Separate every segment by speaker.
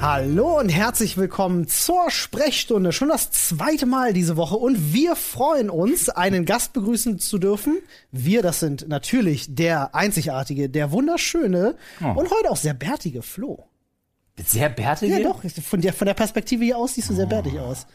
Speaker 1: Hallo und herzlich willkommen zur Sprechstunde. Schon das zweite Mal diese Woche und wir freuen uns, einen Gast begrüßen zu dürfen. Wir, das sind natürlich der einzigartige, der wunderschöne
Speaker 2: Oh.
Speaker 1: und heute auch sehr bärtige Flo.
Speaker 2: Sehr bärtig?
Speaker 1: Ja, doch, von der, von der Perspektive hier aus siehst du sehr
Speaker 2: Oh.
Speaker 1: bärtig aus.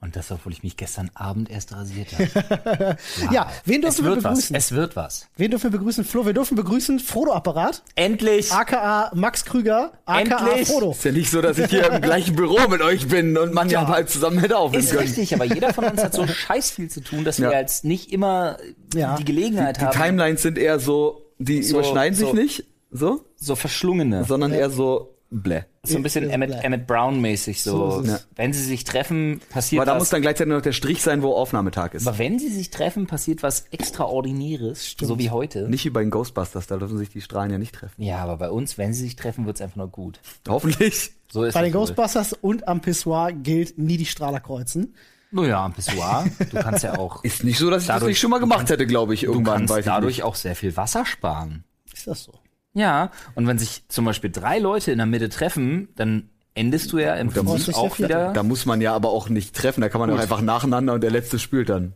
Speaker 2: Und das, obwohl ich mich gestern Abend erst rasiert habe.
Speaker 1: Ja, wen
Speaker 2: es
Speaker 1: dürfen wir
Speaker 2: wird was.
Speaker 1: begrüßen?
Speaker 2: Es wird was.
Speaker 1: Wen dürfen wir begrüßen? Flo, wir dürfen begrüßen Frodo-Apparat,
Speaker 2: Endlich!
Speaker 1: aka Max Krüger, aka
Speaker 2: Endlich!
Speaker 1: Frodo.
Speaker 3: Ist ja nicht so, dass ich hier im gleichen Büro mit euch bin und man ja, halt zusammen hätte aufnehmen
Speaker 2: Ist
Speaker 3: können.
Speaker 2: richtig, aber jeder von uns hat so scheiß viel zu tun, dass wir
Speaker 3: Ja.
Speaker 2: jetzt nicht immer
Speaker 1: Ja.
Speaker 2: die Gelegenheit
Speaker 3: Die
Speaker 2: haben,
Speaker 3: Timelines sind eher so, die
Speaker 2: So,
Speaker 3: überschneiden
Speaker 2: so.
Speaker 3: sich nicht, so,
Speaker 2: so verschlungene, so,
Speaker 3: sondern eher so bleh.
Speaker 2: ein bisschen Emmett, Emmett Brown-mäßig so.
Speaker 1: So ist es.
Speaker 2: Ja. Wenn sie sich treffen, passiert
Speaker 3: Aber da muss
Speaker 2: was.
Speaker 3: dann gleichzeitig noch der Strich sein, wo Aufnahmetag ist.
Speaker 2: aber wenn sie sich treffen, passiert was Extraordinäres, so wie heute.
Speaker 3: Nicht wie bei den Ghostbusters, da dürfen sich die Strahlen ja nicht treffen.
Speaker 2: Ja, aber bei uns, wenn sie sich treffen, wird's einfach nur gut.
Speaker 3: Hoffentlich.
Speaker 2: So ist
Speaker 1: Bei den
Speaker 2: das wohl.
Speaker 1: Ghostbusters und am Pissoir gilt nie die Strahler kreuzen.
Speaker 2: Naja, am Pissoir. Du kannst ja auch,
Speaker 3: Ist nicht so, dass ich das
Speaker 2: Dadurch-
Speaker 3: nicht schon mal gemacht hätte, glaube ich,
Speaker 2: du
Speaker 3: irgendwann.
Speaker 2: kannst
Speaker 3: Weiß ich
Speaker 2: dadurch
Speaker 3: nicht.
Speaker 2: auch sehr viel Wasser sparen.
Speaker 1: Ist das so?
Speaker 2: Ja, und wenn sich zum Beispiel drei Leute in der Mitte treffen, dann endest du ja im
Speaker 1: muss
Speaker 2: Prinzip
Speaker 1: sich
Speaker 2: auch
Speaker 1: der vierte.
Speaker 2: wieder.
Speaker 3: Da muss man ja aber auch nicht treffen, da kann man auch einfach nacheinander und der letzte spült dann.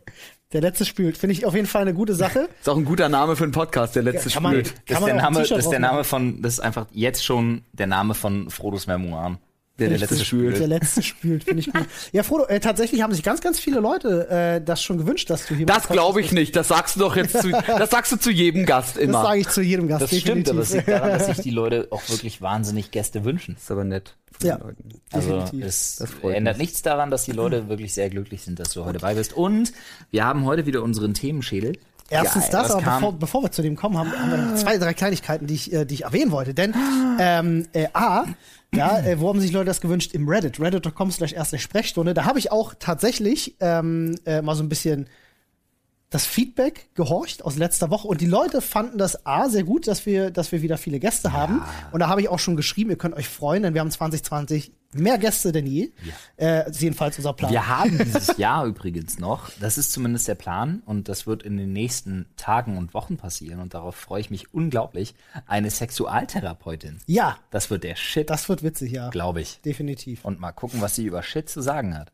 Speaker 1: Der letzte spült. Finde ich auf jeden Fall eine gute Sache.
Speaker 3: Ist auch ein guter Name für einen Podcast, der letzte
Speaker 1: kann man-
Speaker 3: spült.
Speaker 2: Das
Speaker 1: Kann
Speaker 2: ist, der
Speaker 1: man auch ein
Speaker 2: Name, das
Speaker 1: T-Shirt
Speaker 2: ist der
Speaker 1: drauf
Speaker 2: Name von, das ist einfach jetzt schon der Name von Frodos Memoiren.
Speaker 3: Der
Speaker 2: Der
Speaker 3: letzte
Speaker 2: letzte
Speaker 3: spült.
Speaker 1: Der letzte spült, finde ich gut. Ja, Frodo, äh, tatsächlich haben sich ganz, ganz viele Leute äh, das schon gewünscht, dass du hier
Speaker 3: Das glaube ich nicht. Das sagst du doch jetzt zu, das sagst du zu jedem Gast
Speaker 1: Das
Speaker 3: immer.
Speaker 1: sage ich zu jedem Gast.
Speaker 2: Das stimmt, aber es liegt daran, dass sich die Leute auch wirklich wahnsinnig Gäste wünschen.
Speaker 3: ist aber nett.
Speaker 1: Ja. Äh,
Speaker 3: Ja. Leuten.
Speaker 2: Also
Speaker 1: Definitiv.
Speaker 2: es
Speaker 3: Das freut
Speaker 2: ändert
Speaker 3: mich.
Speaker 2: nichts daran, dass die Leute wirklich sehr glücklich sind, dass du heute bei bist. Und wir haben heute wieder unseren Themenschädel.
Speaker 1: Erstens
Speaker 2: Geil,
Speaker 1: das, aber
Speaker 2: kam-
Speaker 1: bevor, bevor wir zu dem kommen, haben, haben wir noch zwei, drei Kleinigkeiten, die ich, äh, die ich erwähnen wollte. Denn
Speaker 2: Ah.
Speaker 1: ähm, äh, A, ja, äh, wo haben sich Leute das gewünscht? Im Reddit, reddit.com slash erste Sprechstunde. Da habe ich auch tatsächlich ähm, äh, mal so ein bisschen das Feedback gehorcht aus letzter Woche und die Leute fanden das A sehr gut, dass wir, dass wir wieder viele Gäste haben. Und da habe ich auch schon geschrieben, ihr könnt euch freuen, denn wir haben 2020 mehr Gäste denn je. Äh, jedenfalls unser Plan.
Speaker 2: Wir haben dieses Jahr übrigens noch, das ist zumindest der Plan und das wird in den nächsten Tagen und Wochen passieren und darauf freue ich mich unglaublich, eine Sexualtherapeutin.
Speaker 1: ja,
Speaker 2: Das wird der Shit,
Speaker 1: das wird witzig, ja.
Speaker 2: glaube ich.
Speaker 1: Definitiv.
Speaker 2: Und mal gucken, was sie über Shit zu sagen hat.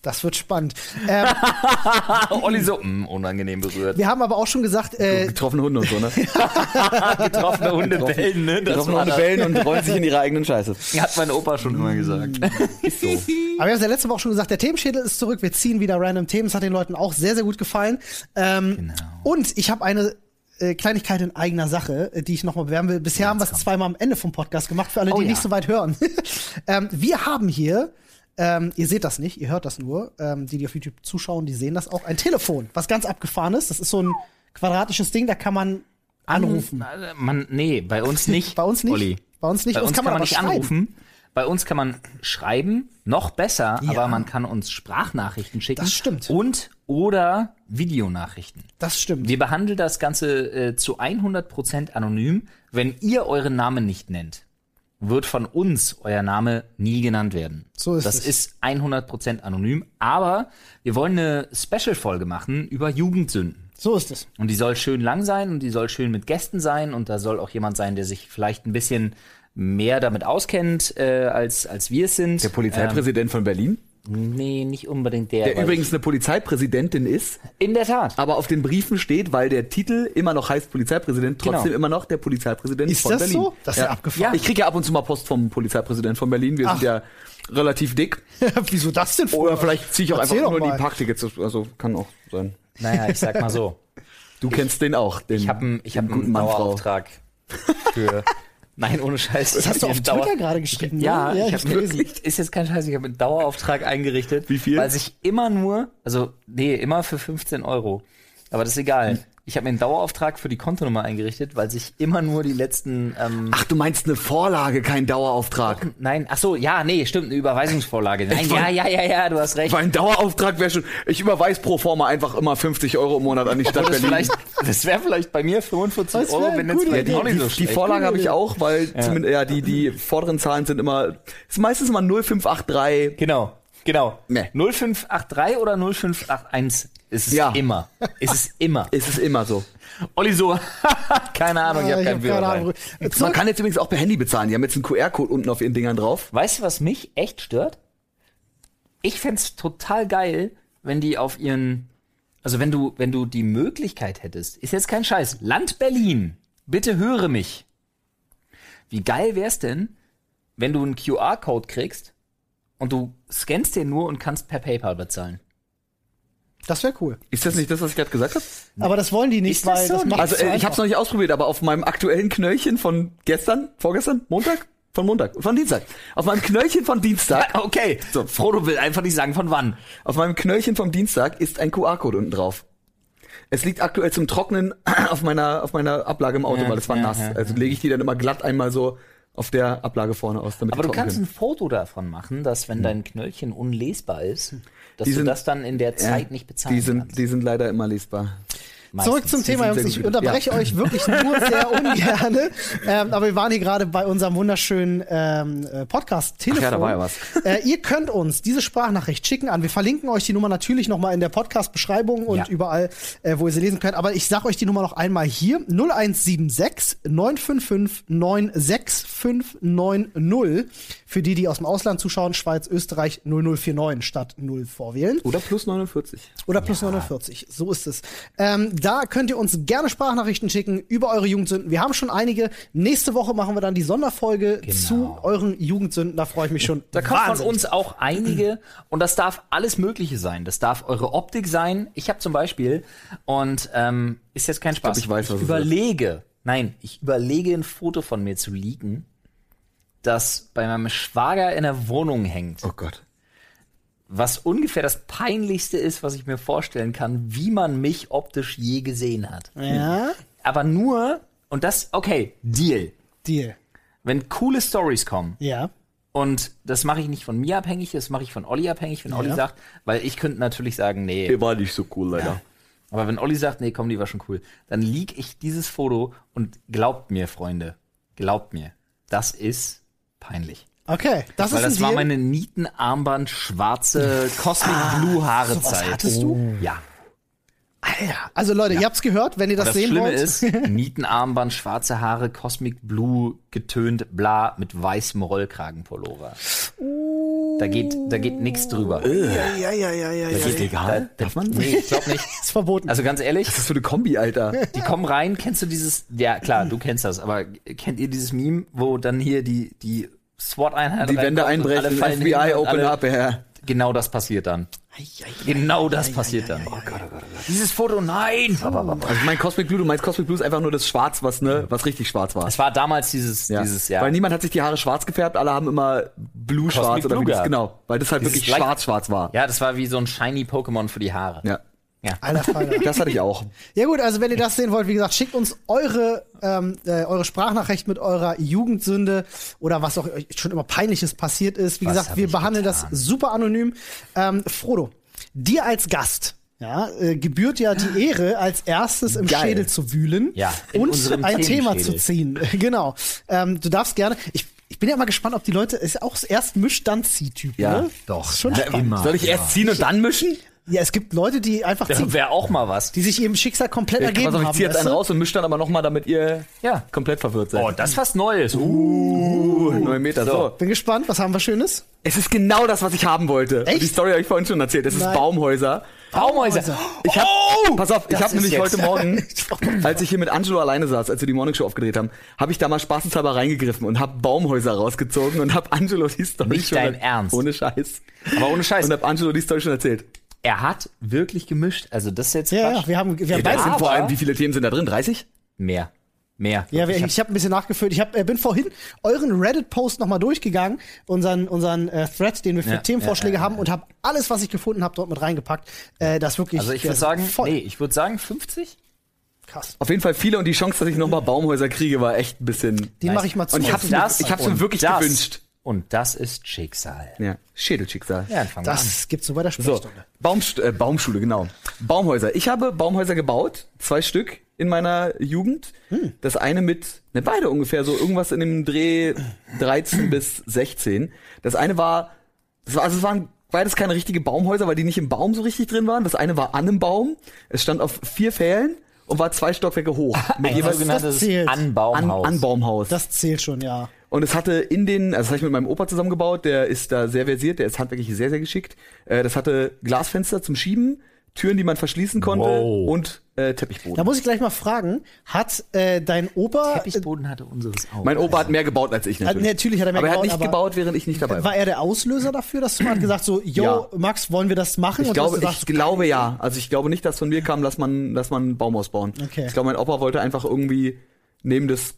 Speaker 1: Das wird spannend. Ähm,
Speaker 2: Ah, Olli so, mm, unangenehm berührt.
Speaker 1: Wir haben aber auch schon gesagt, äh,
Speaker 3: Getroffene Hunde und so, ne?
Speaker 2: Getroffene Hunde bellen, ne? Das
Speaker 3: Getroffene
Speaker 2: war
Speaker 3: Hunde
Speaker 2: das.
Speaker 3: bellen und rollen sich in ihre eigenen Scheiße.
Speaker 2: Hat mein Opa schon immer gesagt.
Speaker 1: aber wir haben es ja letzte Woche schon gesagt, der Themenschädel ist zurück, wir ziehen wieder random Themen, es hat den Leuten auch sehr, sehr gut gefallen. Ähm,
Speaker 2: Genau.
Speaker 1: Und ich habe eine äh, Kleinigkeit in eigener Sache, äh, die ich nochmal bewerben will. Bisher haben wir es zweimal am Ende vom Podcast gemacht, für alle, die
Speaker 2: Oh ja.
Speaker 1: nicht so weit hören. ähm, wir haben hier, ähm, ihr seht das nicht, ihr hört das nur, ähm, die, die auf YouTube zuschauen, die sehen das auch, ein Telefon, was ganz abgefahren ist. Das ist so ein quadratisches Ding, da kann man anrufen.
Speaker 2: Äh, Man, nee, bei uns nicht.
Speaker 1: Bei uns nicht.
Speaker 2: Olli.
Speaker 1: Bei uns nicht.
Speaker 2: Bei uns kann man,
Speaker 1: aber
Speaker 2: nicht
Speaker 1: schreiben.
Speaker 2: anrufen. Bei uns kann man schreiben, noch besser,
Speaker 1: Ja.
Speaker 2: aber man kann uns Sprachnachrichten schicken.
Speaker 1: Das stimmt.
Speaker 2: Und oder Videonachrichten.
Speaker 1: Das stimmt.
Speaker 2: Wir behandeln das Ganze äh, zu 100% anonym. Wenn ihr euren Namen nicht nennt, wird von uns euer Name nie genannt werden.
Speaker 1: So ist
Speaker 2: das
Speaker 1: es.
Speaker 2: ist 100% anonym. Aber wir wollen eine Special-Folge machen über Jugendsünden.
Speaker 1: So ist es.
Speaker 2: Und die soll schön lang sein und die soll schön mit Gästen sein und da soll auch jemand sein, der sich vielleicht ein bisschen mehr damit auskennt, äh, als, als wir es sind.
Speaker 3: Der Polizeipräsident von Berlin,
Speaker 2: Ähm, nee, nicht unbedingt der.
Speaker 3: der
Speaker 2: weil-
Speaker 3: übrigens eine Polizeipräsidentin ist,
Speaker 2: In der Tat.
Speaker 3: aber auf den Briefen steht, weil der Titel immer noch heißt Polizeipräsident, trotzdem
Speaker 2: Genau.
Speaker 3: immer noch der Polizeipräsident
Speaker 1: Ist
Speaker 3: von
Speaker 1: das
Speaker 3: Berlin.
Speaker 1: so? Das ist ja abgefahren.
Speaker 3: Ich kriege ja ab und zu mal Post vom Polizeipräsident von Berlin. Wir
Speaker 1: Ach.
Speaker 3: sind ja relativ dick.
Speaker 1: Wieso das denn?
Speaker 3: Oder vielleicht ziehe ich auch
Speaker 1: Erzähl
Speaker 3: einfach
Speaker 1: doch
Speaker 3: nur
Speaker 1: mal.
Speaker 3: die Parktickets. Also kann auch sein.
Speaker 2: Naja, ich sag mal so.
Speaker 3: Du kennst den auch, den
Speaker 2: Ich habe einen ich hab
Speaker 3: den
Speaker 2: einen
Speaker 3: guten Mann, Frau.
Speaker 2: Dauerauftrag für. Nein, ohne Scheiß.
Speaker 1: Das hast du
Speaker 2: Ich
Speaker 1: auf
Speaker 2: hab einen
Speaker 1: Twitter gerade geschrieben. ne?
Speaker 2: Ja, ich
Speaker 1: ich
Speaker 2: habe
Speaker 1: hab's gelesen.
Speaker 2: wirklich, ist jetzt kein Scheiß, ich habe einen Dauerauftrag eingerichtet.
Speaker 3: Wie viel?
Speaker 2: Weil sich immer nur, also nee, immer für 15 Euro. Aber das ist egal. Ich habe mir einen Dauerauftrag für die Kontonummer eingerichtet, weil sich immer nur die letzten, ähm,
Speaker 3: Ach, du meinst eine Vorlage, kein Dauerauftrag.
Speaker 2: nein, ach so, ja, nee, stimmt, eine Überweisungsvorlage. Nein, ja, ja, ja, ja, du hast recht.
Speaker 3: Weil ein Dauerauftrag wäre schon. Ich überweise pro forma einfach immer 50 Euro im Monat an die Stadt
Speaker 2: Das,
Speaker 3: Berlin.
Speaker 2: vielleicht, das wäre vielleicht bei mir 45
Speaker 1: Das wär
Speaker 2: Euro,
Speaker 1: eine
Speaker 2: wenn jetzt
Speaker 1: gute
Speaker 3: Ja,
Speaker 2: vielleicht
Speaker 3: die,
Speaker 2: auch nicht
Speaker 3: die,
Speaker 2: so
Speaker 3: die
Speaker 2: schlecht.
Speaker 3: Vorlage habe ich auch, weil zumindest ja die die vorderen Zahlen sind immer ist meistens mal 0583
Speaker 2: Genau. Genau.
Speaker 3: Nee.
Speaker 2: 0583 oder 0581 ist es
Speaker 3: Ja.
Speaker 2: immer. Ist es immer.
Speaker 3: Es ist immer so.
Speaker 2: Olli so, keine Ahnung, ich
Speaker 1: Ah,
Speaker 2: habe keinen Führerschein.
Speaker 1: Äh,
Speaker 3: Man
Speaker 1: Zurück,
Speaker 3: kann jetzt übrigens auch per Handy bezahlen. Die haben jetzt einen QR-Code unten auf ihren Dingern drauf.
Speaker 2: Weißt du, was mich echt stört? Ich fänd's total geil, wenn die auf ihren, also wenn du, wenn du die Möglichkeit hättest, ist jetzt kein Scheiß, Land Berlin, bitte höre mich. Wie geil wär's denn, wenn du einen QR-Code kriegst und du scannst den nur und kannst per PayPal bezahlen?
Speaker 1: das wäre cool.
Speaker 3: Ist das nicht das, was ich gerade gesagt habe?
Speaker 1: Aber das wollen die nicht,
Speaker 2: Ist das
Speaker 1: weil
Speaker 2: so?
Speaker 1: das macht
Speaker 3: Also
Speaker 1: es zu
Speaker 3: äh, ich habe
Speaker 1: einfach.
Speaker 3: es noch nicht ausprobiert, aber auf meinem aktuellen Knöllchen von gestern, vorgestern, Montag, von Montag, von Dienstag, auf meinem Knöllchen von Dienstag,
Speaker 2: Ah, Okay, so. Frodo will einfach nicht sagen, von wann.
Speaker 3: auf meinem Knöllchen vom Dienstag ist ein QR-Code unten drauf. Es liegt aktuell zum Trocknen auf meiner auf meiner Ablage im Auto,
Speaker 2: Ja,
Speaker 3: weil es war
Speaker 2: ja,
Speaker 3: nass.
Speaker 2: ja,
Speaker 3: also lege ich die dann immer glatt einmal so auf der Ablage vorne aus, damit
Speaker 2: Aber
Speaker 3: die
Speaker 2: du
Speaker 3: trocken
Speaker 2: kannst
Speaker 3: können.
Speaker 2: ein Foto davon machen, dass wenn dein Knöllchen unlesbar ist, dass
Speaker 3: Hm. Die
Speaker 2: du
Speaker 3: sind-
Speaker 2: das dann in der Zeit
Speaker 3: Ja,
Speaker 2: nicht bezahlen
Speaker 3: die sind,
Speaker 2: kannst.
Speaker 3: die sind leider immer lesbar.
Speaker 1: Zurück zum Thema, Jungs.
Speaker 3: sind sehr
Speaker 1: Ich
Speaker 3: gut.
Speaker 1: unterbreche euch wirklich nur sehr ungerne. Ähm, aber wir waren hier gerade bei unserem wunderschönen ähm, äh, Podcast Telefon.
Speaker 3: Ach ja, da war ja was.
Speaker 1: Äh, ihr könnt uns diese Sprachnachricht schicken an. Wir verlinken euch die Nummer natürlich nochmal in der Podcast-Beschreibung und
Speaker 2: Ja.
Speaker 1: überall, äh, wo ihr sie lesen könnt. Aber ich sag euch die Nummer noch einmal hier. 0176 955 96590. Für die, die aus dem Ausland zuschauen, Schweiz, Österreich 0049 statt 0 vorwählen.
Speaker 3: Oder plus 49.
Speaker 1: Oder plus 49. So ist es. Ähm, da könnt ihr uns gerne Sprachnachrichten schicken über eure Jugendsünden. Wir haben schon einige. Nächste Woche machen wir dann die Sonderfolge zu euren Jugendsünden. Da freue ich mich schon.
Speaker 2: Genau. Da kommen von
Speaker 1: wahnsinnig.
Speaker 2: uns auch einige und das darf alles Mögliche sein. Das darf eure Optik sein. Ich habe zum Beispiel und ähm, ist jetzt kein Spaß.
Speaker 3: ich weiß, was es
Speaker 2: überlege, nein, ich überlege ein Foto von mir zu leaken, das bei meinem Schwager in der Wohnung hängt.
Speaker 3: Oh Gott.
Speaker 2: Was ungefähr das peinlichste ist, was ich mir vorstellen kann, wie man mich optisch je gesehen hat.
Speaker 1: Ja,
Speaker 2: Aber nur und das okay Deal.
Speaker 1: Deal.
Speaker 2: Wenn coole Stories kommen,
Speaker 1: Ja.
Speaker 2: Und das mache ich nicht von mir abhängig, das mache ich von Olli abhängig, wenn Olli
Speaker 1: Ja.
Speaker 2: sagt, weil ich könnte natürlich sagen, nee.
Speaker 3: Der war nicht so cool leider.
Speaker 2: Aber wenn Olli sagt, nee, komm, die war schon cool, dann lieg ich dieses Foto und glaubt mir, Freunde, glaubt mir, das ist peinlich.
Speaker 1: Okay, das
Speaker 2: weil
Speaker 1: ist ein
Speaker 2: das
Speaker 1: Deal.
Speaker 2: war meine Nietenarmband schwarze Cosmic Blue Haare Zeit.
Speaker 1: Ah,
Speaker 2: Oh.
Speaker 1: hattest du?
Speaker 2: Ja.
Speaker 1: Alter. Also Leute, ihr habt's gehört, wenn ihr das,
Speaker 2: Das
Speaker 1: sehen
Speaker 2: Schlimme
Speaker 1: wollt.
Speaker 2: ist, Nietenarmband, schwarze Haare, Cosmic Blue, getönt, bla, mit weißem Rollkragenpullover.
Speaker 1: Oh.
Speaker 2: Da geht, da geht nichts drüber.
Speaker 1: ja, ja, ja, ja, ja. ja.
Speaker 3: Ist egal. Darf man?
Speaker 2: Nee, ich glaube nicht.
Speaker 1: Ist verboten.
Speaker 2: Also ganz ehrlich,
Speaker 3: Was ist das für eine Kombi, Alter?
Speaker 2: die kommen rein, kennst du dieses, ja klar, du kennst das, aber kennt ihr dieses Meme, wo dann hier die, die SWAT-Einheit
Speaker 3: Die Wände einbrechen, FBI open up, ja.
Speaker 2: Genau das passiert dann. Genau das passiert dann. Dieses Foto, nein!
Speaker 3: Also ich meine Cosmic Blue, du meinst Cosmic Blue ist einfach nur das Schwarz, was ne, was richtig schwarz war.
Speaker 2: Es war damals dieses, dieses Jahr.
Speaker 3: Weil niemand hat sich die Haare schwarz gefärbt, alle haben immer blue schwarz oder
Speaker 2: Blue
Speaker 3: wie das,
Speaker 2: gehabt.
Speaker 3: genau, weil das halt
Speaker 2: Dieses
Speaker 3: wirklich
Speaker 2: Light-
Speaker 3: schwarz schwarz war.
Speaker 2: Ja, das war wie so ein shiny Pokémon für die Haare.
Speaker 3: Ja.
Speaker 1: Alter, Falter.
Speaker 3: Das hatte ich auch.
Speaker 1: Ja gut, also wenn ihr das sehen wollt, wie gesagt, schickt uns eure, ähm, äh, eure Sprachnachricht mit eurer Jugendsünde oder was auch euch schon immer peinliches passiert ist. Wie
Speaker 2: Was
Speaker 1: gesagt,
Speaker 2: hab
Speaker 1: wir
Speaker 2: ich
Speaker 1: behandeln
Speaker 2: getan?
Speaker 1: das super anonym. Ähm, Frodo, dir als Gast. Ja, äh, gebührt ja die Ehre, als erstes im
Speaker 3: Geil.
Speaker 1: Schädel zu wühlen
Speaker 2: Ja, in
Speaker 1: und
Speaker 2: unserem
Speaker 1: ein Thema zu
Speaker 2: Themenschädel.
Speaker 1: ziehen. genau. Ähm, du darfst gerne. Ich, ich bin ja mal gespannt, ob die Leute ist auch erst misch dann zieh Typ.
Speaker 3: Ja,
Speaker 1: ne?
Speaker 2: doch,
Speaker 1: Ist schon
Speaker 2: ja,
Speaker 1: spannend.
Speaker 2: immer.
Speaker 3: Soll ich erst ziehen und dann mischen?
Speaker 1: Ja, es gibt Leute, die einfach ziehen,
Speaker 2: Wäre auch mal was.
Speaker 1: die sich ihrem Schicksal komplett ergeben
Speaker 3: Pass auf, ich
Speaker 1: haben.
Speaker 3: zieh jetzt
Speaker 1: weißt
Speaker 3: einen
Speaker 1: du?
Speaker 3: raus und misch dann aber nochmal, damit ihr
Speaker 2: Ja.
Speaker 3: komplett verwirrt seid.
Speaker 2: Oh, das ist was Neues. Uh.
Speaker 3: neun Meter. So.
Speaker 2: So.
Speaker 1: Bin gespannt, was haben wir Schönes?
Speaker 3: Es ist genau das, was ich haben wollte.
Speaker 1: Echt?
Speaker 3: Die Story habe ich vorhin schon erzählt. Es ist
Speaker 1: Nein.
Speaker 3: Baumhäuser.
Speaker 2: Baumhäuser. Oh!
Speaker 3: Ich hab, pass auf, ich
Speaker 2: das
Speaker 3: habe
Speaker 2: ist
Speaker 3: nämlich
Speaker 2: jetzt-
Speaker 3: heute Morgen, als ich hier mit Angelo alleine saß, als wir die Morning Show aufgedreht haben, habe ich da mal spaßeshalber reingegriffen und habe Baumhäuser rausgezogen und habe Angelo die Story
Speaker 2: Nicht
Speaker 3: schon
Speaker 2: dein Ernst.
Speaker 3: ohne Scheiß
Speaker 2: Aber ohne Scheiß.
Speaker 3: und habe Angelo die Story schon erzählt.
Speaker 2: Er hat wirklich gemischt. Also das ist jetzt
Speaker 1: Ja,
Speaker 2: Quatsch.
Speaker 1: ja, wir haben, wir haben
Speaker 2: das
Speaker 1: beide. Ja,
Speaker 2: sind Aber-
Speaker 3: Vor allem, wie viele Themen sind da drin? 30?
Speaker 2: Mehr. Mehr.
Speaker 1: wir, ich habe ein bisschen nachgeführt. Ich hab, äh, bin vorhin euren Reddit-Post nochmal durchgegangen, unseren, unseren äh, Thread, den wir für
Speaker 2: Ja,
Speaker 1: Themenvorschläge
Speaker 2: ja, ja,
Speaker 1: haben und habe alles, was ich gefunden habe, dort mit reingepackt. Äh, das wirklich
Speaker 2: also ich
Speaker 1: ja,
Speaker 2: würde sagen,
Speaker 1: voll
Speaker 2: nee, ich würde sagen 50.
Speaker 1: krass.
Speaker 3: Auf jeden Fall viele und die Chance, dass ich nochmal Baumhäuser kriege, war echt ein bisschen.
Speaker 1: Den
Speaker 2: Nice.
Speaker 1: mache ich mal zu.
Speaker 3: Und ich hab's mir, ich hab's mir
Speaker 2: und
Speaker 3: wirklich
Speaker 2: das.
Speaker 3: gewünscht.
Speaker 2: Und das ist Schicksal.
Speaker 3: Ja, Schädelschicksal.
Speaker 2: Ja, dann fangen wir an.
Speaker 1: das gibt's nur bei der
Speaker 3: So,
Speaker 1: Sprechstunde.
Speaker 3: Baumst äh, Baumschule, genau. Baumhäuser. Ich habe Baumhäuser gebaut, zwei Stück in meiner Jugend. Das eine mit, ne, beide ungefähr, so irgendwas in dem Dreh 13 bis 16. Das eine war, das war also es war ein beides keine richtige Baumhäuser, weil die nicht im Baum so richtig drin waren. Das eine war an einem Baum. Es stand auf vier Pfählen und war zwei Stockwerke hoch.
Speaker 2: Ein
Speaker 1: jeweils-
Speaker 2: sogenanntes
Speaker 1: das zählt.
Speaker 3: an,
Speaker 2: Anbaumhaus.
Speaker 3: an Baumhaus.
Speaker 1: Das zählt schon, ja.
Speaker 3: Und es hatte in den, also das habe ich mit meinem Opa zusammengebaut, der ist da sehr versiert, der ist handwerklich sehr, sehr geschickt. Äh, das hatte Glasfenster zum Schieben, Türen, die man verschließen konnte
Speaker 2: Wow.
Speaker 3: und äh,
Speaker 1: Da
Speaker 3: Teppichboden.
Speaker 1: muss ich gleich mal fragen, hat äh, dein Opa...
Speaker 2: Teppichboden hatte unseres auch.
Speaker 3: Mein Opa hat mehr gebaut als ich
Speaker 1: Äh,
Speaker 3: natürlich.
Speaker 1: natürlich hat er mehr
Speaker 3: aber er hat
Speaker 1: gebaut,
Speaker 3: nicht
Speaker 1: aber-
Speaker 3: gebaut, während ich nicht dabei war.
Speaker 1: War er der Auslöser dafür, dass du mal gesagt so, yo,
Speaker 3: Ja.
Speaker 1: Max, wollen wir das machen?
Speaker 3: Ich
Speaker 1: du hast
Speaker 3: glaube,
Speaker 1: gesagt,
Speaker 3: ich glaube ja. Also ich glaube nicht, dass von mir kam, dass man, dass man ein Baumhaus bauen.
Speaker 1: Okay.
Speaker 3: Ich glaube, mein Opa wollte einfach irgendwie neben das,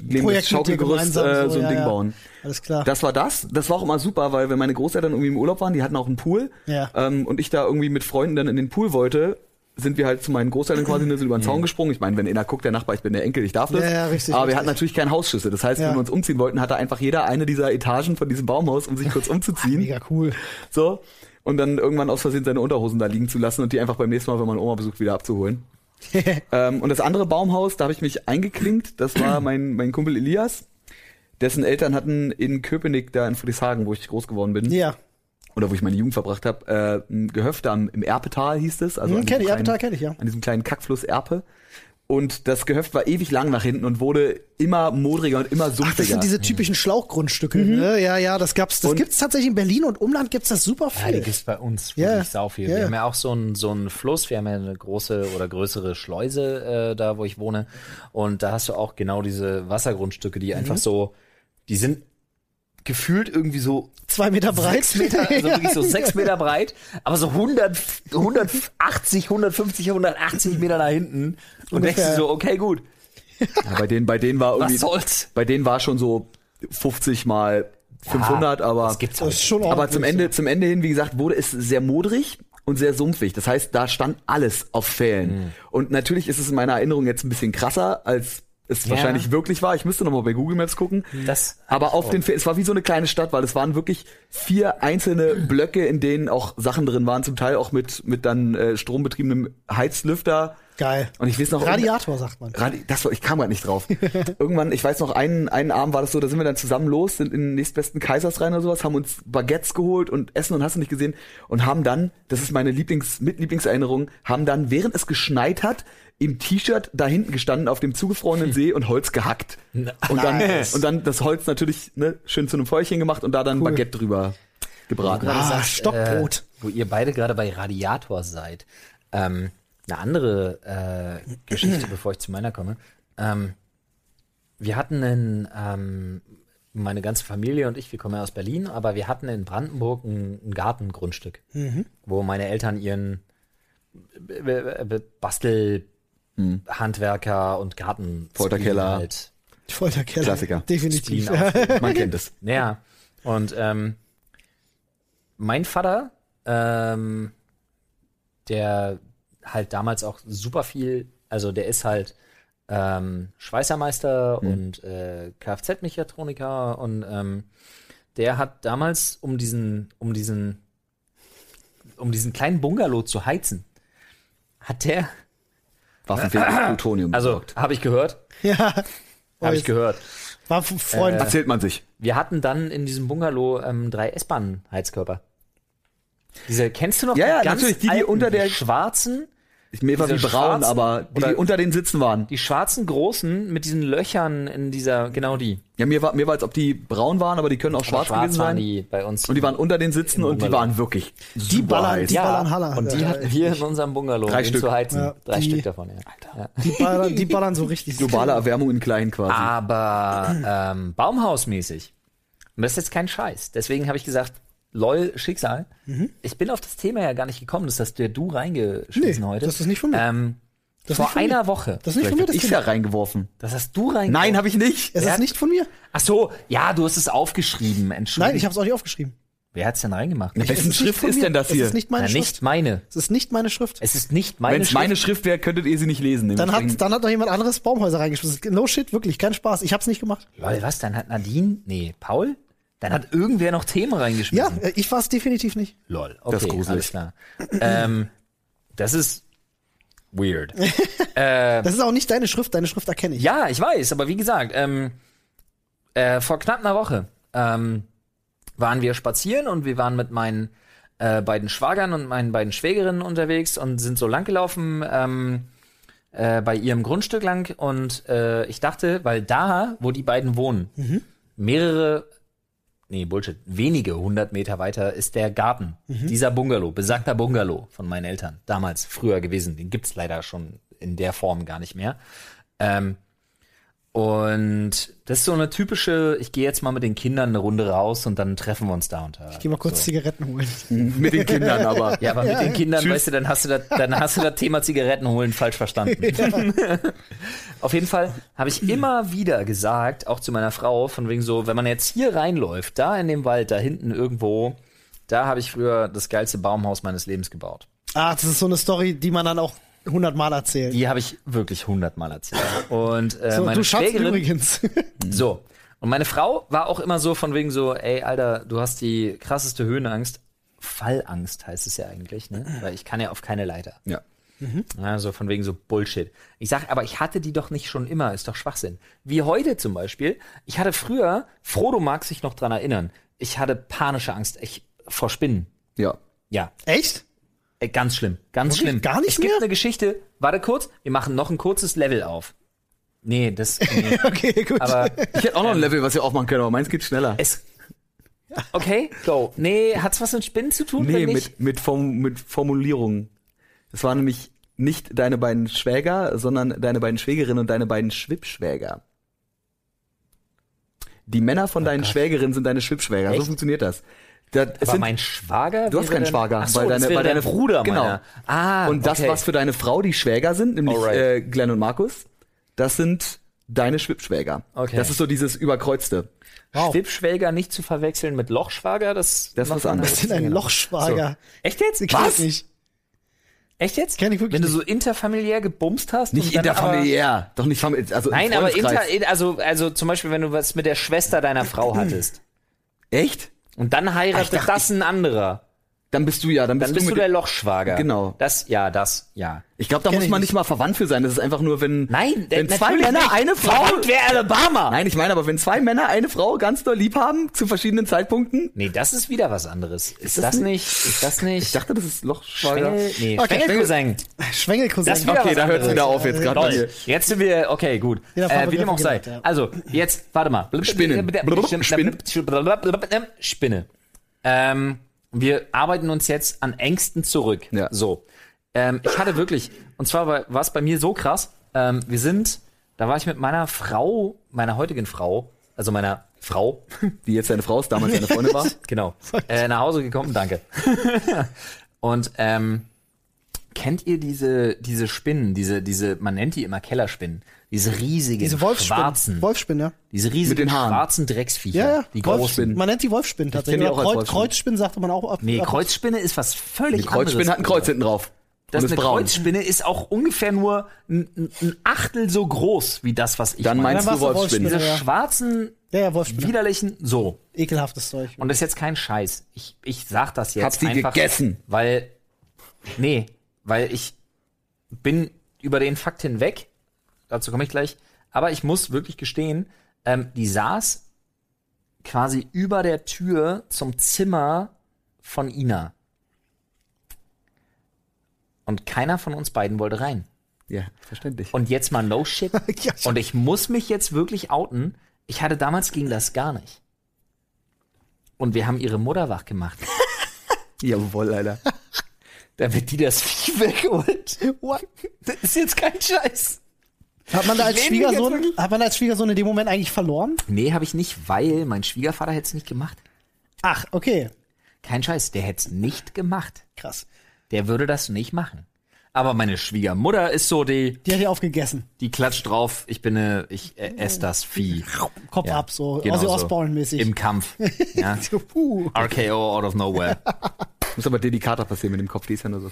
Speaker 3: neben
Speaker 1: Projekt mit dir
Speaker 3: das Schaukelgerüst
Speaker 1: gemeinsam,
Speaker 3: äh,
Speaker 1: so,
Speaker 3: so, ein
Speaker 1: ja,
Speaker 3: Ding
Speaker 1: ja.
Speaker 3: bauen.
Speaker 1: alles klar.
Speaker 3: Das war das. Das war auch immer super, weil wenn meine Großeltern irgendwie im Urlaub waren, die hatten auch einen Pool
Speaker 1: Ja.
Speaker 3: ähm, und ich da irgendwie mit Freunden dann in den Pool wollte, sind wir halt zu meinen Großeltern quasi nur so über den Zaun gesprungen. Ich meine, wenn einer guckt, der Nachbar, ich bin der Enkel, ich darf das.
Speaker 1: Ja, ja, richtig,
Speaker 3: Aber wir
Speaker 1: richtig.
Speaker 3: hatten natürlich keinen Hausschlüssel. Das heißt,
Speaker 1: Ja.
Speaker 3: wenn wir uns umziehen wollten, hatte einfach jeder eine dieser Etagen von diesem Baumhaus, um sich kurz umzuziehen.
Speaker 1: Mega cool.
Speaker 3: so. Und dann irgendwann aus Versehen seine Unterhosen da liegen zu lassen und die einfach beim nächsten Mal, wenn man Oma besucht, wieder abzuholen. Ähm, und das andere Baumhaus, da habe ich mich eingeklinkt, das war mein, mein Kumpel Elias. Dessen Eltern hatten in Köpenick, da in Friedrichshagen, wo ich groß geworden bin,
Speaker 1: ja,
Speaker 3: oder wo ich meine Jugend verbracht habe, äh, ein Gehöft am, im Erpetal hieß es. Also
Speaker 1: Hm,
Speaker 3: an
Speaker 1: kenn
Speaker 3: diesem
Speaker 1: ich, Erpetal kenn
Speaker 3: kleinen-
Speaker 1: ich, ja.
Speaker 3: An diesem kleinen Kackfluss Erpe. Und das Gehöft war ewig lang nach hinten und wurde immer modriger und immer sumpfiger.
Speaker 1: das sind diese typischen Schlauchgrundstücke.
Speaker 2: Mhm.
Speaker 1: Ne? Ja, ja, das gab's. Das
Speaker 3: Und-
Speaker 1: gibt's tatsächlich in Berlin und Umland gibt's das super
Speaker 2: Ja, die
Speaker 1: viel.
Speaker 2: gibt's bei uns
Speaker 1: Ja,
Speaker 2: wirklich sau viel.
Speaker 1: ja.
Speaker 2: Wir haben ja auch so einen so einen Fluss, wir haben ja eine große oder größere Schleuse äh, da, wo ich wohne. Und da hast du auch genau diese Wassergrundstücke, die
Speaker 1: Mhm.
Speaker 2: einfach so, die sind gefühlt irgendwie so
Speaker 1: Zwei Meter breit.
Speaker 2: sechs Meter, also
Speaker 1: Ja.
Speaker 2: wirklich so sechs Meter breit, aber so 100, 180, 150, 180 Meter nach hinten und denkst
Speaker 1: Ungefähr.
Speaker 2: du so, okay, gut,
Speaker 3: ja, bei, denen, bei denen war
Speaker 2: was
Speaker 3: irgendwie,
Speaker 2: soll's?
Speaker 3: bei denen war schon so 50 mal 500, aber.
Speaker 2: Das gibt's
Speaker 1: Ah, Das ist
Speaker 2: auch.
Speaker 1: schon
Speaker 3: Aber
Speaker 1: ordentlich.
Speaker 3: zum Ende, zum Ende hin, wie gesagt, wurde es sehr modrig und sehr sumpfig. Das heißt, da stand alles auf Fällen.
Speaker 1: Mhm.
Speaker 3: Und natürlich ist es in meiner Erinnerung jetzt ein bisschen krasser, als es
Speaker 2: Ja.
Speaker 3: wahrscheinlich wirklich war. Ich müsste nochmal bei Google Maps gucken.
Speaker 2: Das
Speaker 3: Aber
Speaker 1: Oh.
Speaker 3: auf den, Fällen- es war wie so eine kleine Stadt, weil es waren wirklich vier einzelne Blöcke, in denen auch Sachen drin waren, zum Teil auch mit, mit dann äh, strombetriebenem Heizlüfter.
Speaker 1: Geil.
Speaker 3: Und ich weiß noch,
Speaker 1: Radiator, sagt man.
Speaker 3: Radi das war, ich kam gerade nicht drauf. Irgendwann, ich weiß noch, einen, einen Abend war das so, da sind wir dann zusammen los, sind in den nächstbesten Kaisersrein oder sowas, haben uns Baguettes geholt und Essen und hast du nicht gesehen und haben dann, das ist meine Lieblings-, mit Lieblingserinnerung, haben dann, während es geschneit hat, im T-Shirt da hinten gestanden auf dem zugefrorenen See und Holz gehackt. Und dann,
Speaker 1: Nice.
Speaker 3: und dann das Holz natürlich ne, schön zu einem Feuerchen gemacht und da dann Baguette drüber gebraten.
Speaker 2: gerade
Speaker 1: Ah,
Speaker 2: sagst,
Speaker 1: Stockbrot.
Speaker 2: Äh, wo ihr beide gerade bei Radiator seid. Ähm, eine andere äh, Geschichte, bevor ich zu meiner komme. Ähm, wir hatten in, ähm, meine ganze Familie und ich, wir kommen ja aus Berlin, aber wir hatten in Brandenburg ein, ein Gartengrundstück,
Speaker 1: Mhm.
Speaker 2: wo meine Eltern ihren äh, B- B- B- Bastel, Handwerker und Garten
Speaker 3: Folterkeller.
Speaker 2: Halt
Speaker 1: Folterkeller.
Speaker 3: Klassiker.
Speaker 1: Definitiv.
Speaker 2: Spleen auf-
Speaker 3: Man kennt es.
Speaker 2: ja. Und ähm, mein Vater, ähm, der halt damals auch super viel, also der ist halt ähm, Schweißermeister
Speaker 3: Mhm.
Speaker 2: und äh, Kfz-Mechatroniker und ähm, der hat damals, um diesen, um diesen, um diesen kleinen Bungalow zu heizen, hat der,
Speaker 3: Waffenfähiges Plutonium.
Speaker 2: also habe ich gehört,
Speaker 1: Ja. Oh,
Speaker 2: habe ich
Speaker 1: jetzt-
Speaker 2: gehört.
Speaker 1: War f-
Speaker 2: äh,
Speaker 1: Freund.
Speaker 3: erzählt man sich.
Speaker 2: Wir hatten dann in diesem Bungalow ähm, drei S-Bahn-Heizkörper. Diese, kennst du noch
Speaker 3: Ja, ja,
Speaker 2: ganz
Speaker 3: natürlich, die, die
Speaker 2: alten,
Speaker 3: unter der-
Speaker 2: schwarzen,
Speaker 3: Ich, mir war wie
Speaker 2: Diese
Speaker 3: braun,
Speaker 2: schwarzen-
Speaker 3: aber die, die
Speaker 2: oder-
Speaker 3: unter den Sitzen waren.
Speaker 2: die schwarzen großen mit diesen Löchern in dieser, genau die.
Speaker 3: Ja, mir war, mir war als ob die braun waren, aber die können auch
Speaker 2: Aber
Speaker 3: schwarz, gewesen
Speaker 2: waren
Speaker 3: sein.
Speaker 2: die bei uns.
Speaker 3: und die waren unter den Sitzen und die
Speaker 2: Bungalow.
Speaker 3: waren wirklich
Speaker 1: Die
Speaker 3: super
Speaker 1: ballern,
Speaker 3: heiß.
Speaker 1: die
Speaker 2: ja,
Speaker 1: ballern Haller.
Speaker 2: und die
Speaker 1: Ja,
Speaker 2: hatten wir in unserem Bungalow,
Speaker 3: Drei
Speaker 2: um
Speaker 3: Stück.
Speaker 2: zu heizen.
Speaker 1: Ja,
Speaker 2: Drei
Speaker 1: die-
Speaker 2: Stück davon, ja. ja.
Speaker 1: Die ballern, die ballern so richtig.
Speaker 3: Globale Erwärmung in klein quasi.
Speaker 2: Ah, Aber ähm, Baumhausmäßig. Und das ist jetzt kein Scheiß. Deswegen habe ich gesagt, lol, Schicksal.
Speaker 1: Mhm.
Speaker 2: Ich bin auf das Thema ja gar nicht gekommen, das hast ja du reingeschmissen
Speaker 1: Nee,
Speaker 2: heute.
Speaker 1: das ist nicht von mir.
Speaker 2: Ähm,
Speaker 1: Das ist
Speaker 2: vor
Speaker 1: nicht von
Speaker 2: einer
Speaker 1: mir.
Speaker 2: Woche.
Speaker 1: Das ist nicht
Speaker 3: Vielleicht
Speaker 1: von mir,
Speaker 3: hab
Speaker 1: das
Speaker 3: ich's
Speaker 1: Kind.
Speaker 3: ja reingeworfen.
Speaker 2: Das hast du rein.
Speaker 3: Nein, habe ich nicht.
Speaker 1: Es
Speaker 2: Wer
Speaker 1: ist
Speaker 2: hat-
Speaker 1: nicht von mir.
Speaker 2: Ach so, ja, du hast es aufgeschrieben. Entschuldigung.
Speaker 1: Nein, ich habe es auch nicht aufgeschrieben.
Speaker 2: Wer hat's denn reingemacht?
Speaker 3: Na,
Speaker 2: Ich-
Speaker 1: Es
Speaker 3: Wessen
Speaker 1: nicht
Speaker 3: Schrift
Speaker 1: von
Speaker 3: ist
Speaker 1: mir.
Speaker 3: denn das
Speaker 1: Es
Speaker 3: hier?
Speaker 1: ist nicht
Speaker 2: Na,
Speaker 1: meine Schrift.
Speaker 2: nicht meine.
Speaker 1: Es ist nicht meine Schrift.
Speaker 2: Es ist nicht meine
Speaker 3: Wenn es
Speaker 2: Schrift.
Speaker 3: meine Schrift wäre, könntet ihr sie nicht lesen.
Speaker 1: Dann
Speaker 3: Deswegen-
Speaker 1: hat, dann hat noch jemand anderes Baumhäuser reingeschmissen. No shit, wirklich, kein Spaß. Ich hab's nicht gemacht.
Speaker 2: Lol, was? Dann hat Nadine, nee, Paul? Dann hat irgendwer noch Themen
Speaker 1: Ja,
Speaker 2: reingeschmissen.
Speaker 1: äh, ich war's definitiv nicht.
Speaker 2: Lol, okay,
Speaker 3: Das ist gruselig.
Speaker 2: alles klar. ähm, das ist weird.
Speaker 1: Das ist auch nicht deine Schrift, deine Schrift erkenne ich.
Speaker 2: Ähm. Ja, ich weiß, aber wie gesagt, ähm, äh, vor knapp einer Woche ähm, waren wir spazieren und wir waren mit meinen äh, beiden Schwagern und meinen beiden Schwägerinnen unterwegs und sind so langgelaufen ähm, äh, bei ihrem Grundstück lang. Und äh, ich dachte, weil da, wo die beiden wohnen, mehrere, nee, Bullshit, wenige hundert Meter weiter ist der Garten. Dieser Bungalow, besagter Bungalow von meinen Eltern, damals, früher gewesen. Den gibt's leider schon in der Form gar nicht mehr. Ähm, und das ist so eine typische, ich gehe jetzt mal mit den Kindern eine Runde raus und dann treffen wir uns da unter.
Speaker 1: Geh mal kurz Zigaretten holen.
Speaker 3: Mit den Kindern aber.
Speaker 2: Ja, aber mit den Kindern, weißt du, dann hast du das, dann hast du das Thema Zigaretten holen falsch verstanden. Auf jeden Fall habe ich immer wieder gesagt, auch zu meiner Frau, von wegen so, wenn man jetzt hier reinläuft, da in dem Wald, da hinten irgendwo, da habe ich früher das geilste Baumhaus meines Lebens gebaut.
Speaker 1: Ah, das ist so eine Story, die man dann auch hundertmal erzählt.
Speaker 2: Die habe ich wirklich hundertmal erzählt. Und äh,
Speaker 1: so,
Speaker 2: meine
Speaker 1: du schaffst
Speaker 2: Schwägerin,
Speaker 1: übrigens.
Speaker 2: So. Und meine Frau war auch immer so von wegen so, ey, Alter, du hast die krasseste Höhenangst. Fallangst heißt es ja eigentlich, ne? Weil ich kann ja auf keine Leiter.
Speaker 3: Ja.
Speaker 2: Ja, Ne, so von wegen so Bullshit. Ich sag, aber ich hatte die doch nicht schon immer, ist doch Schwachsinn. Wie heute zum Beispiel, ich hatte früher, Frodo mag sich noch dran erinnern, ich hatte panische Angst ich, vor Spinnen.
Speaker 3: Ja.
Speaker 2: Ja,
Speaker 1: Echt?
Speaker 2: äh, ganz schlimm, ganz
Speaker 1: Wirklich?
Speaker 2: schlimm.
Speaker 1: Gar nicht
Speaker 2: es
Speaker 1: mehr?
Speaker 2: gibt eine Geschichte, warte kurz, wir machen noch ein kurzes Level auf. Nee, das, nee.
Speaker 1: Okay, gut.
Speaker 2: aber
Speaker 3: Ich hätte auch noch ein Level, was wir aufmachen können, aber meins geht schneller.
Speaker 2: es, okay, go. Nee, hat's was mit Spinnen zu tun? wenn
Speaker 3: Nee,
Speaker 2: nicht?
Speaker 3: mit, mit, Form, mit Formulierungen. Das waren nämlich nicht deine beiden Schwäger, sondern deine beiden Schwägerinnen und deine beiden Schwippschwäger. Die Männer von deinen Schwägerinnen sind deine Schwippschwäger. So
Speaker 2: Oh Echt?
Speaker 3: funktioniert das. das es
Speaker 2: Aber
Speaker 3: sind,
Speaker 2: mein Schwager?
Speaker 3: Du hast
Speaker 2: wäre
Speaker 3: keinen
Speaker 2: dann-
Speaker 3: Schwager,
Speaker 2: Ach so,
Speaker 3: weil
Speaker 2: das
Speaker 3: deine-
Speaker 2: wäre
Speaker 3: weil deine-
Speaker 2: dein Bruder
Speaker 3: genau.
Speaker 2: meiner. Ah,
Speaker 3: und das,
Speaker 2: okay.
Speaker 3: was für deine Frau die Schwäger sind, nämlich
Speaker 2: Alright.
Speaker 3: äh, Glenn und Markus, das sind deine Schwippschwäger.
Speaker 2: Okay.
Speaker 3: Das ist so dieses Überkreuzte.
Speaker 1: wow.
Speaker 2: Stippschwäger nicht zu verwechseln mit Lochschwager, das,
Speaker 3: Oh. Das ist
Speaker 2: macht
Speaker 3: was
Speaker 2: man
Speaker 3: anderes.
Speaker 1: Das sind ein
Speaker 2: Genau.
Speaker 1: Lochschwager.
Speaker 2: So. Echt jetzt?
Speaker 1: Ich
Speaker 2: Was?
Speaker 1: Was? Nicht.
Speaker 2: Echt jetzt?
Speaker 1: Kenn ich wirklich
Speaker 2: Wenn du so interfamiliär gebumst hast?
Speaker 3: Nicht
Speaker 2: und dann
Speaker 3: interfamiliär, doch nicht familiär. Also im
Speaker 2: Aber, nein, aber
Speaker 3: Freundeskreis.
Speaker 2: inter, in- also, also zum Beispiel, wenn du was mit der Schwester deiner Frau hattest
Speaker 3: Echt?
Speaker 2: und dann heiratet
Speaker 3: dachte,
Speaker 2: das ein anderer,
Speaker 3: Dann bist du ja, dann bist
Speaker 2: dann bist du,
Speaker 3: du mit
Speaker 2: der Lochschwager.
Speaker 3: Genau.
Speaker 2: Das, ja, das, ja.
Speaker 3: Ich glaube, da
Speaker 1: Kenn
Speaker 3: muss
Speaker 1: ich
Speaker 3: man
Speaker 1: nicht.
Speaker 3: nicht mal verwandt für sein. Das ist einfach nur, wenn
Speaker 2: Nein,
Speaker 3: wenn
Speaker 2: natürlich
Speaker 3: zwei Männer
Speaker 2: nicht.
Speaker 3: eine Frau.
Speaker 2: Verwandt wäre Alabama.
Speaker 3: Nein, ich meine, aber wenn zwei Männer eine Frau ganz doll lieb haben zu verschiedenen Zeitpunkten.
Speaker 2: Nee, das ist wieder was anderes. Ist, das,
Speaker 3: das
Speaker 2: nicht, ist das nicht?
Speaker 3: Ich dachte, das ist Lochschwager.
Speaker 2: Schwengel, nee,
Speaker 1: Okay,
Speaker 2: Schwengelgesang.
Speaker 1: Schwengelcousin.
Speaker 2: Das wieder
Speaker 3: Okay,
Speaker 2: was
Speaker 3: da hört's
Speaker 2: anderes. Äh,
Speaker 3: wieder auf jetzt gerade bei
Speaker 2: Lol.
Speaker 3: mir.
Speaker 2: Jetzt sind wir, okay, gut.
Speaker 1: Ja, da fahren
Speaker 2: Äh,
Speaker 1: wir
Speaker 2: wie dem
Speaker 1: wieder
Speaker 2: auch sei.
Speaker 1: weiter, ja.
Speaker 2: Also, jetzt, warte mal.
Speaker 3: Spinnen. Blub,
Speaker 2: Spinnen. Spinne. Ähm, wir arbeiten uns jetzt an Ängsten zurück.
Speaker 3: Ja.
Speaker 2: So. Ähm, ich hatte wirklich, und zwar war war es bei mir so krass, ähm, wir sind, da war ich mit meiner Frau, meiner heutigen Frau, also meiner Frau,
Speaker 3: Die jetzt deine Frau ist, damals deine Freundin war.
Speaker 2: Genau. Äh, nach Hause gekommen, danke. Und ähm, kennt ihr diese, diese Spinnen, diese, diese, man nennt die immer Kellerspinnen, diese riesigen
Speaker 1: Diese
Speaker 2: schwarzen,
Speaker 1: Wolfsspinnen. Wolfsspinnen, ja.
Speaker 2: diese riesigen
Speaker 3: Mit den Haaren.
Speaker 2: schwarzen Drecksviecher,
Speaker 1: Ja, ja.
Speaker 2: die
Speaker 1: Wolfsspinnen.
Speaker 2: großen.
Speaker 1: Man nennt die Wolfsspinnen tatsächlich.
Speaker 3: die
Speaker 1: Oder
Speaker 3: auch als
Speaker 1: Kreuz,
Speaker 3: Wolfsspinnen.
Speaker 1: Kreuzspinnen sagte man auch. Ab,
Speaker 2: Nee,
Speaker 1: ab-
Speaker 2: Kreuzspinne ist was völlig
Speaker 3: Die Kreuzspinne hat ein
Speaker 2: anderes.
Speaker 3: Kreuz hinten drauf.
Speaker 2: Das
Speaker 3: und
Speaker 2: ist
Speaker 3: ist
Speaker 2: eine
Speaker 3: braun.
Speaker 2: Kreuzspinne ist auch ungefähr nur ein, ein- ein Achtel so groß wie das, was ich
Speaker 3: Dann
Speaker 2: meine.
Speaker 3: meinst
Speaker 1: Dann
Speaker 3: du
Speaker 1: war's eine
Speaker 3: Wolfsspinne.
Speaker 2: Diese
Speaker 1: Ja, ja.
Speaker 2: schwarzen,
Speaker 1: Ja, ja, Wolfsspinnen.
Speaker 2: widerlichen, so.
Speaker 1: Ekelhaftes Zeug.
Speaker 2: Und das ist jetzt kein Scheiß. Ich, ich sag das jetzt.
Speaker 3: Hab sie
Speaker 2: einfach,
Speaker 3: gegessen.
Speaker 2: Weil, nee, weil ich bin über den Fakt hinweg. Dazu komme ich gleich. Aber ich muss wirklich gestehen, ähm, die saß quasi über der Tür zum Zimmer von Ina. Und keiner von uns beiden wollte rein.
Speaker 3: Ja, verständlich.
Speaker 2: Und jetzt mal no shit.
Speaker 1: Ja, ich-
Speaker 2: Und ich muss mich jetzt wirklich outen. Ich hatte damals ging das gar nicht. Und wir haben ihre Mutter wach gemacht,
Speaker 3: Jawohl, Alter.
Speaker 2: damit die das Vieh wegholt.
Speaker 1: What?
Speaker 2: Das ist jetzt kein Scheiß.
Speaker 1: Hat man da als
Speaker 2: Ich lehne mich jetzt
Speaker 1: Schwiegersohn, hat man da als Schwiegersohn in dem Moment eigentlich verloren?
Speaker 2: Nee, habe ich nicht, weil mein Schwiegervater hätte es nicht gemacht.
Speaker 1: Ach, okay.
Speaker 2: Kein Scheiß, der hätte es nicht gemacht.
Speaker 1: Krass.
Speaker 2: Der würde das nicht machen. Aber meine Schwiegermutter ist so die,
Speaker 1: Die hat ja aufgegessen.
Speaker 2: die klatscht drauf, ich bin eine, ich äh, esse das Vieh.
Speaker 1: Kopf
Speaker 2: Ja,
Speaker 1: ab, so.
Speaker 2: genau
Speaker 1: Ozzy
Speaker 2: so.
Speaker 1: Osbourne-mäßig.
Speaker 2: Im Kampf. Ja.
Speaker 1: Puh.
Speaker 2: RKO out of nowhere.
Speaker 3: Muss aber Dedikator passieren mit dem Kopf, die ist ja nur so.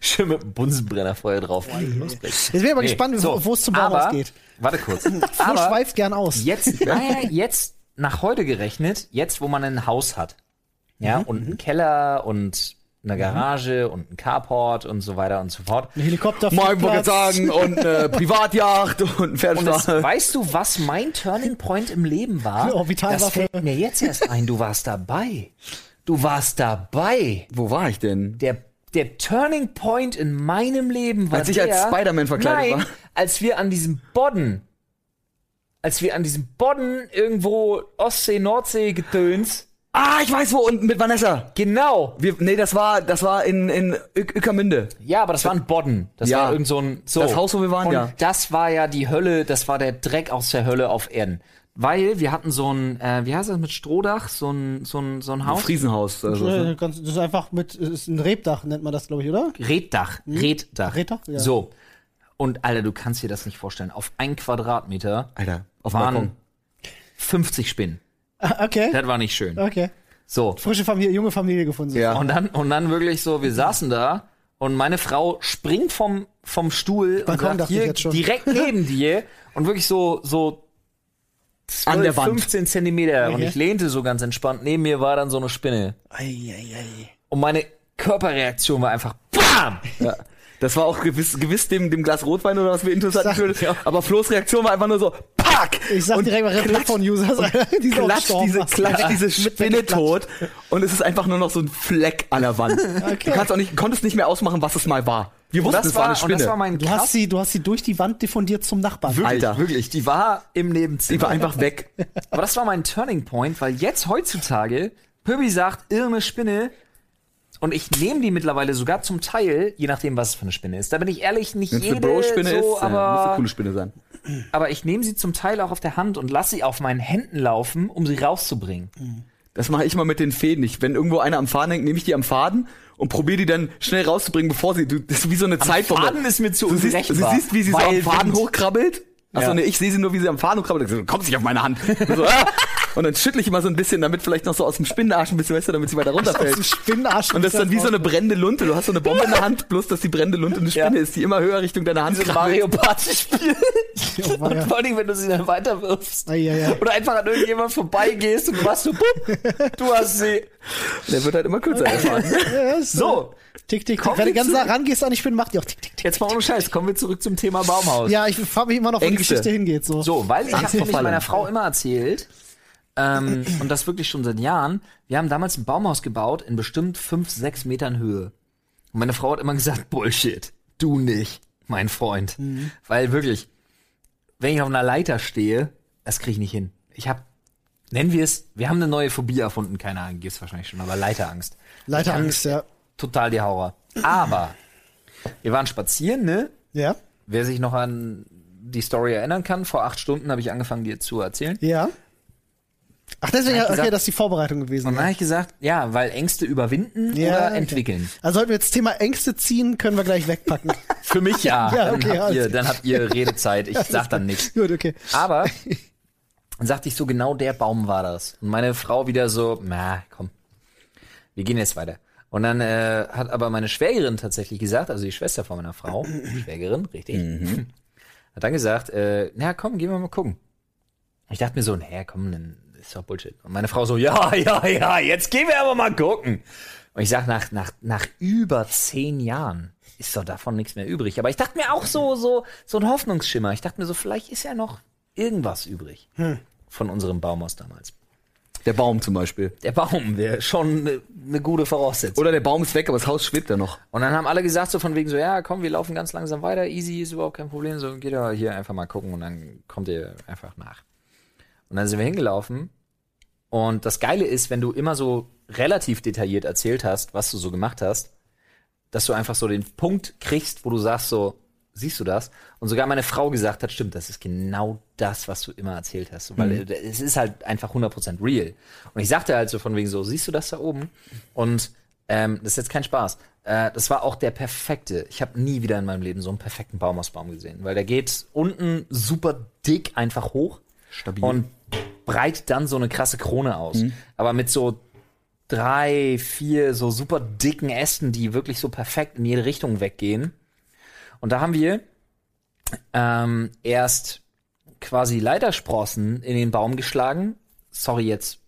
Speaker 2: Schön mit dem Bunsenbrennerfeuer drauf.
Speaker 1: Jetzt bin ich aber gespannt, wo- wo es zum Bauhaus
Speaker 2: aber-
Speaker 1: geht.
Speaker 2: Warte kurz.
Speaker 1: Flo
Speaker 2: aber
Speaker 1: schweift gern aus.
Speaker 2: jetzt, naja, jetzt nach heute gerechnet, jetzt wo man ein Haus hat, ja,
Speaker 1: Mhm,
Speaker 2: und einen Keller und eine Garage und einen Carport und so weiter und so fort.
Speaker 1: Ein Helikopter
Speaker 3: Mal wollte
Speaker 1: Flugplatz.
Speaker 3: ich sagen, und eine Privatjacht und ein
Speaker 2: Und das,
Speaker 3: Pferdestall.
Speaker 2: weißt du, was mein Turning Point im Leben war?
Speaker 1: Oh, Vitalwaffe.
Speaker 2: das fällt mir jetzt erst ein. Du warst dabei. Du warst dabei.
Speaker 3: Wo war ich denn?
Speaker 2: Der, der Turning Point in meinem Leben war
Speaker 3: Als ich
Speaker 2: der,
Speaker 3: als Spider-Man verkleidet
Speaker 2: nein,
Speaker 3: war.
Speaker 2: als wir an diesem Bodden, als wir an diesem Bodden irgendwo Ostsee, Nordsee gedöns,
Speaker 3: Ah, ich weiß wo und mit Vanessa.
Speaker 2: genau.
Speaker 3: Wir, nee, das war das war in in Ück Ückermünde.
Speaker 2: Ja, aber das war ein Bodden. Das
Speaker 3: Ja.
Speaker 2: war irgend so ein, so.
Speaker 3: Das Haus, wo wir waren,
Speaker 2: Und
Speaker 3: ja.
Speaker 2: das war ja die Hölle, das war der Dreck aus der Hölle auf Erden. Weil wir hatten so ein, äh, wie heißt das mit Strohdach? So ein, so ein, so ein Haus?
Speaker 3: Friesenhaus. Also, so.
Speaker 1: Äh, ganz- Das ist einfach mit, es ist ein Rebdach, nennt man das, glaube ich, oder?
Speaker 2: Reddach.
Speaker 3: Hm?
Speaker 2: Reddach.
Speaker 1: Reddach, ja.
Speaker 2: So. Und Alter, du kannst dir das nicht vorstellen. Auf ein Quadratmeter
Speaker 3: Alter, auf dem
Speaker 2: waren
Speaker 3: Balkon.
Speaker 2: 50 Spinnen.
Speaker 1: Ah, Okay.
Speaker 2: Das war nicht schön.
Speaker 1: Okay.
Speaker 2: So.
Speaker 1: Frische Familie, junge Familie gefunden.
Speaker 3: Ja.
Speaker 2: Und dann, und dann wirklich so, wir saßen da und meine Frau springt vom, vom Stuhl
Speaker 1: Balkon
Speaker 2: und sagt,
Speaker 1: dachte ich
Speaker 2: hier,
Speaker 1: jetzt schon.
Speaker 2: direkt neben dir und wirklich so, so 12,
Speaker 3: An der Wand.
Speaker 2: 15 Zentimeter und
Speaker 1: Okay.
Speaker 2: ich lehnte so ganz entspannt. Neben mir war dann so eine Spinne.
Speaker 1: Eieiei.
Speaker 2: Und meine Körperreaktion war einfach BAM!
Speaker 3: Ja. Das war auch gewiss, gewiss dem, dem Glas Rotwein oder was wir interessant
Speaker 1: Sag-
Speaker 3: hatten. Aber Flo's Reaktion war einfach nur so, pack!
Speaker 1: Ich sag
Speaker 3: Und
Speaker 1: direkt mal Reflex von Users, Alter. Die ist auch
Speaker 3: klatscht
Speaker 1: gestorben.
Speaker 3: diese, klatscht diese Spinne
Speaker 1: weggeklatscht.
Speaker 3: tot und es ist einfach nur noch so ein Fleck an der Wand. Du kannst auch nicht, konntest nicht mehr ausmachen, was es mal war. Wir
Speaker 2: Und
Speaker 3: wussten, es war eine
Speaker 2: und
Speaker 3: Spinne.
Speaker 2: das war mein
Speaker 1: Du hast,
Speaker 2: krass,
Speaker 1: sie, du hast sie durch die Wand diffundiert zum Nachbarn.
Speaker 3: Wirklich?
Speaker 2: Alter.
Speaker 3: Alter.
Speaker 2: wirklich, die war im Nebenzimmer.
Speaker 3: Die war einfach weg.
Speaker 2: Aber das war mein Turning Point, weil jetzt heutzutage, Pöbi sagt, irme Spinne. Und ich nehme die mittlerweile sogar zum Teil, je nachdem, was es für eine Spinne ist. Da bin ich ehrlich, nicht
Speaker 3: Wenn's
Speaker 2: jede
Speaker 3: eine Bro-Spinne
Speaker 2: so,
Speaker 3: ist, äh, muss eine
Speaker 2: aber,
Speaker 3: coole Spinne sein.
Speaker 2: aber ich nehme sie zum Teil auch auf der Hand und lasse sie auf meinen Händen laufen, um sie rauszubringen.
Speaker 3: Das mache ich mal mit den Fäden. Ich, wenn irgendwo einer am Faden hängt, nehme ich die am Faden und probiere die dann schnell rauszubringen, bevor sie. Du, das ist wie so eine Zeitbombe.
Speaker 2: Faden ist mir zu
Speaker 3: du siehst, du
Speaker 2: unberechenbar.
Speaker 3: siehst, wie sie so am
Speaker 2: Weil
Speaker 3: Faden
Speaker 2: Wind.
Speaker 3: hochkrabbelt. Achso,
Speaker 2: Ja.
Speaker 3: nee, ich sehe sie nur, wie sie am Faden hochkrabbelt. Ich so, Du kommst nicht auf meine Hand. Und, so, ah! und dann schüttle ich immer so ein bisschen, damit vielleicht noch so aus dem Spinnenarsch ein bisschen, weißt du, damit sie weiter runterfällt.
Speaker 1: Spinnenarsch.
Speaker 3: Und das ist dann wie so eine brennende Lunte. Du hast so eine Bombe in der Hand, bloß dass die brennende Lunte eine Spinne
Speaker 2: Ja.
Speaker 3: ist, die immer höher Richtung deiner Hand
Speaker 2: Diese
Speaker 3: krabbelt.
Speaker 2: Mario Party Spiel.
Speaker 1: Oh, war
Speaker 2: und
Speaker 1: ja.
Speaker 2: vor allem, wenn du sie dann weiterwirfst.
Speaker 1: Eieiei.
Speaker 2: Oder einfach an irgendjemand vorbeigehst und du machst so, bupp, du hast sie.
Speaker 3: Der wird halt immer kürzer. der Faden.
Speaker 1: Ja, ist so.
Speaker 2: So,
Speaker 1: Tick, tick,
Speaker 2: Kommen
Speaker 1: tick. Wenn du
Speaker 2: wir
Speaker 1: ganz
Speaker 2: zu-
Speaker 1: nah rangehst an die Spinne, macht die auch tick, tick, tick.
Speaker 2: jetzt mal ohne Scheiß, kommen wir zurück zum Thema Baumhaus.
Speaker 1: Ja, ich frage mich immer noch, wo die
Speaker 3: Ängste.
Speaker 1: Geschichte hingeht. So.
Speaker 2: So, weil ich
Speaker 3: Angst
Speaker 2: habe
Speaker 3: vor
Speaker 2: nämlich
Speaker 3: Fallen.
Speaker 2: meiner Frau immer erzählt, ähm, und das wirklich schon seit Jahren, wir haben damals ein Baumhaus gebaut in bestimmt fünf, sechs Metern Höhe. Und meine Frau hat immer gesagt, Bullshit, du nicht, mein Freund. Weil wirklich, wenn ich auf einer Leiter stehe, das kriege ich nicht hin. Ich habe, nennen wir es, wir haben eine neue Phobie erfunden, keine Ahnung, gibt's wahrscheinlich schon, aber Leiterangst
Speaker 1: Leiterangst, ja.
Speaker 2: total die Hauer. Aber wir waren spazieren, ne?
Speaker 1: Ja.
Speaker 2: Wer sich noch an die Story erinnern kann, vor acht Stunden habe ich angefangen, dir zu erzählen.
Speaker 1: Ja. Ach, deswegen,
Speaker 2: Hab ich
Speaker 1: okay,
Speaker 2: gesagt-
Speaker 1: das ist die Vorbereitung gewesen.
Speaker 2: Und dann habe ich gesagt, ja, weil Ängste überwinden
Speaker 1: Ja,
Speaker 2: oder
Speaker 1: okay.
Speaker 2: entwickeln.
Speaker 1: Also sollten wir jetzt das Thema Ängste ziehen, können wir gleich wegpacken.
Speaker 2: Für mich ja.
Speaker 1: Ja, okay,
Speaker 2: dann, habt
Speaker 1: alles
Speaker 2: ihr,
Speaker 1: gut.
Speaker 2: dann habt ihr Redezeit. Ich sag dann nichts.
Speaker 1: Gut, okay.
Speaker 2: Aber dann sagte ich so, genau der Baum war das. Und meine Frau wieder so, na komm, wir gehen jetzt weiter. Und dann äh, hat aber meine Schwägerin tatsächlich gesagt, also die Schwester von meiner Frau, Schwägerin, richtig, hat dann gesagt, äh, na komm, gehen wir mal gucken. Ich dachte mir so, naja, komm, dann ist doch Bullshit. Und meine Frau so, ja, ja, ja, jetzt gehen wir aber mal gucken. Und ich sag, nach, nach, nach über zehn Jahren ist doch davon nichts mehr übrig. Aber ich dachte mir auch so, so, so ein Hoffnungsschimmer. Ich dachte mir so, vielleicht ist ja noch irgendwas übrig von unserem Baumhaus damals.
Speaker 3: Der Baum zum Beispiel.
Speaker 2: Der Baum wäre schon eine ne gute Voraussetzung.
Speaker 3: Oder der Baum ist weg, aber das Haus schwebt da noch.
Speaker 2: Und dann haben alle gesagt, so von wegen so, ja, komm, wir laufen ganz langsam weiter, easy, ist überhaupt kein Problem, so, geht doch hier einfach mal gucken und dann kommt ihr einfach nach. Und dann sind wir hingelaufen und das Geile ist, wenn du immer so relativ detailliert erzählt hast, was du so gemacht hast, dass du einfach so den Punkt kriegst, wo du sagst so, siehst du das? Und sogar meine Frau gesagt hat, stimmt, das ist genau das, was du immer erzählt hast. So, Weil äh, es ist halt einfach 100% real. Und ich sagte halt so von wegen so, siehst du das da oben? Und ähm, das ist jetzt kein Spaß. Äh, das war auch der perfekte. Ich habe nie wieder in meinem Leben so einen perfekten Baum aus Baum gesehen. Weil der geht unten super dick einfach hoch
Speaker 3: Stabil.
Speaker 2: und breitet dann so eine krasse Krone aus. Aber mit so drei, vier so super dicken Ästen, die wirklich so perfekt in jede Richtung weggehen. Und da haben wir ähm, erst quasi Leitersprossen in den Baum geschlagen. Sorry jetzt,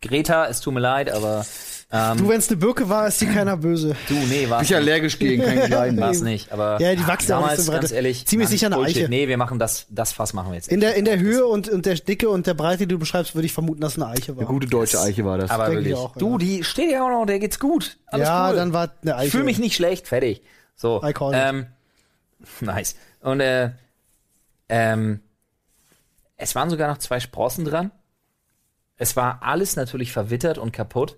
Speaker 2: Greta, es tut mir leid, aber
Speaker 1: du, wenn es eine Birke war, ist dir keiner böse.
Speaker 2: Du, nee, war's
Speaker 3: Ich allergisch gegen keinen kleinen.
Speaker 2: War's nicht, aber
Speaker 1: Ja, die wachsen auch
Speaker 2: damals,
Speaker 1: nicht so
Speaker 2: ganz
Speaker 1: weit.
Speaker 2: ehrlich,
Speaker 1: Ziemlich
Speaker 2: Mann,
Speaker 1: sicher eine
Speaker 2: Bullshit.
Speaker 1: Eiche.
Speaker 2: Nee, wir machen das, das Fass machen wir jetzt.
Speaker 1: In der, in der Höhe und, und der Dicke und der Breite, die du beschreibst, würde ich vermuten, dass eine Eiche war.
Speaker 3: Eine gute deutsche Eiche war das.
Speaker 2: aber
Speaker 1: denke ich
Speaker 2: wirklich,
Speaker 1: auch, ja.
Speaker 2: du, die steht ja auch noch, der geht's gut. Alles
Speaker 1: ja,
Speaker 2: cool.
Speaker 1: dann war eine Eiche.
Speaker 2: Ich fühle mich nicht schlecht, fertig. So.
Speaker 1: Iconic.
Speaker 2: Ähm, nice. Und äh, ähm, es waren sogar noch zwei Sprossen dran. Es war alles natürlich verwittert und kaputt.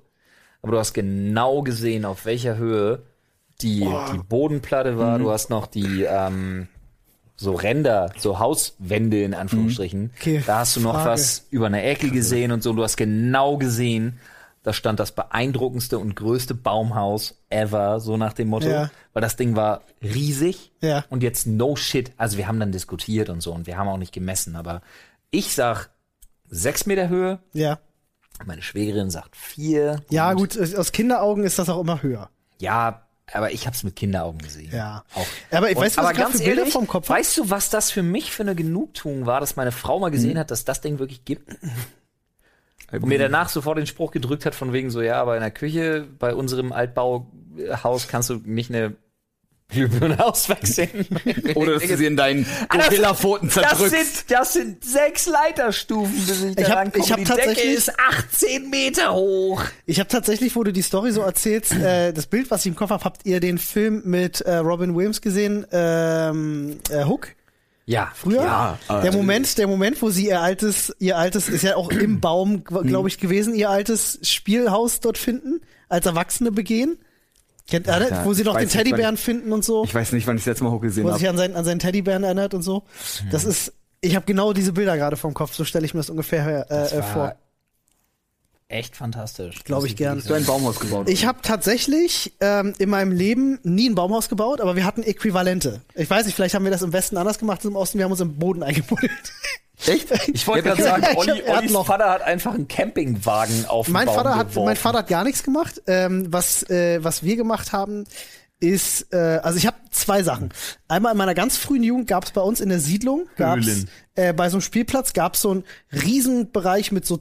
Speaker 2: Aber du hast genau gesehen, auf welcher Höhe die, die Bodenplatte
Speaker 1: Mhm.
Speaker 2: war. Du hast noch die ähm, so Ränder, so Hauswände in Anführungsstrichen.
Speaker 1: Mhm. Okay,
Speaker 2: Da hast du noch
Speaker 1: Frage.
Speaker 2: was über eine Ecke gesehen und so. Du hast genau gesehen, da stand das beeindruckendste und größte Baumhaus ever, so nach dem Motto.
Speaker 1: Ja.
Speaker 2: Weil das Ding war riesig
Speaker 1: Ja.
Speaker 2: und jetzt no shit. Also wir haben dann diskutiert und so und wir haben auch nicht gemessen, aber ich sag sechs Meter Höhe,
Speaker 1: Ja.
Speaker 2: meine Schwägerin sagt vier.
Speaker 1: Ja,
Speaker 2: und-
Speaker 1: gut, aus Kinderaugen ist das auch immer höher.
Speaker 2: Ja, aber ich hab's mit Kinderaugen gesehen.
Speaker 1: Ja.
Speaker 2: Auch.
Speaker 1: Aber ich
Speaker 2: Und-
Speaker 1: weiß, was
Speaker 2: aber
Speaker 1: ich grad
Speaker 2: ganz
Speaker 1: für Bilder
Speaker 2: ehrlich,
Speaker 1: vom Kopf hab?
Speaker 2: weißt du, was das für mich für eine Genugtuung war, dass meine Frau mal
Speaker 1: Mhm.
Speaker 2: gesehen hat, dass das Ding wirklich gibt? Und mir danach sofort den Spruch gedrückt hat von wegen so, ja, aber in der Küche bei unserem Altbauhaus kannst du nicht eine Glühbirne auswechseln.
Speaker 3: Oder dass du sie in deinen Gorilla-Pfoten
Speaker 2: Das
Speaker 3: zerdrückst.
Speaker 2: sind, das sind sechs Leiterstufen, bis ich da
Speaker 1: Ich hab-
Speaker 2: rankomme.
Speaker 1: ich hab
Speaker 2: Die Decke
Speaker 1: tatsächlich-
Speaker 2: ist 18 Meter hoch.
Speaker 1: Ich habe tatsächlich, wo du die Story so erzählst, äh, das Bild, was ich im Kopf habe, habt ihr den Film mit äh, Robin Williams gesehen, ähm, äh, Hook?
Speaker 2: Ja,
Speaker 1: früher.
Speaker 3: Ja, äh,
Speaker 1: der Moment, der Moment, wo sie ihr altes, ihr altes, ist ja auch im Baum,
Speaker 3: Mhm.
Speaker 1: glaube ich, gewesen, ihr altes Spielhaus dort finden, als Erwachsene begehen. Kennt ihr
Speaker 3: ja,
Speaker 1: das? Wo sie
Speaker 3: ich
Speaker 1: noch
Speaker 3: weiß
Speaker 1: den
Speaker 3: nicht, wann-
Speaker 1: Teddybären finden und so,
Speaker 3: Ich genau. weiß nicht, wann ich das letzte Mal hochgesehen
Speaker 1: wo
Speaker 3: habe.
Speaker 1: sich an seinen, an seinen Teddybären erinnert und so. Das
Speaker 3: Mhm.
Speaker 1: ist, ich habe genau diese Bilder gerade vom Kopf, so stelle ich mir das ungefähr her- äh, äh, vor.
Speaker 2: Echt fantastisch.
Speaker 1: Glaub ich gern.
Speaker 3: So ein Baumhaus gebaut.
Speaker 1: Ich habe tatsächlich ähm, in meinem Leben nie ein Baumhaus gebaut, aber wir hatten Äquivalente. Ich weiß nicht, vielleicht haben wir das im Westen anders gemacht als im Osten. Wir haben uns im Boden eingebuddelt.
Speaker 3: Echt?
Speaker 2: Ich wollte gerade
Speaker 1: Ja,
Speaker 2: sagen,
Speaker 1: ich
Speaker 2: Olli,
Speaker 1: hab
Speaker 2: Ollis
Speaker 1: Erdloch.
Speaker 2: Vater hat einfach einen Campingwagen auf den
Speaker 1: mein
Speaker 2: Baum
Speaker 1: Vater hat,
Speaker 2: geworfen.
Speaker 1: mein Vater hat gar nichts gemacht. Ähm, was, äh, was wir gemacht haben, ist, äh, also ich habe zwei Sachen. Einmal in meiner ganz frühen Jugend gab es bei uns in der Siedlung, gab's,
Speaker 2: Höhlen.
Speaker 1: äh, bei so einem Spielplatz gab es so einen riesen Bereich mit so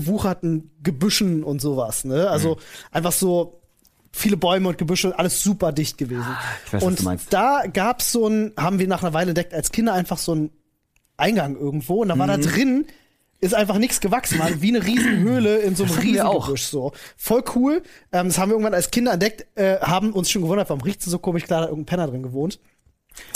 Speaker 1: zugewucherten Gebüschen und sowas. Ne? Also
Speaker 3: Mhm.
Speaker 1: einfach so viele Bäume und Gebüsche, alles super dicht gewesen.
Speaker 3: Ah, Ich weiß, was
Speaker 1: und
Speaker 3: du meinst.
Speaker 1: da gab es so ein, haben wir nach einer Weile entdeckt, als Kinder einfach so ein Eingang irgendwo und da
Speaker 3: Mhm.
Speaker 1: war da drin ist einfach nichts gewachsen, war wie eine Riesenhöhle in so einem
Speaker 3: hatten wir auch.
Speaker 1: Riesengebüsch so. Voll cool. Ähm, das haben wir irgendwann als Kinder entdeckt, äh, haben uns schon gewundert, warum riecht's so komisch, klar, da hat irgendein Penner drin gewohnt.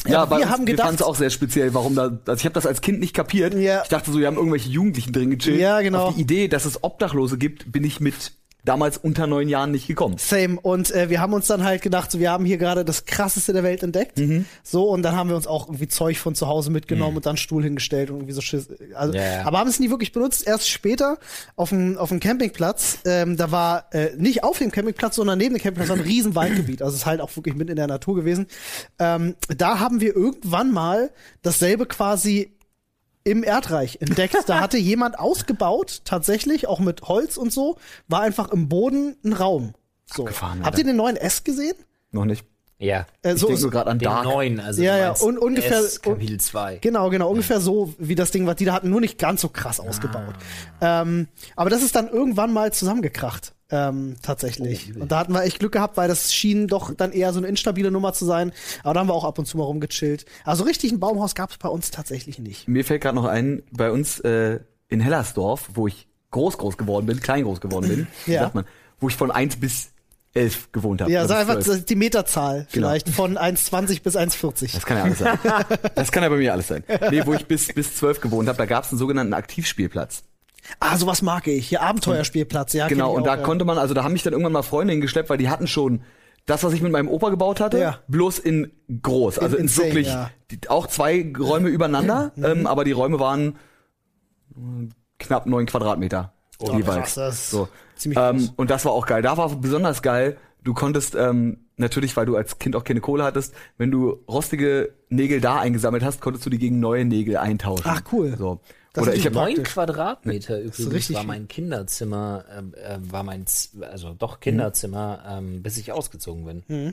Speaker 3: Ja,
Speaker 1: aber
Speaker 3: aber
Speaker 1: wir haben
Speaker 3: wir
Speaker 1: gedacht-
Speaker 3: fanden es auch sehr speziell, warum da. Also ich habe das als Kind nicht kapiert.
Speaker 1: Ja.
Speaker 3: Ich dachte so, wir haben irgendwelche Jugendlichen drin gechillt.
Speaker 1: Ja, genau.
Speaker 3: Auf die Idee, dass es Obdachlose gibt, bin ich mit damals unter neun Jahren nicht gekommen.
Speaker 1: Same. Und äh, wir haben uns dann halt gedacht, so, wir haben hier gerade das krasseste der Welt entdeckt.
Speaker 2: Mhm.
Speaker 1: So, und dann haben wir uns auch irgendwie Zeug von zu Hause mitgenommen und dann einen Stuhl hingestellt und irgendwie so Schiss. Also,
Speaker 2: Ja, ja.
Speaker 1: Aber haben es nie wirklich benutzt. Erst später auf dem, auf dem Campingplatz, ähm, da war äh, nicht auf dem Campingplatz, sondern neben dem Campingplatz war ein riesen Waldgebiet. Also es ist halt auch wirklich mitten in der Natur gewesen. Ähm, da haben wir irgendwann mal dasselbe quasi im Erdreich entdeckt. Da hatte jemand ausgebaut, tatsächlich, auch mit Holz und so, war einfach im Boden ein Raum. So.
Speaker 3: Abgefahren,
Speaker 1: Habt
Speaker 3: Alter.
Speaker 1: ihr den neuen S gesehen?
Speaker 3: Noch nicht.
Speaker 2: Ja.
Speaker 1: Äh,
Speaker 3: Ich
Speaker 1: so,
Speaker 3: denke
Speaker 1: so,
Speaker 3: nur gerade an
Speaker 2: Den
Speaker 3: Dark.
Speaker 2: neuen, also
Speaker 1: Ja,
Speaker 2: du
Speaker 1: ja,
Speaker 2: meinst
Speaker 1: und ungefähr-
Speaker 2: S, Kapitel 2.
Speaker 1: genau, genau, ungefähr so wie das Ding, was die da hatten, nur nicht ganz so krass
Speaker 3: Ah.
Speaker 1: ausgebaut. Ähm, aber das ist dann irgendwann mal zusammengekracht. Ähm, tatsächlich. Und da hatten wir echt Glück gehabt, weil das schien doch dann eher so eine instabile Nummer zu sein. Aber da haben wir auch ab und zu mal rumgechillt. Also richtig ein Baumhaus gab es bei uns tatsächlich nicht.
Speaker 3: Mir fällt gerade noch ein, bei uns äh, in Hellersdorf, wo ich groß groß geworden bin, klein groß geworden bin, wie
Speaker 1: Ja.
Speaker 3: sagt man, wo ich von 1 bis 11 gewohnt habe.
Speaker 1: Ja,
Speaker 3: Also
Speaker 1: sag einfach
Speaker 3: bis 12.
Speaker 1: die
Speaker 3: Genau.
Speaker 1: Meterzahl vielleicht von 1,20 bis 1,40.
Speaker 3: Das kann ja alles sein. Das kann ja bei mir alles sein. Nee, wo ich bis bis 12 gewohnt habe, da gab es einen sogenannten Aktivspielplatz.
Speaker 1: Ah, sowas mag ich. Hier Abenteuerspielplatz, ja.
Speaker 3: Genau,
Speaker 1: kenn ich
Speaker 3: und da
Speaker 1: auch, ja.
Speaker 3: konnte man, also da haben mich dann irgendwann mal Freunde hingeschleppt, weil die hatten schon das, was ich mit meinem Opa gebaut hatte,
Speaker 1: Ja.
Speaker 3: bloß in groß. Also in
Speaker 1: insane,
Speaker 3: wirklich
Speaker 1: ja. Mhm.
Speaker 3: die, auch zwei Räume übereinander, ähm, aber die Räume waren äh, knapp neun Quadratmeter
Speaker 1: Oh, krass,
Speaker 3: jeweils.
Speaker 1: das ist
Speaker 3: so.
Speaker 1: ziemlich
Speaker 3: ähm,
Speaker 1: groß.
Speaker 3: und das war auch geil. Da war besonders geil, du konntest ähm, natürlich, weil du als Kind auch keine Kohle hattest, wenn du rostige Nägel da eingesammelt hast, konntest du die gegen neue Nägel eintauschen.
Speaker 1: Ach, cool.
Speaker 3: So.
Speaker 1: Das
Speaker 3: Oder
Speaker 1: ist
Speaker 3: ich
Speaker 1: die
Speaker 3: habe
Speaker 2: Neun Quadratmeter übrigens
Speaker 1: richtig
Speaker 2: war
Speaker 1: viel.
Speaker 2: mein Kinderzimmer, ähm, äh, war mein, Z also
Speaker 1: Mhm.
Speaker 2: doch Kinderzimmer, ähm, bis ich ausgezogen bin.
Speaker 1: Hm.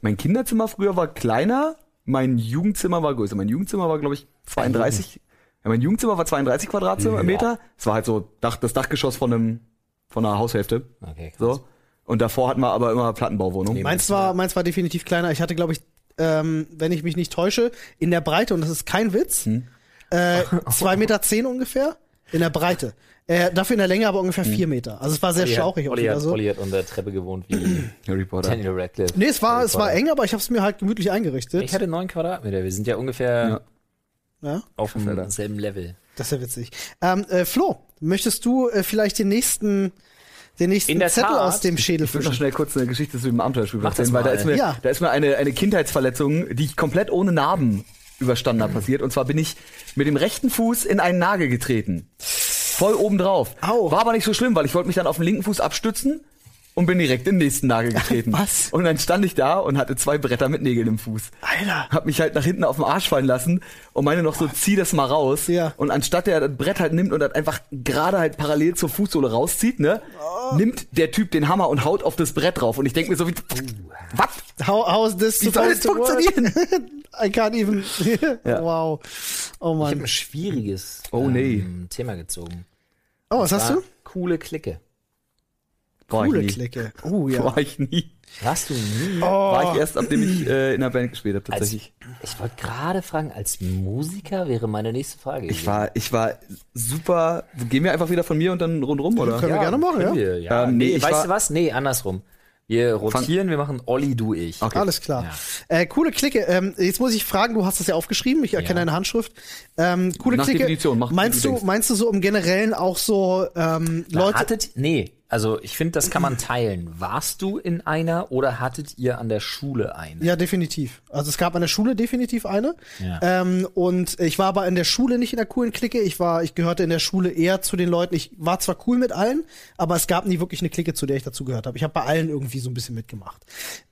Speaker 3: Mein Kinderzimmer früher war kleiner, mein Jugendzimmer war größer. Mein Jugendzimmer war, glaube ich, 32. Ja, mein Jugendzimmer war 32 Quadratmeter. Es war halt so Dach, das Dachgeschoss von einem von einer Haushälfte.
Speaker 2: Okay, krass.
Speaker 3: So. Und davor hatten wir aber immer Plattenbauwohnung.
Speaker 1: Meins war, meins war definitiv kleiner. Ich hatte, glaube ich, ähm, wenn ich mich nicht täusche, in der Breite, und das ist kein Witz,
Speaker 4: Hm.
Speaker 1: äh, zwei Meter zehn ungefähr in der Breite. Äh, dafür in der Länge aber ungefähr vier Meter. Also es war sehr schaurig.
Speaker 4: Hm.
Speaker 1: auch
Speaker 4: Olli
Speaker 1: wieder
Speaker 4: hat,
Speaker 1: so.
Speaker 4: Olli hat unter der Treppe gewohnt wie
Speaker 3: Harry Potter.
Speaker 4: Daniel Radcliffe.
Speaker 1: Nee, es war,
Speaker 4: Harry
Speaker 1: es war
Speaker 4: Potter.
Speaker 1: eng, aber ich habe es mir halt gemütlich eingerichtet.
Speaker 4: Ich hatte neun Quadratmeter. Wir sind ja ungefähr
Speaker 3: Ja.
Speaker 1: ja,
Speaker 4: auf
Speaker 3: Alter.
Speaker 4: dem selben Level.
Speaker 1: das ist ja witzig. Ähm, äh, Flo, möchtest du äh, vielleicht den nächsten, den nächsten
Speaker 4: In der
Speaker 1: Zettel
Speaker 4: Tat.
Speaker 1: aus dem Schädel
Speaker 3: Ich will noch
Speaker 1: fischen?
Speaker 3: schnell kurz eine Geschichte zu dem Abenteuerspiel
Speaker 4: Mach das
Speaker 3: erzählen, weil da
Speaker 4: mal.
Speaker 3: ist mir,
Speaker 1: Ja.
Speaker 3: da ist mir eine, eine Kindheitsverletzung, die ich komplett ohne Narben überstanden habe, passiert. Und zwar bin ich mit dem rechten Fuß in einen Nagel getreten. Voll oben drauf.
Speaker 1: Au.
Speaker 3: War aber nicht so schlimm, weil ich wollte mich dann auf den linken Fuß abstützen und bin direkt in den nächsten Nagel getreten.
Speaker 1: Was?
Speaker 3: Und dann stand ich da und hatte zwei Bretter mit Nägeln im Fuß.
Speaker 1: Alter.
Speaker 3: Hab mich halt nach hinten auf den Arsch fallen lassen und meine noch so, zieh das mal raus.
Speaker 1: Ja.
Speaker 3: Und anstatt der das Brett halt nimmt und das einfach gerade halt parallel zur Fußsohle rauszieht, ne,
Speaker 1: Oh.
Speaker 3: nimmt der Typ den Hammer und haut auf das Brett drauf. Und ich denk mir so wie, was?
Speaker 1: How, how is this
Speaker 3: Wie soll das
Speaker 1: supposed to work?
Speaker 3: funktionieren?
Speaker 1: I can't even.
Speaker 3: Ja.
Speaker 1: Wow. Oh
Speaker 4: Ich habe
Speaker 1: Mann.
Speaker 4: ein schwieriges
Speaker 3: Oh,
Speaker 4: ähm, Thema gezogen.
Speaker 1: Oh, was hast
Speaker 4: War
Speaker 1: du?
Speaker 4: Coole Clique.
Speaker 3: War
Speaker 1: Coole
Speaker 3: ich nie.
Speaker 1: Clique. Oh ja. Oh.
Speaker 3: War ich nie.
Speaker 4: Warst du nie?
Speaker 3: War ich erst, nachdem ich äh, in der Band gespielt habe,
Speaker 4: Als,
Speaker 3: tatsächlich.
Speaker 4: ich wollte gerade fragen, als Musiker wäre meine nächste Frage.
Speaker 3: Ich war, ich war super. Gehen wir einfach wieder von mir und dann rundrum, oder?
Speaker 1: Können wir gerne machen, ja?
Speaker 4: können wir, ja.
Speaker 3: Ähm, nee,
Speaker 4: nee,
Speaker 3: ich
Speaker 4: weißt
Speaker 3: war-
Speaker 4: du was? Nee, andersrum. Wir rotieren, wir machen Olli, du, ich.
Speaker 3: Okay.
Speaker 1: Alles klar. Äh, coole Clique. Ähm, jetzt muss ich fragen, du hast es ja aufgeschrieben, ich erkenne
Speaker 4: Ja.
Speaker 1: deine Handschrift. Ähm, coole
Speaker 3: Nach
Speaker 1: Clique.
Speaker 3: Definition, mach, wie
Speaker 1: meinst
Speaker 3: du
Speaker 1: du,
Speaker 3: denkst.
Speaker 1: meinst du so im Generellen auch so ähm,
Speaker 4: Na,
Speaker 1: Leute?
Speaker 4: Hattet, nee, also ich finde, das kann man teilen. Warst du in einer oder hattet ihr an der Schule eine?
Speaker 1: Ja, definitiv. Also es gab an der Schule definitiv eine.
Speaker 4: Ja.
Speaker 1: Ähm, und ich war aber in der Schule nicht in der coolen Clique. Ich war, ich gehörte in der Schule eher zu den Leuten. Ich war zwar cool mit allen, aber es gab nie wirklich eine Clique, zu der ich dazu gehört habe. Ich habe bei allen irgendwie so ein bisschen mitgemacht.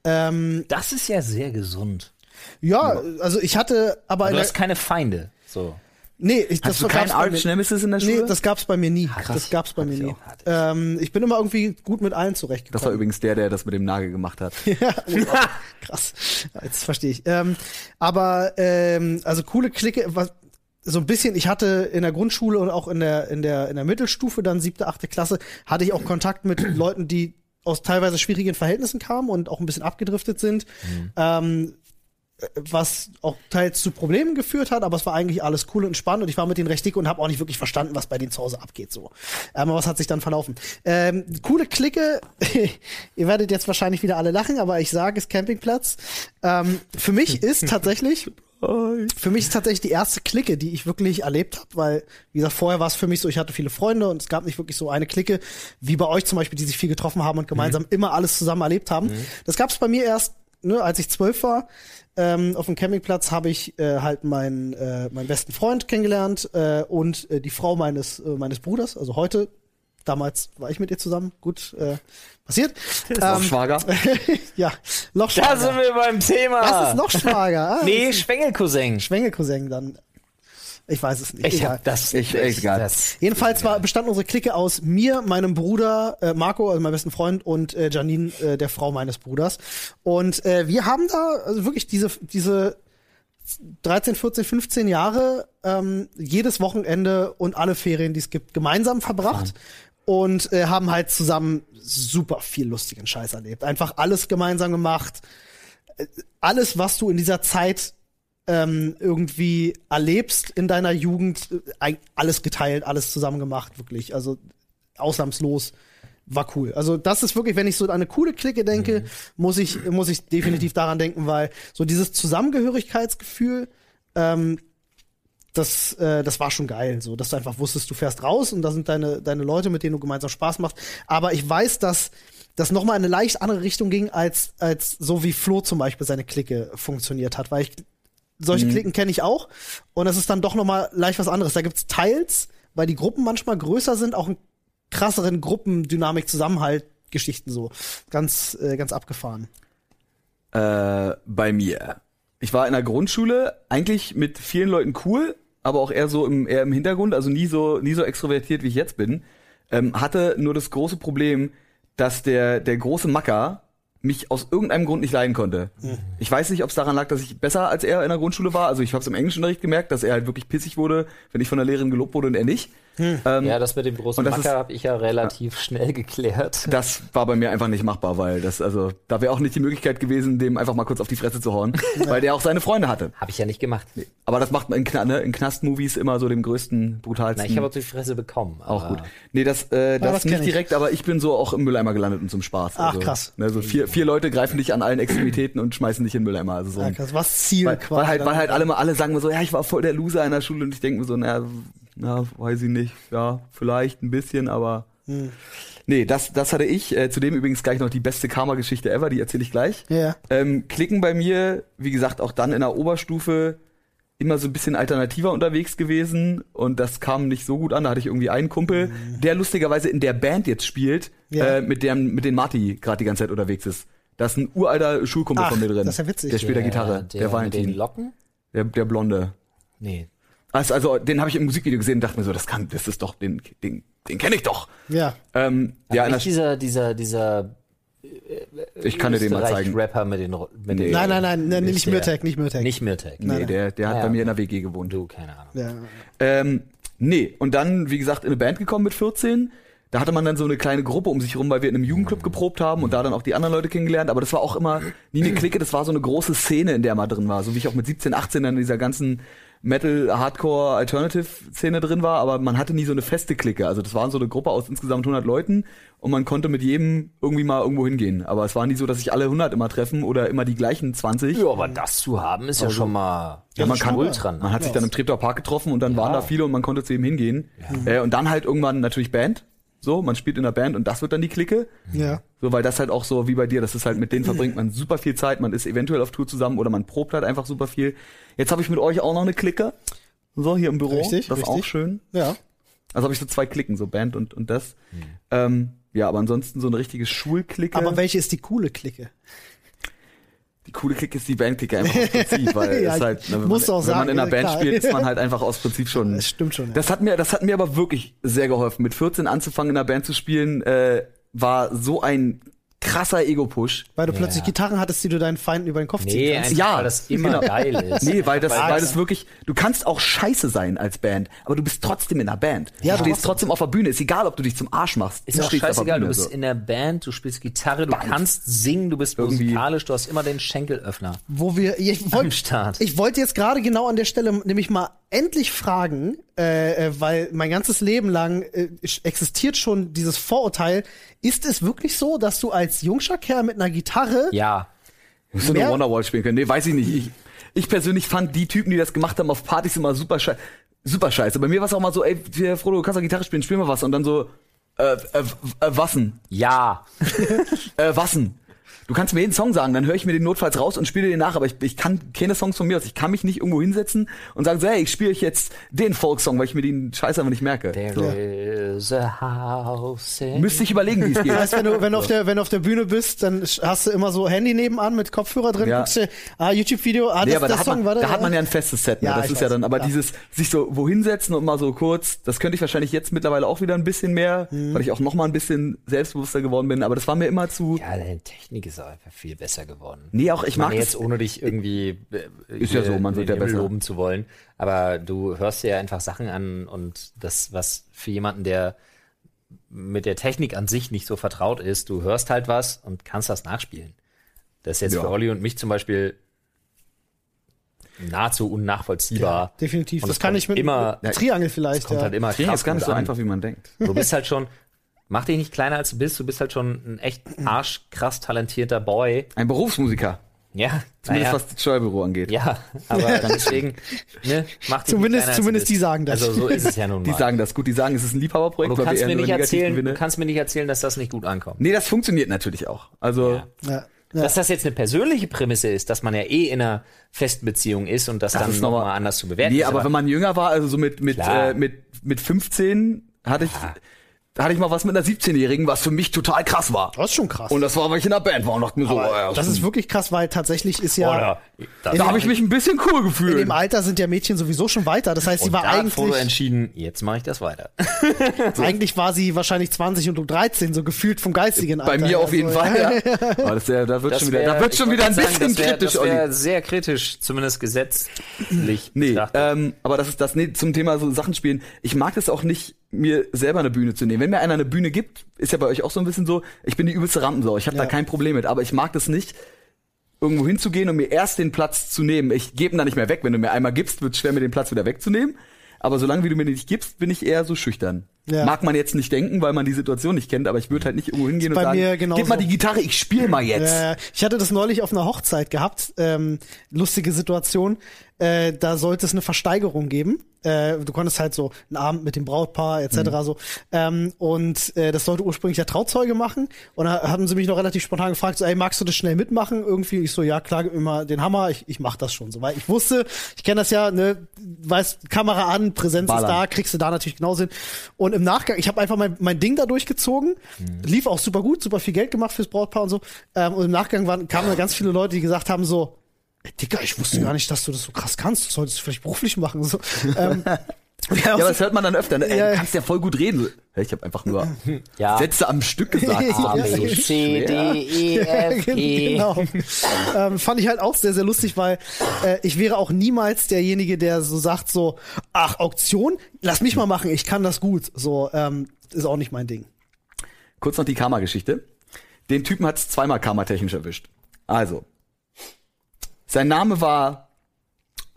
Speaker 1: Ähm,
Speaker 4: Das ist ja sehr gesund.
Speaker 1: ja, also ich hatte aber in
Speaker 4: Du
Speaker 1: der,
Speaker 4: hast keine Feinde. So.
Speaker 1: nee, ich, das
Speaker 3: Hast du keinen
Speaker 1: gab's bei mir-
Speaker 3: Arch Nemesis in der Schule?
Speaker 1: Nee, das gab's bei mir nie. Das gab's bei
Speaker 4: Hatte
Speaker 1: mir
Speaker 4: ich
Speaker 1: nie.
Speaker 4: auch, hatte ich.
Speaker 1: Ähm, ich bin immer irgendwie gut mit allen
Speaker 3: Das war
Speaker 1: zurechtgekommen.
Speaker 3: übrigens der, der das mit dem Nagel gemacht hat.
Speaker 1: Krass. Ja, Jetzt verstehe ich. Ähm, aber ähm, also coole Clique, was so ein bisschen, ich hatte in der Grundschule und auch in der, in der, in der Mittelstufe, dann siebte, achte Klasse, hatte ich auch Kontakt mit Leuten, die aus teilweise schwierigen Verhältnissen kamen und auch ein bisschen abgedriftet sind. Ähm, was auch teils zu Problemen geführt hat, aber es war eigentlich alles cool und spannend und ich war mit denen recht dick und habe auch nicht wirklich verstanden, was bei denen zu Hause abgeht. So. Ähm, aber was hat sich dann verlaufen? Ähm, coole Clique, ihr werdet jetzt wahrscheinlich wieder alle lachen, aber ich sage es Campingplatz. Ähm, für mich ist tatsächlich. Für mich ist tatsächlich die erste Clique, die ich wirklich erlebt habe, weil, wie gesagt, vorher war es für mich so, ich hatte viele Freunde und es gab nicht wirklich so eine Clique, wie bei euch zum Beispiel, die sich viel getroffen haben und gemeinsam
Speaker 4: Mhm.
Speaker 1: immer alles zusammen erlebt haben. Das gab es bei mir erst, ne, als ich zwölf war, ähm, auf dem Campingplatz habe ich äh, halt meinen, äh, meinen besten Freund kennengelernt äh, und äh, die Frau meines, äh, meines Bruders, also heute, damals war ich mit ihr zusammen, gut, äh, passiert.
Speaker 3: Auch
Speaker 1: Ähm,
Speaker 3: Schwager.
Speaker 1: ja,
Speaker 4: Da sind
Speaker 1: Lochschwager.
Speaker 4: wir beim Thema.
Speaker 1: Das ist Lochschwager. ah,
Speaker 4: Nee, Spengelcousin.
Speaker 1: Schwengelcousin dann. Ich weiß es nicht.
Speaker 4: Ich
Speaker 1: egal.
Speaker 4: hab das.
Speaker 3: Ich- egal.
Speaker 4: Das,
Speaker 1: Jedenfalls war, bestand unsere Clique aus mir, meinem Bruder äh, Marco, also meinem besten Freund und äh, Janine, äh, der Frau meines Bruders. Und äh, wir haben da also wirklich diese, diese 13, 14, 15 Jahre ähm, jedes Wochenende und alle Ferien, die es gibt, gemeinsam verbracht und äh, haben halt zusammen super viel lustigen Scheiß erlebt. Einfach alles gemeinsam gemacht. Äh, Alles, was du in dieser Zeit ähm, irgendwie erlebst in deiner Jugend, äh, eig- alles geteilt, alles zusammen gemacht, wirklich. Also ausnahmslos war cool. Also das ist wirklich, wenn ich so an eine coole Clique denke, muss ich muss ich definitiv daran denken, weil so dieses Zusammengehörigkeitsgefühl, ähm, das äh, das war schon geil, so dass du einfach wusstest, du fährst raus und da sind deine deine Leute, mit denen du gemeinsam Spaß machst. Aber ich weiß, dass das nochmal in eine leicht andere Richtung ging als als so wie Flo zum Beispiel seine Clique funktioniert hat, weil ich solche
Speaker 3: Mhm.
Speaker 1: Klicken kenne ich auch. Und das ist dann doch nochmal leicht was anderes. Da gibt's Teils, weil die Gruppen manchmal größer sind, auch einen krasseren Gruppendynamik, Zusammenhalt, Geschichten so. Ganz, äh, ganz abgefahren.
Speaker 3: Äh, bei mir. Ich war in der Grundschule eigentlich mit vielen Leuten cool, aber auch eher so im, eher im Hintergrund, also nie so, nie so extrovertiert, wie ich jetzt bin. Ähm, hatte nur das große Problem, dass der, der große Macker mich aus irgendeinem Grund nicht leiden konnte. Ich weiß nicht, ob es daran lag, dass ich besser als er in der Grundschule war. Also ich habe es im Englischunterricht gemerkt, dass er halt wirklich pissig wurde, wenn ich von der Lehrerin gelobt wurde und er nicht. Ähm,
Speaker 2: Ja, das mit dem großen
Speaker 3: Und das ist-
Speaker 2: Macker habe ich ja relativ schnell geklärt.
Speaker 3: Das war bei mir einfach nicht machbar, weil das, also, da wäre auch nicht die Möglichkeit gewesen, dem einfach mal kurz auf die Fresse zu hauen, weil der auch seine Freunde hatte.
Speaker 2: Habe ich ja nicht gemacht.
Speaker 3: Aber das macht man in, Kna ne, in Knast-Movies immer so dem größten, brutalsten.
Speaker 2: Na, ich habe auf die Fresse bekommen.
Speaker 3: Hm. auch
Speaker 2: aber-
Speaker 3: gut. Nee, das, äh, das,
Speaker 1: Ah. das kenn
Speaker 3: nicht
Speaker 1: ich.
Speaker 3: direkt, aber ich bin so auch im Mülleimer gelandet und zum Spaß.
Speaker 1: Ach,
Speaker 3: also,
Speaker 1: krass.
Speaker 3: Ne, so vier, vier Leute greifen dich an allen Extremitäten und schmeißen dich in den Mülleimer. Also so ein,
Speaker 1: Das war das Ah, Ziel
Speaker 3: weil,
Speaker 1: quasi.
Speaker 3: weil halt, weil halt alle mal alle sagen mir so, ja, ich war voll der Loser in der Schule und ich denke mir so, na, na, weiß ich nicht, ja, vielleicht ein bisschen, aber
Speaker 1: Hm.
Speaker 3: nee, das, das hatte ich. Äh, zudem übrigens gleich noch die beste Karma-Geschichte ever, die erzähle ich gleich.
Speaker 1: Ja.
Speaker 3: Ähm, Klicken bei mir, wie gesagt, auch dann in der Oberstufe immer so ein bisschen alternativer unterwegs gewesen und das kam nicht so gut an. Da hatte ich irgendwie einen Kumpel, der lustigerweise in der Band jetzt spielt,
Speaker 1: Mhm. Ja.
Speaker 3: äh, mit dem mit dem Marty gerade die ganze Zeit unterwegs ist. Das ist ein uralter Schulkumpel
Speaker 1: Ach,
Speaker 3: von mir drin.
Speaker 1: das ist ja witzig.
Speaker 3: Der spielt der Gitarre, der,
Speaker 2: der mit den
Speaker 3: Valentin,
Speaker 2: Locken?
Speaker 3: der, der Blonde.
Speaker 2: Nee.
Speaker 3: Also, also den habe ich im Musikvideo gesehen und dachte mir so, das kann, das ist doch, den, den, den kenne ich doch.
Speaker 1: ja.
Speaker 3: Ähm, ja,
Speaker 2: Ja,
Speaker 3: in
Speaker 2: nicht dieser,
Speaker 3: der,
Speaker 2: dieser, dieser
Speaker 3: ich kann dir den mal zeigen.
Speaker 2: Rapper mit den, Ro- mit
Speaker 3: Nee.
Speaker 2: den
Speaker 1: Nein, nein, nein, nein, nicht
Speaker 2: der.
Speaker 1: Mürtek, nicht Mürtek.
Speaker 2: Nicht Mirtek.
Speaker 3: Nee, der, der hat
Speaker 2: Ah,
Speaker 3: bei
Speaker 2: ja.
Speaker 3: mir in der WG gewohnt.
Speaker 2: Du, keine Ahnung.
Speaker 1: Ja.
Speaker 3: Ähm, nee, und dann, wie gesagt, in eine Band gekommen mit 14. Da hatte man dann so eine kleine Gruppe um sich herum, weil wir in einem Jugendclub geprobt haben und da dann auch die anderen Leute kennengelernt. Aber das war auch immer nie eine Clique, das war so eine große Szene, in der man drin war. So wie ich auch mit 17, 18 dann in dieser ganzen Metal, Hardcore, Alternative-Szene drin war. Aber man hatte nie so eine feste Clique. Also das waren so eine Gruppe aus insgesamt 100 Leuten und man konnte mit jedem irgendwie mal irgendwo hingehen. Aber es war nie so, dass sich alle 100 immer treffen oder immer die gleichen 20.
Speaker 2: Ja, aber das zu haben ist ja schon mal
Speaker 3: Also, Ja, man kann
Speaker 2: ultra
Speaker 3: Man hat sich dann im Treptower Park getroffen und dann waren da viele und man konnte zu ihm hingehen. Äh, und dann halt irgendwann natürlich Band. So, man spielt in der Band und das wird dann die Clique.
Speaker 1: ja.
Speaker 3: So, weil das halt auch so wie bei dir, das ist halt mit denen verbringt man super viel Zeit, man ist eventuell auf Tour zusammen oder man probt halt einfach super viel. Jetzt habe ich mit euch auch noch eine Clique. So, hier im Büro.
Speaker 1: Richtig,
Speaker 3: das ist
Speaker 1: richtig.
Speaker 3: auch schön.
Speaker 1: Ja.
Speaker 3: Also habe ich so zwei Klicken, so Band und, und das.
Speaker 1: Hm.
Speaker 3: Ähm, ja, aber ansonsten so eine richtige Schulklicke.
Speaker 1: Aber welche ist die coole Clique?
Speaker 3: Die coole Clique ist die Bandklicke einfach aus Prinzip, weil
Speaker 1: Ja,
Speaker 3: es halt, ne, wenn,
Speaker 1: musst du
Speaker 3: man,
Speaker 1: auch
Speaker 3: wenn
Speaker 1: sagen,
Speaker 3: man in einer
Speaker 1: ja,
Speaker 3: Band
Speaker 1: klar.
Speaker 3: spielt, ist man halt einfach aus Prinzip schon.
Speaker 1: Das stimmt schon, ja.
Speaker 3: Das hat mir, das hat mir aber wirklich sehr geholfen. Mit 14 anzufangen, in einer Band zu spielen, äh, war so ein krasser Ego-Push.
Speaker 1: Weil du plötzlich Gitarren hattest, die du deinen Feinden über den Kopf ziehen
Speaker 2: Nee,
Speaker 1: kannst.
Speaker 2: einfach,
Speaker 3: Ja,
Speaker 2: weil das immer
Speaker 3: genau.
Speaker 2: geil ist.
Speaker 3: Nee, weil das, weil
Speaker 1: das-
Speaker 3: das wirklich, du kannst auch scheiße sein als Band, aber du bist trotzdem in einer Band.
Speaker 1: Ja,
Speaker 3: du
Speaker 1: trotzdem.
Speaker 3: stehst trotzdem auf der Bühne, ist egal, ob du dich zum Arsch machst.
Speaker 2: Ist doch
Speaker 3: stehst auf der
Speaker 2: scheißegal, du
Speaker 3: Bühne,
Speaker 2: bist
Speaker 3: so.
Speaker 2: in der Band, du spielst Gitarre, du kannst singen, du bist
Speaker 3: Irgendwie-
Speaker 2: musikalisch, du hast immer den Schenkelöffner.
Speaker 1: Wo wir, ich wollte,
Speaker 2: Am Start.
Speaker 1: ich wollte jetzt gerade genau an der Stelle nämlich mal endlich fragen, äh, äh, weil mein ganzes Leben lang äh, existiert schon dieses Vorurteil. Ist es wirklich so, dass du als jungscher Kerl mit einer Gitarre
Speaker 2: Ja.
Speaker 3: Musst du eine
Speaker 1: Mehr-
Speaker 3: Wonderwall spielen können? Nee, weiß ich nicht. Ich, ich persönlich fand die Typen, die das gemacht haben, auf Partys immer super scheiße. Super scheiße. Bei mir war es auch mal so, ey, hier, Frodo, du kannst doch Gitarre spielen, spiel mal was. Und dann so, äh, äh, äh wassen,
Speaker 2: Ja.
Speaker 3: äh, wassen. Du kannst mir jeden Song sagen, dann höre ich mir den notfalls raus und spiele den nach, aber ich, ich kann keine Songs von mir aus. Ich kann mich nicht irgendwo hinsetzen und sagen, so, hey, ich spiele euch jetzt den Folksong, weil ich mir den Scheiß einfach nicht merke.
Speaker 2: There is a house in
Speaker 3: Müsste ich überlegen, wie es geht.
Speaker 1: Weißt, wenn du, wenn du auf der, wenn du auf der Bühne bist, dann sch- hast du immer so Handy nebenan mit Kopfhörer drin,
Speaker 3: Ja.
Speaker 1: guckst dir, ah, YouTube-Video, ah,
Speaker 3: Nee,
Speaker 1: das,
Speaker 3: aber
Speaker 1: das
Speaker 3: da, hat
Speaker 1: Song,
Speaker 3: man,
Speaker 1: warte.
Speaker 3: da hat man ja ein festes Set. Ne?
Speaker 1: Ja,
Speaker 3: das
Speaker 1: ich
Speaker 3: ist ja
Speaker 1: weiß,
Speaker 3: dann, aber
Speaker 1: klar.
Speaker 3: dieses sich so wohin setzen und mal so kurz, das könnte ich wahrscheinlich jetzt mittlerweile auch wieder ein bisschen mehr,
Speaker 2: Mhm.
Speaker 3: weil ich auch noch mal ein bisschen selbstbewusster geworden bin. Aber das war mir immer zu.
Speaker 2: Ja, deine Technik ist einfach viel besser geworden.
Speaker 3: Nee, auch ich mag
Speaker 2: meine jetzt
Speaker 3: das-
Speaker 2: ohne dich irgendwie äh,
Speaker 3: Ist ja
Speaker 2: hier
Speaker 3: so, man wird
Speaker 2: den
Speaker 3: ja
Speaker 2: Himmel
Speaker 3: besser.
Speaker 2: loben zu wollen, aber du hörst dir ja einfach Sachen an und das was für jemanden, der mit der Technik an sich nicht so vertraut ist, du hörst halt was und kannst das nachspielen. Das ist jetzt
Speaker 3: Ja.
Speaker 2: für Olli und mich zum Beispiel nahezu unnachvollziehbar.
Speaker 1: Definitiv.
Speaker 2: Und
Speaker 1: Das
Speaker 2: es
Speaker 1: kann
Speaker 2: kommt
Speaker 1: ich mit
Speaker 2: immer-
Speaker 1: mit Triangel
Speaker 2: Das
Speaker 1: vielleicht.
Speaker 2: kommt
Speaker 1: ja.
Speaker 2: halt immer
Speaker 3: Klingt
Speaker 2: krass
Speaker 3: jetzt gar nicht
Speaker 2: gut
Speaker 3: so
Speaker 2: an.
Speaker 3: einfach, wie man denkt.
Speaker 2: Du bist halt schon, mach dich nicht kleiner als du bist, du bist halt schon ein echt arschkrass talentierter Boy.
Speaker 3: Ein Berufsmusiker,
Speaker 2: Ja, naja.
Speaker 3: zumindest was das Steuerbüro angeht.
Speaker 2: Ja, aber deswegen, ne, macht
Speaker 1: Zumindest-
Speaker 2: dich nicht kleiner, als
Speaker 1: zumindest
Speaker 2: du bist.
Speaker 1: die sagen das.
Speaker 2: Also so ist es ja nun
Speaker 3: Die
Speaker 2: mal.
Speaker 3: sagen das gut, die sagen, es ist ein Liebhaberprojekt,
Speaker 2: du kannst
Speaker 3: eher
Speaker 2: mir
Speaker 3: nur
Speaker 2: nicht
Speaker 3: negativ
Speaker 2: erzählen,
Speaker 3: Gewinne-
Speaker 2: du kannst mir nicht erzählen, dass das nicht gut ankommt.
Speaker 3: Nee, das funktioniert natürlich auch. Also
Speaker 2: Ja.
Speaker 1: Ja. Ja.
Speaker 2: Dass das jetzt eine persönliche Prämisse ist, dass man ja eh in einer festen Beziehung ist und das, dann
Speaker 3: ist noch mal-
Speaker 2: nochmal anders zu bewerten
Speaker 3: Nee,
Speaker 2: ist.
Speaker 3: aber wenn man jünger war, also so mit mit
Speaker 2: Klar.
Speaker 3: äh, mit mit 15 hatte ich hatte ich mal was mit einer 17-jährigen, was für mich total krass war.
Speaker 1: Das ist schon krass.
Speaker 3: Und das war, weil ich in der Band war und dachte mir so, oh
Speaker 1: Aber
Speaker 3: ja, Oh,
Speaker 1: das ist wirklich krass, weil tatsächlich ist ja,
Speaker 2: Oder, das
Speaker 3: Da habe ich mich ein bisschen cool
Speaker 1: in
Speaker 3: gefühlt.
Speaker 1: dem Alter sind ja Mädchen sowieso schon weiter. Das heißt, sie
Speaker 2: und
Speaker 1: war
Speaker 2: da hat Frodo
Speaker 1: eigentlich,
Speaker 2: entschieden, jetzt mache ich das weiter.
Speaker 1: eigentlich war sie wahrscheinlich 20 und um 13, so gefühlt vom geistigen
Speaker 3: Bei
Speaker 1: Alter.
Speaker 3: mir
Speaker 1: her.
Speaker 3: auf jeden
Speaker 1: Also,
Speaker 3: Fall. Ja. Aber das, wär- da wird schon wieder, da wird
Speaker 2: ich
Speaker 3: schon wieder ein
Speaker 2: wollte
Speaker 3: bisschen
Speaker 2: sagen, das wär-
Speaker 3: kritisch,
Speaker 2: Das
Speaker 3: Olli.
Speaker 2: wäre sehr kritisch, zumindest gesetzlich
Speaker 3: Nee, äh,
Speaker 2: betrachtet.
Speaker 3: ähm, aber das ist das, nee, zum Thema so Sachen spielen. Ich mag das auch nicht, mir selber eine Bühne zu nehmen. Wenn mir einer eine Bühne gibt, ist ja bei euch auch so ein bisschen so, ich bin die übelste Rampensau, ich habe
Speaker 1: Ja.
Speaker 3: da kein Problem mit, aber ich mag das nicht, irgendwo hinzugehen und mir erst den Platz zu nehmen. Ich gebe ihn da nicht mehr weg. Wenn du mir einmal gibst, wird es schwer, mir den Platz wieder wegzunehmen. Aber solange wie du mir den nicht gibst, bin ich eher so schüchtern.
Speaker 1: Ja.
Speaker 3: Mag man jetzt nicht denken, weil man die Situation nicht kennt, aber ich würde halt nicht irgendwo hingehen und
Speaker 1: bei mir
Speaker 3: sagen,
Speaker 1: genauso.
Speaker 3: gib mal die Gitarre, ich spiel mal jetzt.
Speaker 1: Äh, ich hatte das neulich auf einer Hochzeit gehabt. Ähm, lustige Situation. Äh, da sollte es eine Versteigerung geben. Äh, du konntest halt so einen Abend mit dem Brautpaar etc.
Speaker 3: Mhm.
Speaker 1: so. Ähm, und äh, das sollte ursprünglich der Trauzeuge machen. Und da haben sie mich noch relativ spontan gefragt, so, ey, magst du das schnell mitmachen? Irgendwie. Ich so, ja, klar, gib mir mal den Hammer. Ich, ich mach das schon so. Weil ich wusste, ich kenne das ja, ne, weißt, Kamera an, Präsenz ist
Speaker 3: Ballern.
Speaker 1: da, kriegst du da natürlich genauso hin. Und im Nachgang, ich habe einfach mein, mein Ding da durchgezogen, lief auch super gut, super viel Geld gemacht fürs Brautpaar und so. Ähm, und im Nachgang waren, kamen da ganz viele Leute, die gesagt haben so, "Ey, Digga, ich wusste gar nicht, dass du das so krass kannst, das solltest du vielleicht beruflich machen. So. Ähm, ja,
Speaker 3: Ja, aber das hört man dann öfter. Ne? Ey,
Speaker 1: Ja, ja.
Speaker 3: du kannst ja voll gut reden. So, hä, Ich habe einfach nur
Speaker 4: Ja.
Speaker 3: Sätze am Stück gesagt. Ah, Das
Speaker 4: A,
Speaker 3: war
Speaker 4: B,
Speaker 3: so
Speaker 4: C,
Speaker 3: schwer.
Speaker 4: D, E, F, G.
Speaker 1: genau. ähm, fand ich halt auch sehr, sehr lustig, weil äh, ich wäre auch niemals derjenige, der so sagt so, ach, Auktion, lass mich mal machen, ich kann das gut. So, ähm, ist auch nicht mein Ding.
Speaker 3: Kurz noch die Karma-Geschichte. Den Typen hat's zweimal karmatechnisch erwischt. Also, sein Name war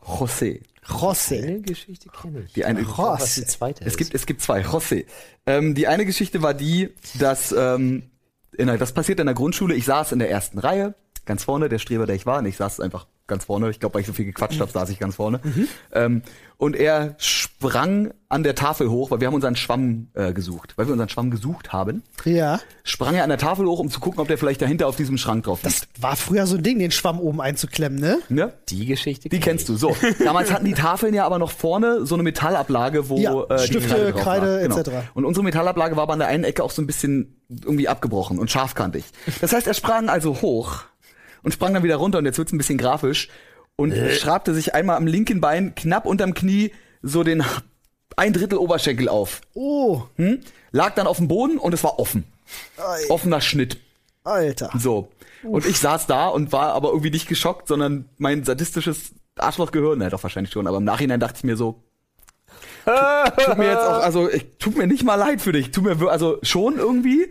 Speaker 3: José.
Speaker 1: Rosse.
Speaker 4: Geschichte kenne ich.
Speaker 3: Die eine,
Speaker 4: Was die zweite
Speaker 3: es
Speaker 4: ist.
Speaker 3: gibt es gibt zwei. José. Ähm, die eine Geschichte war die, dass ähm, in der, das passiert in der Grundschule. Ich saß in der ersten Reihe, ganz vorne, der Streber, der ich war. Und ich saß einfach ganz vorne. Ich glaube, weil ich so viel gequatscht habe, saß ich ganz vorne.
Speaker 4: Mhm.
Speaker 3: Ähm, und er sprang an der Tafel hoch, weil wir haben unseren Schwamm äh, gesucht, weil wir unseren Schwamm gesucht haben.
Speaker 1: Ja.
Speaker 3: sprang er an der Tafel hoch, um zu gucken, ob der vielleicht dahinter auf diesem Schrank drauf liegt.
Speaker 1: Das war früher so ein Ding, den Schwamm oben einzuklemmen, ne?
Speaker 3: Ne?
Speaker 4: die Geschichte
Speaker 3: Die kennst du. So. Damals hatten die Tafeln ja aber noch vorne so eine Metallablage, wo
Speaker 1: Ja,
Speaker 3: äh, die
Speaker 1: Stifte,
Speaker 3: drauf
Speaker 1: Kreide,
Speaker 3: war. Genau.
Speaker 1: etc..
Speaker 3: Und unsere Metallablage war aber an der einen Ecke auch so ein bisschen irgendwie abgebrochen und scharfkantig. Das heißt, er sprang also hoch und sprang dann wieder runter und jetzt wird's ein bisschen grafisch und
Speaker 1: Äh.
Speaker 3: schrabte sich einmal am linken Bein knapp unterm Knie so den ein Drittel Oberschenkel auf.
Speaker 1: Oh,
Speaker 3: Hm? Lag dann auf dem Boden und es war offen.
Speaker 1: Ei.
Speaker 3: Offener Schnitt.
Speaker 1: Alter.
Speaker 3: So. Und ich saß da und war aber irgendwie nicht geschockt, sondern mein sadistisches Arschlochgehirn, na doch wahrscheinlich schon, aber im Nachhinein dachte ich mir so, tu- tut mir jetzt auch, also ich, tut mir nicht mal leid für dich, tut mir, wir- also schon irgendwie,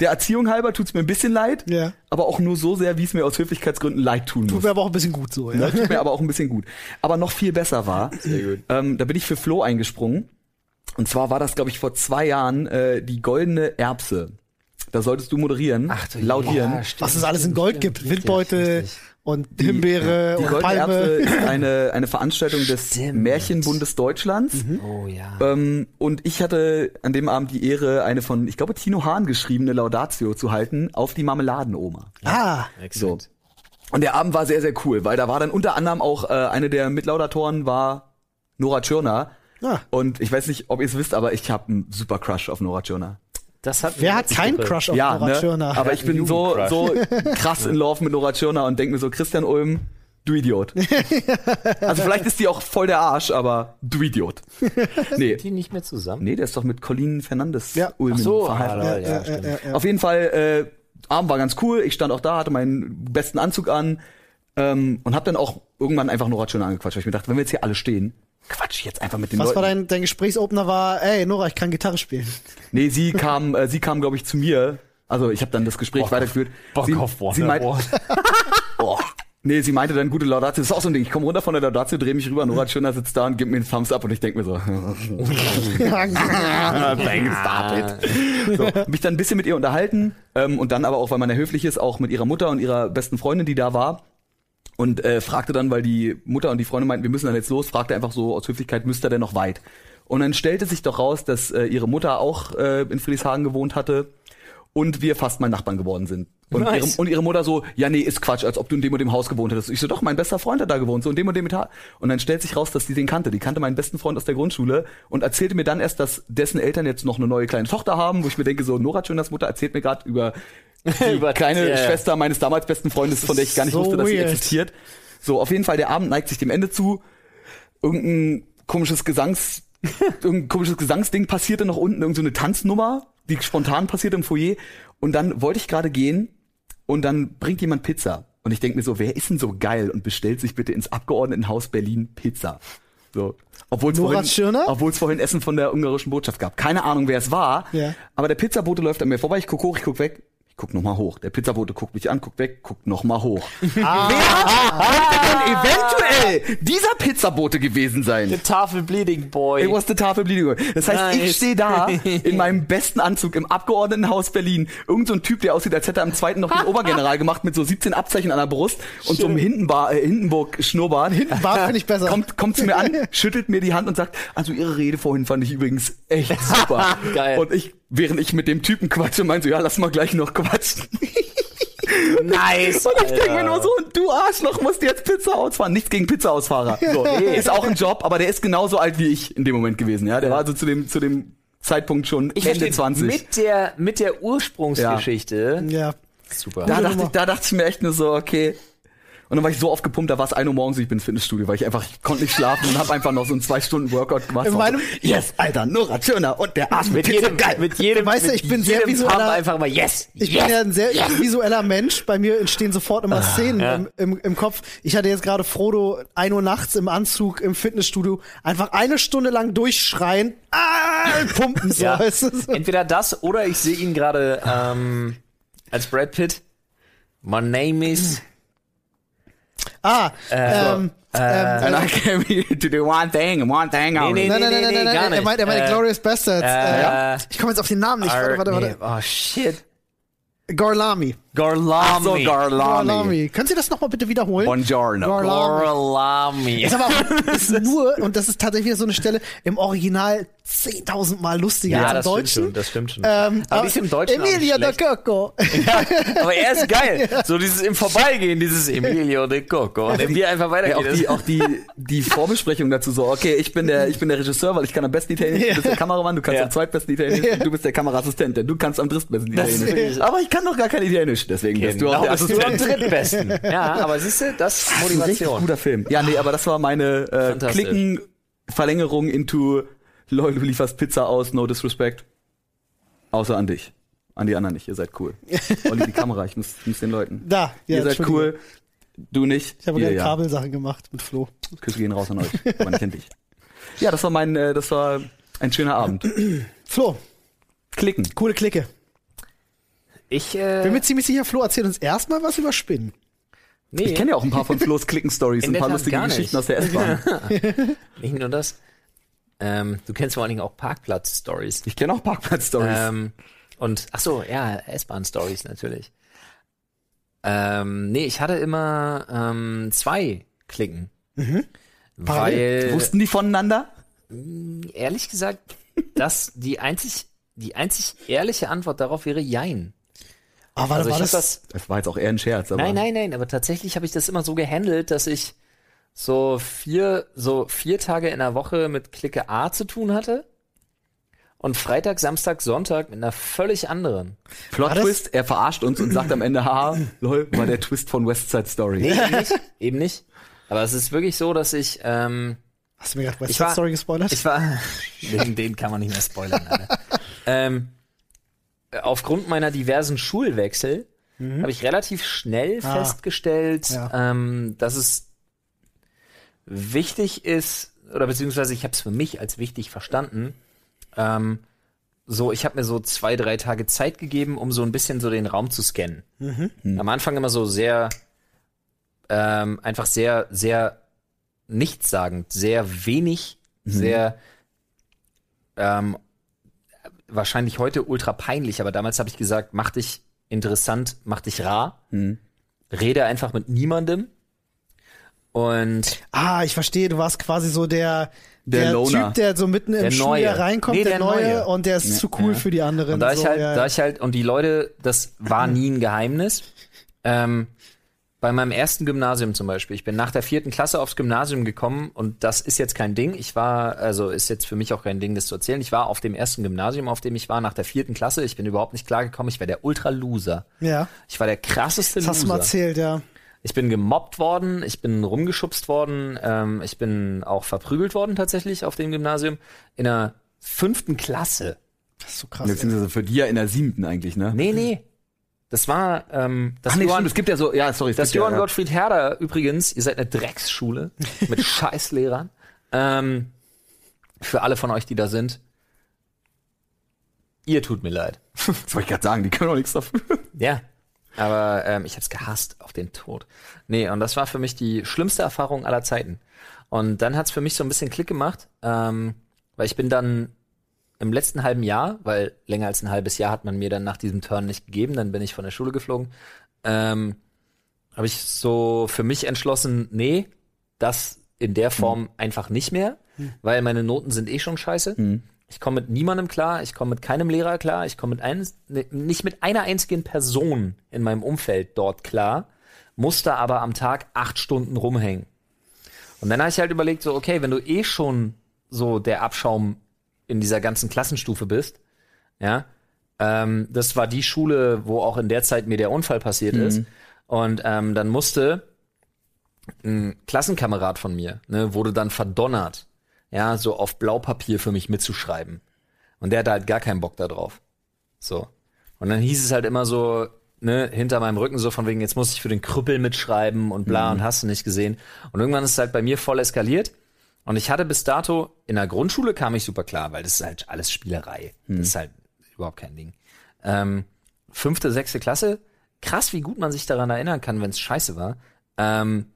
Speaker 3: der Erziehung halber tut's mir ein bisschen leid,
Speaker 1: Ja.
Speaker 3: aber auch nur so sehr, wie es mir aus Höflichkeitsgründen leid tun muss.
Speaker 1: Tut mir aber auch ein bisschen gut so, ja.
Speaker 3: Ne? Tut mir aber auch ein bisschen gut. Aber noch viel besser war, Ähm, da bin ich für Flo eingesprungen. Und zwar war das, glaube ich, vor zwei Jahren äh, die goldene Erbse. Da solltest du moderieren,
Speaker 4: Ach du
Speaker 3: lautieren.
Speaker 4: Ja, stimmt,
Speaker 1: Was es alles in
Speaker 4: stimmt,
Speaker 1: Gold
Speaker 4: stimmt,
Speaker 1: gibt.
Speaker 4: richtig,
Speaker 1: Windbeutel
Speaker 4: richtig.
Speaker 1: und Himbeere
Speaker 3: die
Speaker 1: und
Speaker 3: Goldene Erbse
Speaker 1: Palme.
Speaker 3: ist eine, eine Veranstaltung des
Speaker 4: Stimmt.
Speaker 3: Märchenbundes Deutschlands.
Speaker 1: Mhm.
Speaker 4: Oh ja.
Speaker 2: Äh,
Speaker 3: Ähm, und ich hatte an dem Abend die Ehre, eine von, ich glaube, Tino Hahn geschriebene Laudatio zu halten auf die Marmeladenoma.
Speaker 1: Ah,
Speaker 3: So. Und der Abend war sehr, sehr cool, weil da war dann unter anderem auch äh, eine der Mitlaudatoren war Nora Tschirner.
Speaker 1: Ah.
Speaker 3: Und ich weiß nicht, ob ihr es wisst, aber ich habe einen super Crush auf Nora Tschirner.
Speaker 4: Das hat
Speaker 1: wer hat keinen Crush auf
Speaker 3: ja,
Speaker 1: Nora
Speaker 3: ne?
Speaker 1: Tschirner?
Speaker 3: aber ich bin so, so krass in Love mit Nora Tschirner und denke mir so, Christian Ulm, du Idiot. also vielleicht ist die auch voll der Arsch, aber du Idiot. Nee,
Speaker 4: die nicht mehr zusammen?
Speaker 3: nee der ist doch mit Colin Fernandes
Speaker 1: Ja.
Speaker 3: Ulm
Speaker 4: Ach so,
Speaker 3: verheiratet.
Speaker 4: ah, ja,
Speaker 1: äh,
Speaker 4: stimmt.
Speaker 1: äh, äh.
Speaker 3: Auf jeden Fall, äh, Abend war ganz cool. Ich stand auch da, hatte meinen besten Anzug an ähm, und habe dann auch irgendwann einfach Nora Tschirner angequatscht, weil ich mir dachte, wenn wir jetzt hier alle stehen, quatsch ich jetzt einfach mit den
Speaker 1: Was
Speaker 3: Leuten.
Speaker 1: war dein, dein Gesprächsopener war, ey, Nora, ich kann Gitarre spielen.
Speaker 3: Nee, sie kam, äh, sie kam, glaube ich, zu mir. Also ich habe dann das Gespräch weitergeführt.
Speaker 4: Bock
Speaker 3: sie,
Speaker 4: auf
Speaker 3: sie meint,
Speaker 4: Wonderwall.
Speaker 3: oh. Nee, sie meinte dann gute Laudatio. Das ist auch so ein Ding. Ich komme runter von der Laudatio, drehe mich rüber, Nora Tschirner sitzt da und gibt mir einen Thumbs up und ich denke mir so,
Speaker 1: genau.
Speaker 3: Thanks, David. So, hab mich dann ein bisschen mit ihr unterhalten ähm, und dann aber auch, weil man ja höflich ist, auch mit ihrer Mutter und ihrer besten Freundin, die da war. Und äh, fragte dann, weil die Mutter und die Freundin meinten, wir müssen dann jetzt los, fragte einfach so aus Höflichkeit, müsst ihr denn noch weit? Und dann stellte sich doch raus, dass äh, ihre Mutter auch äh, in Friedrichshagen gewohnt hatte und wir fast mal Nachbarn geworden sind. Und,
Speaker 4: Nice.
Speaker 3: ihre, und ihre Mutter so, ja nee, ist Quatsch, als ob du in dem und dem Haus gewohnt hättest. Ich so, doch, mein bester Freund hat da gewohnt, so in dem und dem Etat. Und dann stellt sich raus, dass die den kannte. Die kannte meinen besten Freund aus der Grundschule und erzählte mir dann erst, dass dessen Eltern jetzt noch eine neue kleine Tochter haben, wo ich mir denke, so, Nora Schöners Mutter erzählt mir gerade über die
Speaker 4: Über-
Speaker 3: kleine
Speaker 4: ja, ja.
Speaker 3: Schwester meines damals besten Freundes, von der ich gar nicht
Speaker 1: So
Speaker 3: wusste, dass sie
Speaker 1: weird.
Speaker 3: existiert. So, auf jeden Fall, der Abend neigt sich dem Ende zu. Irgendein komisches Gesangs, irgendein komisches Gesangsding passierte noch unten, irgendeine so eine Tanznummer, die spontan passierte im Foyer. Und dann wollte ich gerade gehen und dann bringt jemand Pizza. Und ich denke mir so, wer ist denn so geil und bestellt sich bitte ins Abgeordnetenhaus Berlin Pizza? So. Obwohl es
Speaker 1: Nora
Speaker 3: vorhin,
Speaker 1: Tschirner?
Speaker 3: obwohl's vorhin Essen von der ungarischen Botschaft gab. Keine Ahnung, wer es war.
Speaker 1: Ja.
Speaker 3: Aber der Pizzabote läuft an mir vorbei. Ich guck hoch, ich guck weg. Ich guck nochmal hoch. Der Pizzabote guckt mich an, guckt weg, guckt nochmal hoch. Wer könnte denn eventuell dieser Pizzabote gewesen sein?
Speaker 2: Tafel Bleeding Boy.
Speaker 3: It was the Tafel Bleeding. Das heißt,
Speaker 2: Nice.
Speaker 3: ich stehe da in meinem besten Anzug im Abgeordnetenhaus Berlin. Irgend so ein Typ, der aussieht, als hätte er am zweiten noch den Obergeneral gemacht mit so 17 Abzeichen an der Brust und so einem Hindenbar, äh, Hindenburg-Schnurrbart.
Speaker 1: War finde ich besser.
Speaker 3: Kommt, kommt zu mir an, schüttelt mir die Hand und sagt, also ihre Rede vorhin fand ich übrigens echt super.
Speaker 2: Geil.
Speaker 3: Und ich, während ich mit dem Typen quatsche, meinte so, ja, lass mal gleich noch quatschen.
Speaker 2: Nice.
Speaker 3: Und ich denke mir
Speaker 2: Alter.
Speaker 3: nur so, und du Arschloch musst jetzt Pizza ausfahren. Nichts gegen Pizza-Ausfahrer. So, Ist auch ein Job, aber der ist genauso alt wie ich in dem Moment gewesen. Ja, Der war also zu dem, zu dem Zeitpunkt schon
Speaker 2: Ich
Speaker 3: Ende
Speaker 2: verstehe.
Speaker 3: 20.
Speaker 2: Mit der, mit der Ursprungsgeschichte.
Speaker 1: Ja.
Speaker 4: Super.
Speaker 3: da,
Speaker 1: Gute
Speaker 3: dachte ich,
Speaker 1: Nummer.
Speaker 3: da dachte ich mir echt nur so, okay. Und dann war ich so aufgepumpt, da war es 1 Uhr morgens, ich bin ins Fitnessstudio, weil ich einfach, ich konnte nicht schlafen und habe einfach noch so ein zwei Stunden Workout gemacht.
Speaker 1: In
Speaker 3: War
Speaker 1: meinem-
Speaker 3: so, yes, Alter, Nora Schöner und der Arsch
Speaker 2: Mit
Speaker 3: mit, Pizza,
Speaker 2: jedem,
Speaker 3: geil.
Speaker 2: mit jedem,
Speaker 1: Weißt du,
Speaker 2: mit
Speaker 1: ich bin sehr
Speaker 2: jedem
Speaker 1: visueller-
Speaker 2: Pump einfach mal yes.
Speaker 1: Ich
Speaker 2: yes. Ah,
Speaker 1: bin ja ein sehr visueller Mensch. Bei mir entstehen sofort immer Szenen im, im, im Kopf. Ich hatte jetzt gerade Frodo 1 Uhr nachts im Anzug im Fitnessstudio einfach eine Stunde lang durchschreien, ah, pumpen so.
Speaker 2: Ja.
Speaker 1: Weißt du? so.
Speaker 2: Entweder das oder ich sehe ihn gerade ähm, als Brad Pitt. My name is.
Speaker 1: Hm. Ah,
Speaker 2: Äh,
Speaker 1: ähm, ähm,
Speaker 3: And I came here to do one thing, one thing only.
Speaker 2: nee,
Speaker 1: nein, nein,
Speaker 2: nee,
Speaker 1: nein, nein, nein,
Speaker 2: nee, gar
Speaker 1: nein, er
Speaker 2: nicht.
Speaker 1: meint, er meint
Speaker 2: Äh,
Speaker 1: Glorious Bastards.
Speaker 2: äh,
Speaker 1: Äh, ja. Ich komme jetzt auf den Namen nicht. Warte, warte, warte.
Speaker 2: Nee. Oh shit.
Speaker 1: Gorlami.
Speaker 3: Ach so,
Speaker 2: Gorlami.
Speaker 3: Garlami.
Speaker 1: Gorlami. Können Sie das nochmal bitte wiederholen?
Speaker 3: Buongiorno.
Speaker 1: Gorlami.
Speaker 2: Gorlami.
Speaker 1: Ist aber auch ist nur, und das ist tatsächlich wieder so eine Stelle, im Original 10.000 Mal lustiger
Speaker 2: Ja,
Speaker 1: als im
Speaker 2: das stimmt
Speaker 1: Deutschen.
Speaker 2: schon, das stimmt schon.
Speaker 1: Ähm,
Speaker 2: aber die ist im Deutschen auch
Speaker 1: Emilia da
Speaker 2: nicht schlecht.
Speaker 1: Coco.
Speaker 2: Aber er ist geil. So dieses im Vorbeigehen, dieses Emilio de Coco. Und wenn wir einfach
Speaker 3: Ja, auch
Speaker 2: weitergehen.
Speaker 3: die, auch die, die Vorbesprechung dazu so, okay, ich bin der, ich bin der Regisseur, weil ich kann am besten Italienisch, du bist der Kameramann, du kannst
Speaker 2: Ja.
Speaker 3: am zweitbesten Italienisch, und du bist der Kameraassistent, denn du kannst am drittbesten Italienisch. Aber ich kann doch gar kein Italienisch, deswegen bist
Speaker 2: Genau.
Speaker 1: Genau,
Speaker 3: du auch der
Speaker 2: bist du am
Speaker 3: Assistent.
Speaker 2: drittbesten. Ja, aber siehst du, das ist
Speaker 3: Ein richtig
Speaker 2: Motivation.
Speaker 3: guter Film. Ja, nee, aber das war meine äh,
Speaker 2: Fantastisch.
Speaker 3: Klicken-Verlängerung into lol, du lieferst Pizza aus, no disrespect. Außer an dich. An die anderen nicht, ihr seid cool. Olli, die Kamera, ich muss, muss den Leuten.
Speaker 1: Da, ja,
Speaker 3: ihr seid
Speaker 1: Entschuldigung.
Speaker 3: cool, du nicht.
Speaker 1: Ich habe
Speaker 3: ihr
Speaker 1: gerade
Speaker 3: ja.
Speaker 1: Kabelsachen gemacht mit Flo.
Speaker 3: Küsse gehen raus an euch, aber nicht an dich. Ja, das war mein, äh, das war ein schöner Abend.
Speaker 1: Flo,
Speaker 3: Klicken.
Speaker 1: coole Clique.
Speaker 2: Ich,
Speaker 1: Bin
Speaker 2: äh,
Speaker 1: mir ziemlich sicher, Flo erzählt uns erstmal was über Spinnen.
Speaker 2: nee,
Speaker 3: Ich kenne ja auch ein paar von Flo's Klicken-Stories,
Speaker 2: In
Speaker 3: ein
Speaker 2: der
Speaker 3: paar
Speaker 2: Tat
Speaker 3: lustige
Speaker 2: gar nicht.
Speaker 3: Geschichten aus der S-Bahn.
Speaker 2: nicht nur das. Ähm, du kennst vor allen Dingen auch Parkplatz-Stories.
Speaker 3: Ich kenne auch Parkplatz-Stories.
Speaker 2: Ähm, und ach so, ja, S-Bahn-Stories natürlich. Ähm, nee, ich hatte immer ähm, zwei Klicken.
Speaker 1: Mhm.
Speaker 2: Weil,
Speaker 3: Wussten die voneinander?
Speaker 2: ehrlich gesagt, dass die einzig, die einzig ehrliche Antwort darauf wäre Jein.
Speaker 1: Ah, warte,
Speaker 2: Also ich
Speaker 1: war das,
Speaker 2: hab das
Speaker 3: Das war jetzt auch eher ein Scherz, aber.
Speaker 2: Nein, nein, nein, aber tatsächlich habe ich das immer so gehandelt, dass ich so vier, so vier Tage in der Woche mit Clique A zu tun hatte und Freitag, Samstag, Sonntag mit einer völlig anderen.
Speaker 1: War
Speaker 3: Plot
Speaker 1: das-
Speaker 3: Twist, er verarscht uns und sagt am Ende, haha, lol, war der Twist von West Side Story.
Speaker 2: Nee, eben nicht. Eben nicht. Aber es ist wirklich so, dass ich, ähm,
Speaker 1: Hast du mir gerade West
Speaker 2: Ich
Speaker 1: Side
Speaker 2: war-
Speaker 1: Story gespoilert?
Speaker 2: ich war, den, den kann man nicht mehr spoilern. Alter. ähm, aufgrund meiner diversen Schulwechsel habe ich relativ schnell
Speaker 1: Ah.
Speaker 2: festgestellt,
Speaker 1: Ja.
Speaker 2: ähm, dass es wichtig ist, oder beziehungsweise ich habe es für mich als wichtig verstanden. Ähm, so, ich habe mir so zwei, drei Tage Zeit gegeben, um so ein bisschen so den Raum zu scannen. Am Anfang immer so sehr, ähm, einfach sehr, sehr nichtssagend, sehr wenig, sehr ähm, wahrscheinlich heute ultra peinlich, aber damals habe ich gesagt, mach dich interessant, mach dich rar, rede einfach mit niemandem. Und
Speaker 1: ah, ich verstehe, du warst quasi so der,
Speaker 3: Der
Speaker 1: der,
Speaker 3: Loner.
Speaker 1: Typ, der so mitten im
Speaker 2: Der
Speaker 1: Schuljahr
Speaker 2: Neue.
Speaker 1: reinkommt,
Speaker 2: Nee,
Speaker 1: der,
Speaker 2: der
Speaker 1: Neue,
Speaker 2: Neue.
Speaker 1: und der ist zu cool für die anderen.
Speaker 2: Und da
Speaker 1: so,
Speaker 2: ich halt,
Speaker 1: ja.
Speaker 2: da ich halt, und die Leute, das war nie ein Geheimnis. Ähm, bei meinem ersten Gymnasium zum Beispiel, ich bin nach der vierten Klasse aufs Gymnasium gekommen und das ist jetzt kein Ding. Ich war, also ist jetzt für mich auch kein Ding, das zu erzählen. Ich war auf dem ersten Gymnasium, auf dem ich war, nach der vierten Klasse. Ich bin überhaupt nicht klargekommen. Ich war der Ultra-Loser.
Speaker 1: ja,
Speaker 2: Ich war der krasseste
Speaker 1: das hast du
Speaker 2: Loser.
Speaker 1: mal erzählt, ja.
Speaker 2: Ich bin gemobbt worden, ich bin rumgeschubst worden, ähm, ich bin auch verprügelt worden tatsächlich auf dem Gymnasium in der fünften Klasse.
Speaker 1: Das ist so krass.
Speaker 3: Beziehungsweise für die ja in der siebten eigentlich, ne?
Speaker 2: Nee, nee. Das war ähm, das
Speaker 3: Ach nee, stimmt,
Speaker 2: Johann,
Speaker 3: es gibt ja so, ja, sorry, es
Speaker 2: das
Speaker 3: gibt
Speaker 2: Johann
Speaker 3: ja, ja.
Speaker 2: Gottfried Herder übrigens, ihr seid eine Drecksschule mit Scheißlehrern. Ähm, für alle von euch, die da sind, ihr tut mir leid.
Speaker 3: Das wollte ich gerade sagen, die können auch nichts dafür.
Speaker 2: Ja. Aber ähm, ich habe es gehasst auf den Tod. Nee, und das war für mich die schlimmste Erfahrung aller Zeiten. Und dann hat's für mich so ein bisschen Klick gemacht, ähm, weil ich bin dann im letzten halben Jahr, weil länger als ein halbes Jahr hat man mir dann nach diesem Turn nicht gegeben, dann bin ich von der Schule geflogen, ähm, habe ich so für mich entschlossen, nee, das in der Form einfach nicht mehr, weil meine Noten sind eh schon scheiße. Ich komme mit niemandem klar, ich komme mit keinem Lehrer klar, ich komme mit ein, ne- nicht mit einer einzigen Person in meinem Umfeld dort klar, musste aber am Tag acht Stunden rumhängen. Und dann habe ich halt überlegt, so, okay, wenn du eh schon so der Abschaum in dieser ganzen Klassenstufe bist, ja, ähm, das war die Schule, wo auch in der Zeit mir der Unfall passiert ist. Und ähm, dann musste ein Klassenkamerad von mir, ne, wurde dann verdonnert, ja, so auf Blaupapier für mich mitzuschreiben. Und der hatte halt gar keinen Bock da drauf. So. Und dann hieß es halt immer so, ne, hinter meinem Rücken so von wegen, jetzt muss ich für den Krüppel mitschreiben und bla und hast du nicht gesehen. Und irgendwann ist es halt bei mir voll eskaliert. Und ich hatte bis dato, in der Grundschule kam ich super klar, weil das ist halt alles Spielerei. Das ist halt überhaupt kein Ding. Ähm, fünfte, sechste Klasse, krass, wie gut man sich daran erinnern kann, wenn es scheiße war. Ähm,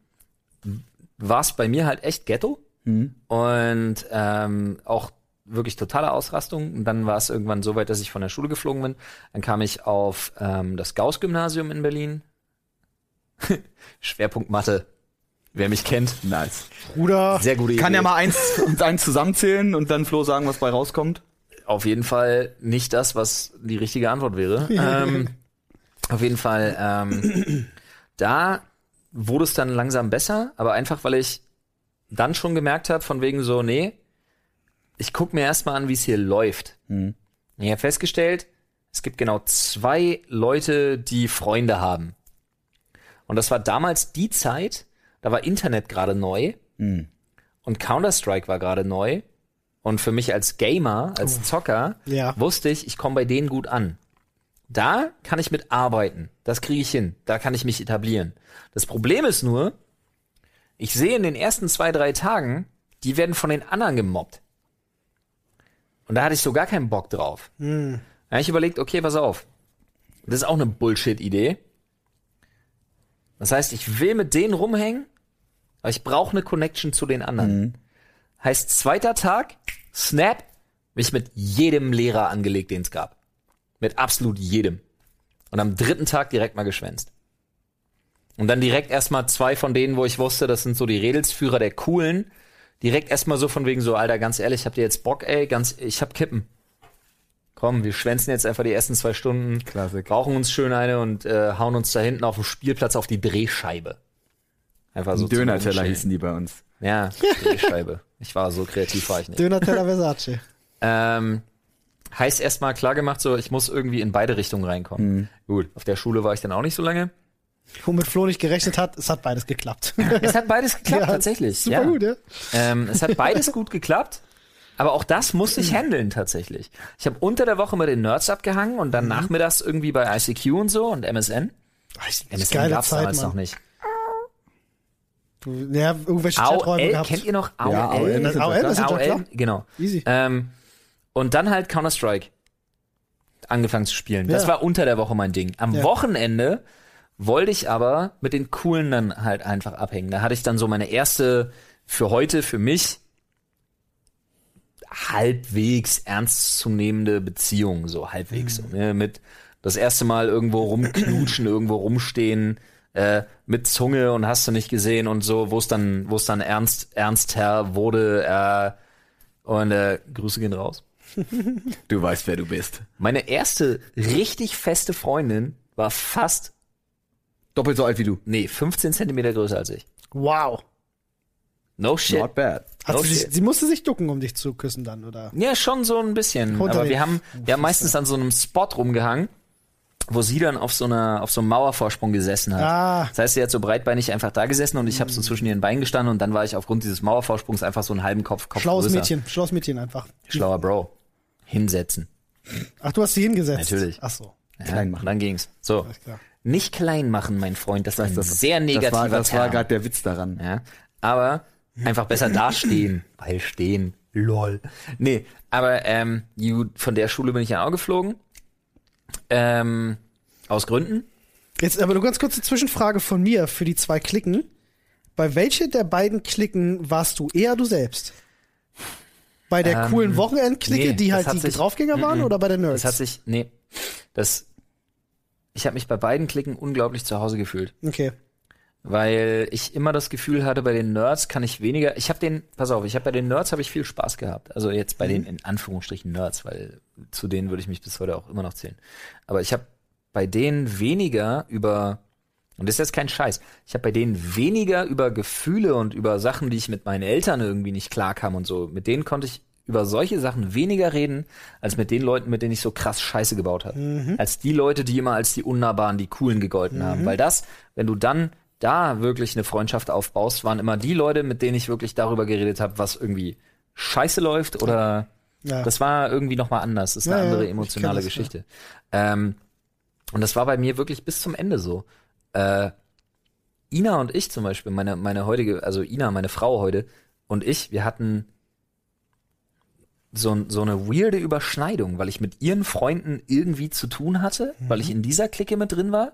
Speaker 2: war es bei mir halt echt Ghetto und ähm, auch wirklich totale Ausrastung. Und dann war es irgendwann so weit, dass ich von der Schule geflogen bin. Dann kam ich auf ähm, das Gauss-Gymnasium in Berlin. Schwerpunkt Mathe. Wer mich kennt,
Speaker 3: Nice.
Speaker 1: Bruder.
Speaker 2: sehr gute Idee.
Speaker 3: Kann ja mal eins und eins zusammenzählen und dann Flo sagen, was bei rauskommt.
Speaker 2: auf jeden Fall nicht das, was die richtige Antwort wäre. ähm, auf jeden Fall, ähm, da wurde es dann langsam besser, aber einfach, weil ich dann schon gemerkt habe, von wegen so, nee, ich gucke mir erstmal an, wie es hier läuft. Ich habe festgestellt, es gibt genau zwei Leute, die Freunde haben. Und das war damals die Zeit, da war Internet gerade neu und Counter-Strike war gerade neu. Und für mich als Gamer, als Zocker,
Speaker 1: Ja.
Speaker 2: wusste ich, ich komme bei denen gut an. Da kann ich mit arbeiten. Das kriege ich hin. Da kann ich mich etablieren. Das Problem ist nur, ich sehe in den ersten zwei, drei Tagen, die werden von den anderen gemobbt. Und da hatte ich so gar keinen Bock drauf. Da habe ich überlegt, okay, pass auf. Das ist auch eine Bullshit-Idee. Das heißt, ich will mit denen rumhängen, aber ich brauche eine Connection zu den anderen. Heißt, zweiter Tag, Snap, mich mit jedem Lehrer angelegt, den es gab. Mit absolut jedem. Und am dritten Tag direkt mal geschwänzt. Und dann direkt erstmal zwei von denen, wo ich wusste, das sind so die Redelsführer der Coolen, direkt erstmal so von wegen so, Alter, ganz ehrlich, habt ihr jetzt Bock, ey, ganz, ich hab Kippen. Komm, wir schwänzen jetzt einfach die ersten zwei Stunden,
Speaker 3: Klassik.
Speaker 2: rauchen uns schön eine und äh, hauen uns da hinten auf dem Spielplatz auf die Drehscheibe. Einfach so. zum
Speaker 3: Also Döner-Teller
Speaker 2: Rumstehen.
Speaker 3: hießen die bei uns.
Speaker 2: Ja, Drehscheibe. Ich war so kreativ, war ich nicht.
Speaker 1: Döner Teller Versace.
Speaker 2: Ähm, heißt erstmal klar gemacht, so ich muss irgendwie in beide Richtungen reinkommen.
Speaker 1: Hm.
Speaker 2: Gut, auf der Schule war ich dann auch nicht so lange.
Speaker 1: Womit Flo nicht gerechnet hat, es hat beides geklappt.
Speaker 2: Es hat beides geklappt,
Speaker 1: Ja,
Speaker 2: tatsächlich.
Speaker 1: Super
Speaker 2: ja.
Speaker 1: gut, ja.
Speaker 2: Ähm, es hat beides gut geklappt, aber auch das musste
Speaker 1: Hm.
Speaker 2: ich handeln tatsächlich. Ich habe unter der Woche mit den Nerds abgehangen und dann
Speaker 1: Hm.
Speaker 2: nachmittags irgendwie bei ICQ und so und MSN. MSN
Speaker 1: Ah, Geile
Speaker 2: gab's
Speaker 1: Zeit,
Speaker 2: damals
Speaker 1: Mann.
Speaker 2: noch nicht.
Speaker 1: Du- Ja, irgendwelche Chaträume
Speaker 2: AOL,
Speaker 1: gehabt.
Speaker 2: kennt ihr noch AOL?
Speaker 3: Ja, AOL
Speaker 1: Das AOL
Speaker 2: Das
Speaker 1: Messenger,
Speaker 2: AOL,
Speaker 1: klar.
Speaker 2: genau.
Speaker 1: Easy.
Speaker 2: Ähm, und dann halt Counter-Strike angefangen zu spielen. Das
Speaker 1: Ja.
Speaker 2: war unter der Woche mein Ding. Am
Speaker 1: Ja.
Speaker 2: Wochenende wollte ich aber mit den Coolen dann halt einfach abhängen. Da hatte ich dann so meine erste für heute, für mich halbwegs ernstzunehmende Beziehung, so halbwegs.
Speaker 1: Mhm.
Speaker 2: Ne, mit das erste Mal irgendwo rumknutschen, irgendwo rumstehen, äh, mit Zunge und hast du nicht gesehen und so, wo es dann, wo es dann ernst, ernster wurde, äh, und äh, Grüße gehen raus.
Speaker 3: Du weißt, wer du bist.
Speaker 2: Meine erste richtig feste Freundin war fast,
Speaker 3: Doppelt so alt wie du.
Speaker 2: nee, 15 Zentimeter größer als ich.
Speaker 1: Wow.
Speaker 2: No shit.
Speaker 3: Not bad.
Speaker 1: Hat
Speaker 2: No
Speaker 1: sie, sich,
Speaker 2: shit.
Speaker 1: sie musste sich ducken, um dich zu küssen dann, oder?
Speaker 2: Ja, schon so ein bisschen.
Speaker 1: Unter
Speaker 2: Aber
Speaker 1: den-
Speaker 2: wir haben, wir haben meistens an so einem Spot rumgehangen, wo sie dann auf so einer, auf so einem Mauervorsprung gesessen hat.
Speaker 1: Ah,
Speaker 2: Das heißt, sie hat so breitbeinig einfach da gesessen und ich habe so zwischen ihren Beinen gestanden und dann war ich aufgrund dieses Mauervorsprungs einfach so einen halben Kopf, Kopf
Speaker 1: schlaues
Speaker 2: größer.
Speaker 1: Mädchen, schlaues Mädchen einfach.
Speaker 2: Schlauer Bro. Hinsetzen.
Speaker 1: Ach, du hast sie hingesetzt.
Speaker 2: Natürlich.
Speaker 1: Ach so,
Speaker 2: Ja,
Speaker 3: Klein machen.
Speaker 2: und Dann ging's. So.
Speaker 1: alles klar.
Speaker 2: Nicht klein machen, mein Freund. Das war ein sehr negativer
Speaker 3: Das war, das war
Speaker 2: Term.
Speaker 3: gerade der Witz daran.
Speaker 2: Ja, aber einfach besser dastehen. Weil stehen. Lol. Nee, aber ähm, gut, von der Schule bin ich ja auch geflogen. Ähm, aus Gründen.
Speaker 1: Jetzt aber nur ganz kurze Zwischenfrage von mir für die zwei Klicken. Bei welche der beiden Klicken warst du eher du selbst? Bei der
Speaker 2: Ähm,
Speaker 1: coolen Wochenendklicke,
Speaker 2: nee,
Speaker 1: die
Speaker 2: das
Speaker 1: halt
Speaker 2: hat
Speaker 1: die
Speaker 2: sich-
Speaker 1: Draufgänger waren, oder bei der Nerds?
Speaker 2: Das hat sich, nee, das, ich habe mich bei beiden Klicken unglaublich zu Hause gefühlt.
Speaker 1: okay.
Speaker 2: weil ich immer das Gefühl hatte, bei den Nerds kann ich weniger. Ich habe den, pass auf, ich habe bei den Nerds habe ich viel Spaß gehabt. Also jetzt bei den in Anführungsstrichen Nerds, weil zu denen würde ich mich bis heute auch immer noch zählen. Aber ich habe bei denen weniger über und das ist jetzt kein Scheiß. Ich habe bei denen weniger über Gefühle und über Sachen, die ich mit meinen Eltern irgendwie nicht klarkam und so. Mit denen konnte ich über solche Sachen weniger reden, als mit den Leuten, mit denen ich so krass Scheiße gebaut habe. Als die Leute, die immer als die Unnahbaren, die Coolen gegolten haben. Weil das, wenn du dann da wirklich eine Freundschaft aufbaust, waren immer die Leute, mit denen ich wirklich darüber geredet habe, was irgendwie Scheiße läuft oder
Speaker 1: Ja.
Speaker 2: das war irgendwie nochmal anders. Das ist
Speaker 1: Ja,
Speaker 2: eine
Speaker 1: ja,
Speaker 2: andere
Speaker 1: ich kenn
Speaker 2: emotionale
Speaker 1: das, ja.
Speaker 2: Geschichte. Ähm, und das war bei mir wirklich bis zum Ende so. Äh, Ina und ich zum Beispiel, meine, meine heutige, also Ina, meine Frau heute und ich, wir hatten so, ein- so eine weirde Überschneidung, weil ich mit ihren Freunden irgendwie zu tun hatte, weil
Speaker 1: Mhm.
Speaker 2: ich in dieser Clique mit drin war.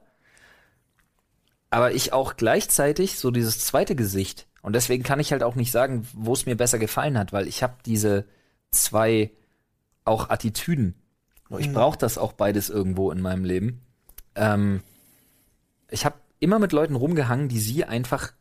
Speaker 2: Aber ich auch gleichzeitig so dieses zweite Gesicht. Und deswegen kann ich halt auch nicht sagen, wo es mir besser gefallen hat, weil ich habe diese zwei auch Attitüden. Oh, Ich brauche das auch beides irgendwo in meinem Leben. Ähm, ich habe immer mit Leuten rumgehangen, die sie einfach,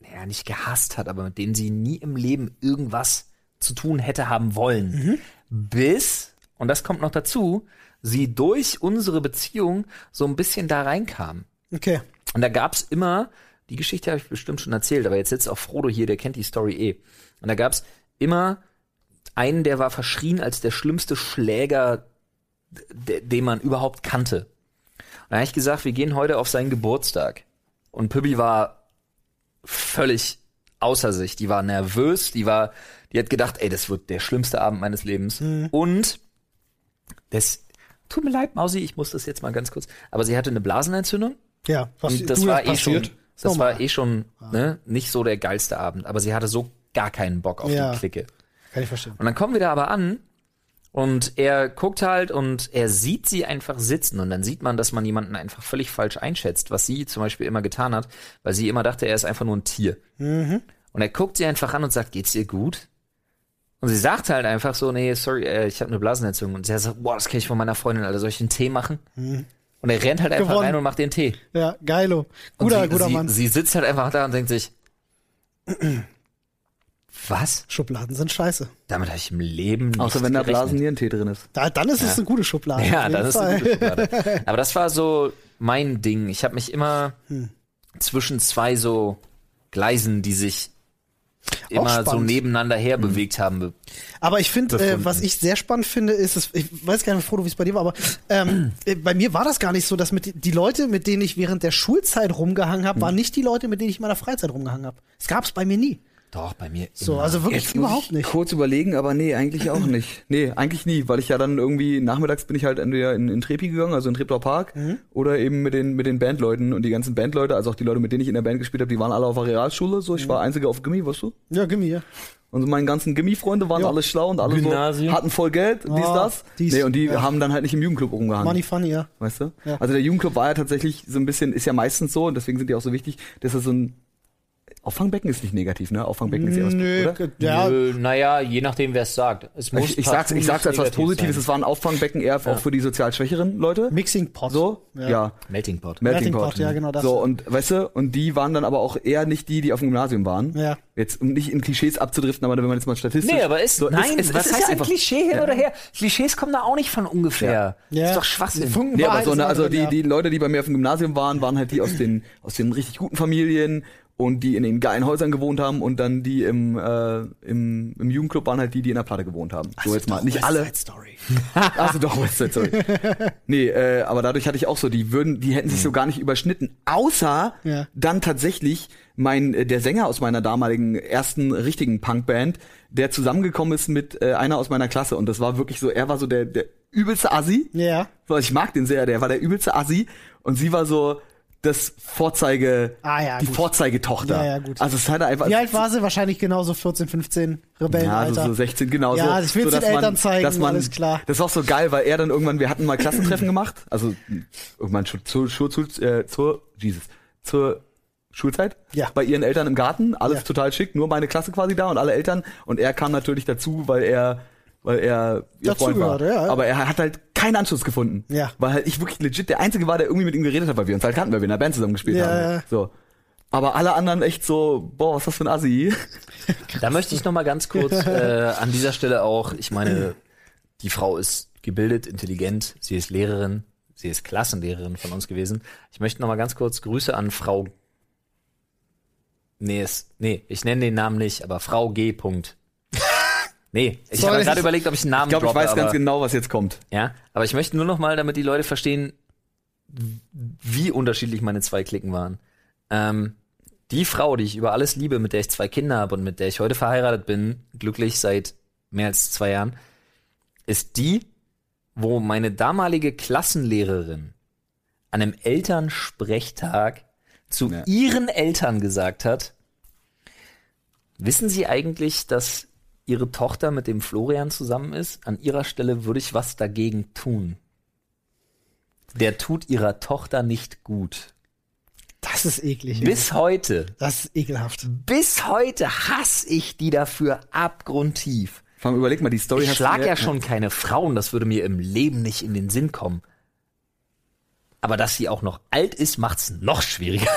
Speaker 2: naja, nicht gehasst hat, aber mit denen sie nie im Leben irgendwas zu tun hätte haben wollen. Bis, und das kommt noch dazu, sie durch unsere Beziehung so ein bisschen da reinkam.
Speaker 1: Okay.
Speaker 2: Und da gab's immer, die Geschichte habe ich bestimmt schon erzählt, aber jetzt sitzt auch Frodo hier, der kennt die Story eh. Und da gab's immer einen, der war verschrien als der schlimmste Schläger, de- den man überhaupt kannte. Und da habe ich gesagt, wir gehen heute auf seinen Geburtstag. Und Pübbi war völlig außer sich. Die war nervös, die war, die hat gedacht, ey, das wird der schlimmste Abend meines Lebens. Und das tut mir leid, Mausi, ich muss das jetzt mal ganz kurz. Aber sie hatte eine Blasenentzündung
Speaker 1: Ja, was
Speaker 2: und das
Speaker 1: du
Speaker 2: war
Speaker 1: jetzt
Speaker 2: eh schon,
Speaker 1: passiert. Oh
Speaker 2: das
Speaker 1: Normal. Ah.
Speaker 2: war eh schon ne, nicht so der geilste Abend, aber sie hatte so gar keinen Bock auf
Speaker 1: Ja.
Speaker 2: die Clique.
Speaker 1: Kann ich verstehen.
Speaker 2: Und dann kommen wir da aber an und er guckt halt und er sieht sie einfach sitzen und dann sieht man, dass man jemanden einfach völlig falsch einschätzt, was sie zum Beispiel immer getan hat, weil sie immer dachte, er ist einfach nur ein Tier.
Speaker 1: Mhm.
Speaker 2: Und er guckt sie einfach an und sagt, geht's ihr gut? Und sie sagt halt einfach so, nee, sorry, äh, ich habe eine Blasenentzündung. Und sie sagt, boah, das kenne ich von meiner Freundin, Alter, soll ich einen Tee machen? Und er rennt halt einfach
Speaker 1: Mhm. Gewonnen.
Speaker 2: rein und macht den Tee.
Speaker 1: Ja, geilo.
Speaker 2: Und
Speaker 1: Guter,
Speaker 2: sie,
Speaker 1: guter
Speaker 2: sie,
Speaker 1: Mann.
Speaker 2: Sie sitzt halt einfach da und denkt sich, was?
Speaker 1: Schubladen sind scheiße.
Speaker 2: Damit habe ich im Leben nicht
Speaker 3: Außer wenn da
Speaker 2: gerechnet.
Speaker 3: Blasen-Nierentee drin ist.
Speaker 1: Da, dann ist es eine gute Schublade. auf
Speaker 2: Ja,
Speaker 1: jeden
Speaker 2: das ist
Speaker 1: Fall.
Speaker 2: eine gute Schublade. Aber das war so mein Ding. Ich habe mich immer
Speaker 1: Hm.
Speaker 2: zwischen zwei so Gleisen, die sich immer so
Speaker 1: spannend.
Speaker 2: nebeneinander
Speaker 1: Hm.
Speaker 2: her bewegt haben. be-
Speaker 1: Aber ich finde, äh,
Speaker 2: befunden.
Speaker 1: was ich sehr spannend finde, ist, es, ich weiß gar nicht, Frodo, wie es bei dir war, aber ähm, äh, bei mir war das gar nicht so, dass mit die- die Leute, mit denen ich während der Schulzeit rumgehangen habe,
Speaker 3: Hm.
Speaker 1: waren nicht die Leute, mit denen ich in meiner Freizeit rumgehangen habe. Es gab es bei mir nie.
Speaker 2: Doch, bei mir.
Speaker 1: So,
Speaker 2: immer.
Speaker 1: also wirklich
Speaker 3: Jetzt muss
Speaker 1: überhaupt
Speaker 3: ich
Speaker 1: nicht.
Speaker 3: Kurz überlegen, aber nee, eigentlich auch nicht. Nee, eigentlich nie, weil ich ja dann irgendwie nachmittags bin ich halt entweder in, in Trepi gegangen, also in Treptower Park,
Speaker 1: Mhm.
Speaker 3: oder eben mit den mit den Bandleuten und die ganzen Bandleute, also auch die Leute, mit denen ich in der Band gespielt habe, die waren alle auf der Realschule, so
Speaker 1: Mhm.
Speaker 3: ich war einziger auf Gimmi, weißt du?
Speaker 1: Ja, gib mir.
Speaker 3: Und so meine ganzen Gimmi-Freunde waren
Speaker 1: Ja.
Speaker 3: alle schlau und alle so
Speaker 2: Gymnasium.
Speaker 3: hatten voll Geld, dies,
Speaker 1: Ah,
Speaker 3: das.
Speaker 1: dies,
Speaker 3: nee, und die
Speaker 1: ja.
Speaker 3: haben dann halt nicht im Jugendclub rumgehangen.
Speaker 1: Money funny, ja.
Speaker 3: Weißt du?
Speaker 1: Ja.
Speaker 3: Also der Jugendclub war ja tatsächlich so ein bisschen, ist ja meistens so, und deswegen sind die auch so wichtig, dass er so ein Auffangbecken ist nicht negativ, ne? Auffangbecken ist eher was,
Speaker 1: Nö,
Speaker 3: oder?
Speaker 1: ja,
Speaker 2: Nö, naja, je nachdem, wer es sagt. Es muss
Speaker 3: Ich, ich sag's, ich
Speaker 2: partout
Speaker 3: sag's als was
Speaker 2: negativ
Speaker 3: Positives,
Speaker 2: sein.
Speaker 3: es war ein Auffangbecken eher auch für die sozial schwächeren Leute.
Speaker 1: Mixing Pot.
Speaker 3: So? Ja.
Speaker 2: Melting Pot.
Speaker 3: Melting
Speaker 1: Melting Pot,
Speaker 3: Pot.
Speaker 1: ja, genau das.
Speaker 3: So, und weißt du, und die waren dann aber auch eher nicht die, die auf dem Gymnasium waren.
Speaker 1: Ja.
Speaker 3: Jetzt, um nicht in Klischees abzudriften, aber wenn man jetzt mal statistisch.
Speaker 2: Nee, aber ist,
Speaker 3: so,
Speaker 2: nein,
Speaker 3: es- es-
Speaker 2: was
Speaker 3: es ist
Speaker 2: heißt
Speaker 3: ja
Speaker 2: ein Klischee hin oder her? Klischees kommen da auch nicht von ungefähr.
Speaker 1: Ja.
Speaker 2: Ist doch Schwachsinn.
Speaker 1: Funken
Speaker 3: Nee, aber
Speaker 1: Wahrheit
Speaker 3: so,
Speaker 1: ist
Speaker 3: ne,
Speaker 1: da
Speaker 3: also
Speaker 1: drin,
Speaker 3: die,
Speaker 1: ja.
Speaker 3: die Leute, die bei mir auf dem Gymnasium waren, waren halt die aus den, aus den richtig guten Familien und die in den geilen Häusern gewohnt haben und dann die im, äh, im, im Jugendclub waren halt die, die in der Platte gewohnt haben. so jetzt mal.
Speaker 1: Doch,
Speaker 3: Nicht
Speaker 1: West
Speaker 3: alle.
Speaker 1: Side Story.
Speaker 3: Also doch, West Side Story. Nee, äh, aber dadurch hatte ich auch so, die würden, die hätten sich so gar nicht überschnitten, außer
Speaker 1: Ja.
Speaker 3: dann tatsächlich mein, äh, der Sänger aus meiner damaligen ersten richtigen Punkband, der zusammengekommen ist mit äh, einer aus meiner Klasse und das war wirklich so, er war so der, der übelste Assi. Also
Speaker 1: Ja.
Speaker 3: So, ich mag den sehr, der war der übelste Assi und sie war so das Vorzeige,
Speaker 1: Ah, ja,
Speaker 3: die
Speaker 1: gut.
Speaker 3: Vorzeigetochter.
Speaker 1: Ja, ja, gut.
Speaker 3: Also es ist halt einfach.
Speaker 1: Wie alt war sie? Wahrscheinlich genauso 14, 15
Speaker 3: Ja,
Speaker 1: Rebellenalter.
Speaker 3: so, so 16, genau.
Speaker 1: Ja,
Speaker 3: so,
Speaker 1: ich will's
Speaker 3: so,
Speaker 1: den
Speaker 3: dass man-
Speaker 1: Eltern zeigen,
Speaker 3: dass man,
Speaker 1: alles klar.
Speaker 3: Das war auch so geil, weil er dann irgendwann, wir hatten mal Klassentreffen gemacht, also irgendwann schon zur, zur, zur, äh, zur Jesus, zur Schulzeit
Speaker 1: Ja.
Speaker 3: bei ihren Eltern im Garten, alles
Speaker 1: Ja.
Speaker 3: total schick, nur meine Klasse quasi da und alle Eltern und er kam natürlich dazu, weil er weil er ihr
Speaker 1: Dazu
Speaker 3: Freund war.
Speaker 1: gehörte, ja.
Speaker 3: Aber er hat halt keinen Anschluss gefunden.
Speaker 1: Ja.
Speaker 3: Weil halt ich wirklich legit der Einzige war, der irgendwie mit ihm geredet hat, weil wir uns halt kannten, weil wir in der Band zusammen gespielt
Speaker 1: Ja,
Speaker 3: haben.
Speaker 1: ja.
Speaker 3: So. Aber alle anderen echt so, boah, was ist das für ein Assi?
Speaker 2: Da möchte ich noch mal ganz kurz äh, an dieser Stelle auch, ich meine, die Frau ist gebildet, intelligent, sie ist Lehrerin, sie ist Klassenlehrerin von uns gewesen. Ich möchte noch mal ganz kurz Grüße an Frau Nee, es, nee, ich nenne den Namen nicht, aber Frau G. Punkt. Nee, ich habe
Speaker 1: Sorry.
Speaker 2: gerade überlegt, ob ich einen Namen
Speaker 3: Ich glaube, ich
Speaker 2: droppe,
Speaker 3: weiß ganz
Speaker 2: aber-
Speaker 3: genau, was jetzt kommt.
Speaker 2: Ja, aber ich möchte nur noch mal, damit die Leute verstehen, wie unterschiedlich meine zwei Klicken waren. Ähm, die Frau, die ich über alles liebe, mit der ich zwei Kinder habe und mit der ich heute verheiratet bin, glücklich seit mehr als zwei Jahren, ist die, wo meine damalige Klassenlehrerin an einem Elternsprechtag zu
Speaker 3: Ja.
Speaker 2: ihren Eltern gesagt hat, wissen Sie eigentlich, dass Ihre Tochter mit dem Florian zusammen ist? An Ihrer Stelle würde ich was dagegen tun. Der tut Ihrer Tochter nicht gut.
Speaker 1: Das ist eklig.
Speaker 2: Bis heute,
Speaker 1: Das ist ekelhaft.
Speaker 2: bis heute hasse ich die dafür abgrundtief.
Speaker 3: Vor allem überleg mal, die Story
Speaker 2: Ich
Speaker 3: hast du
Speaker 2: schlag
Speaker 3: mir-
Speaker 2: ja schon keine Frauen, das würde mir im Leben nicht in den Sinn kommen. Aber dass sie auch noch alt ist, macht's noch schwieriger.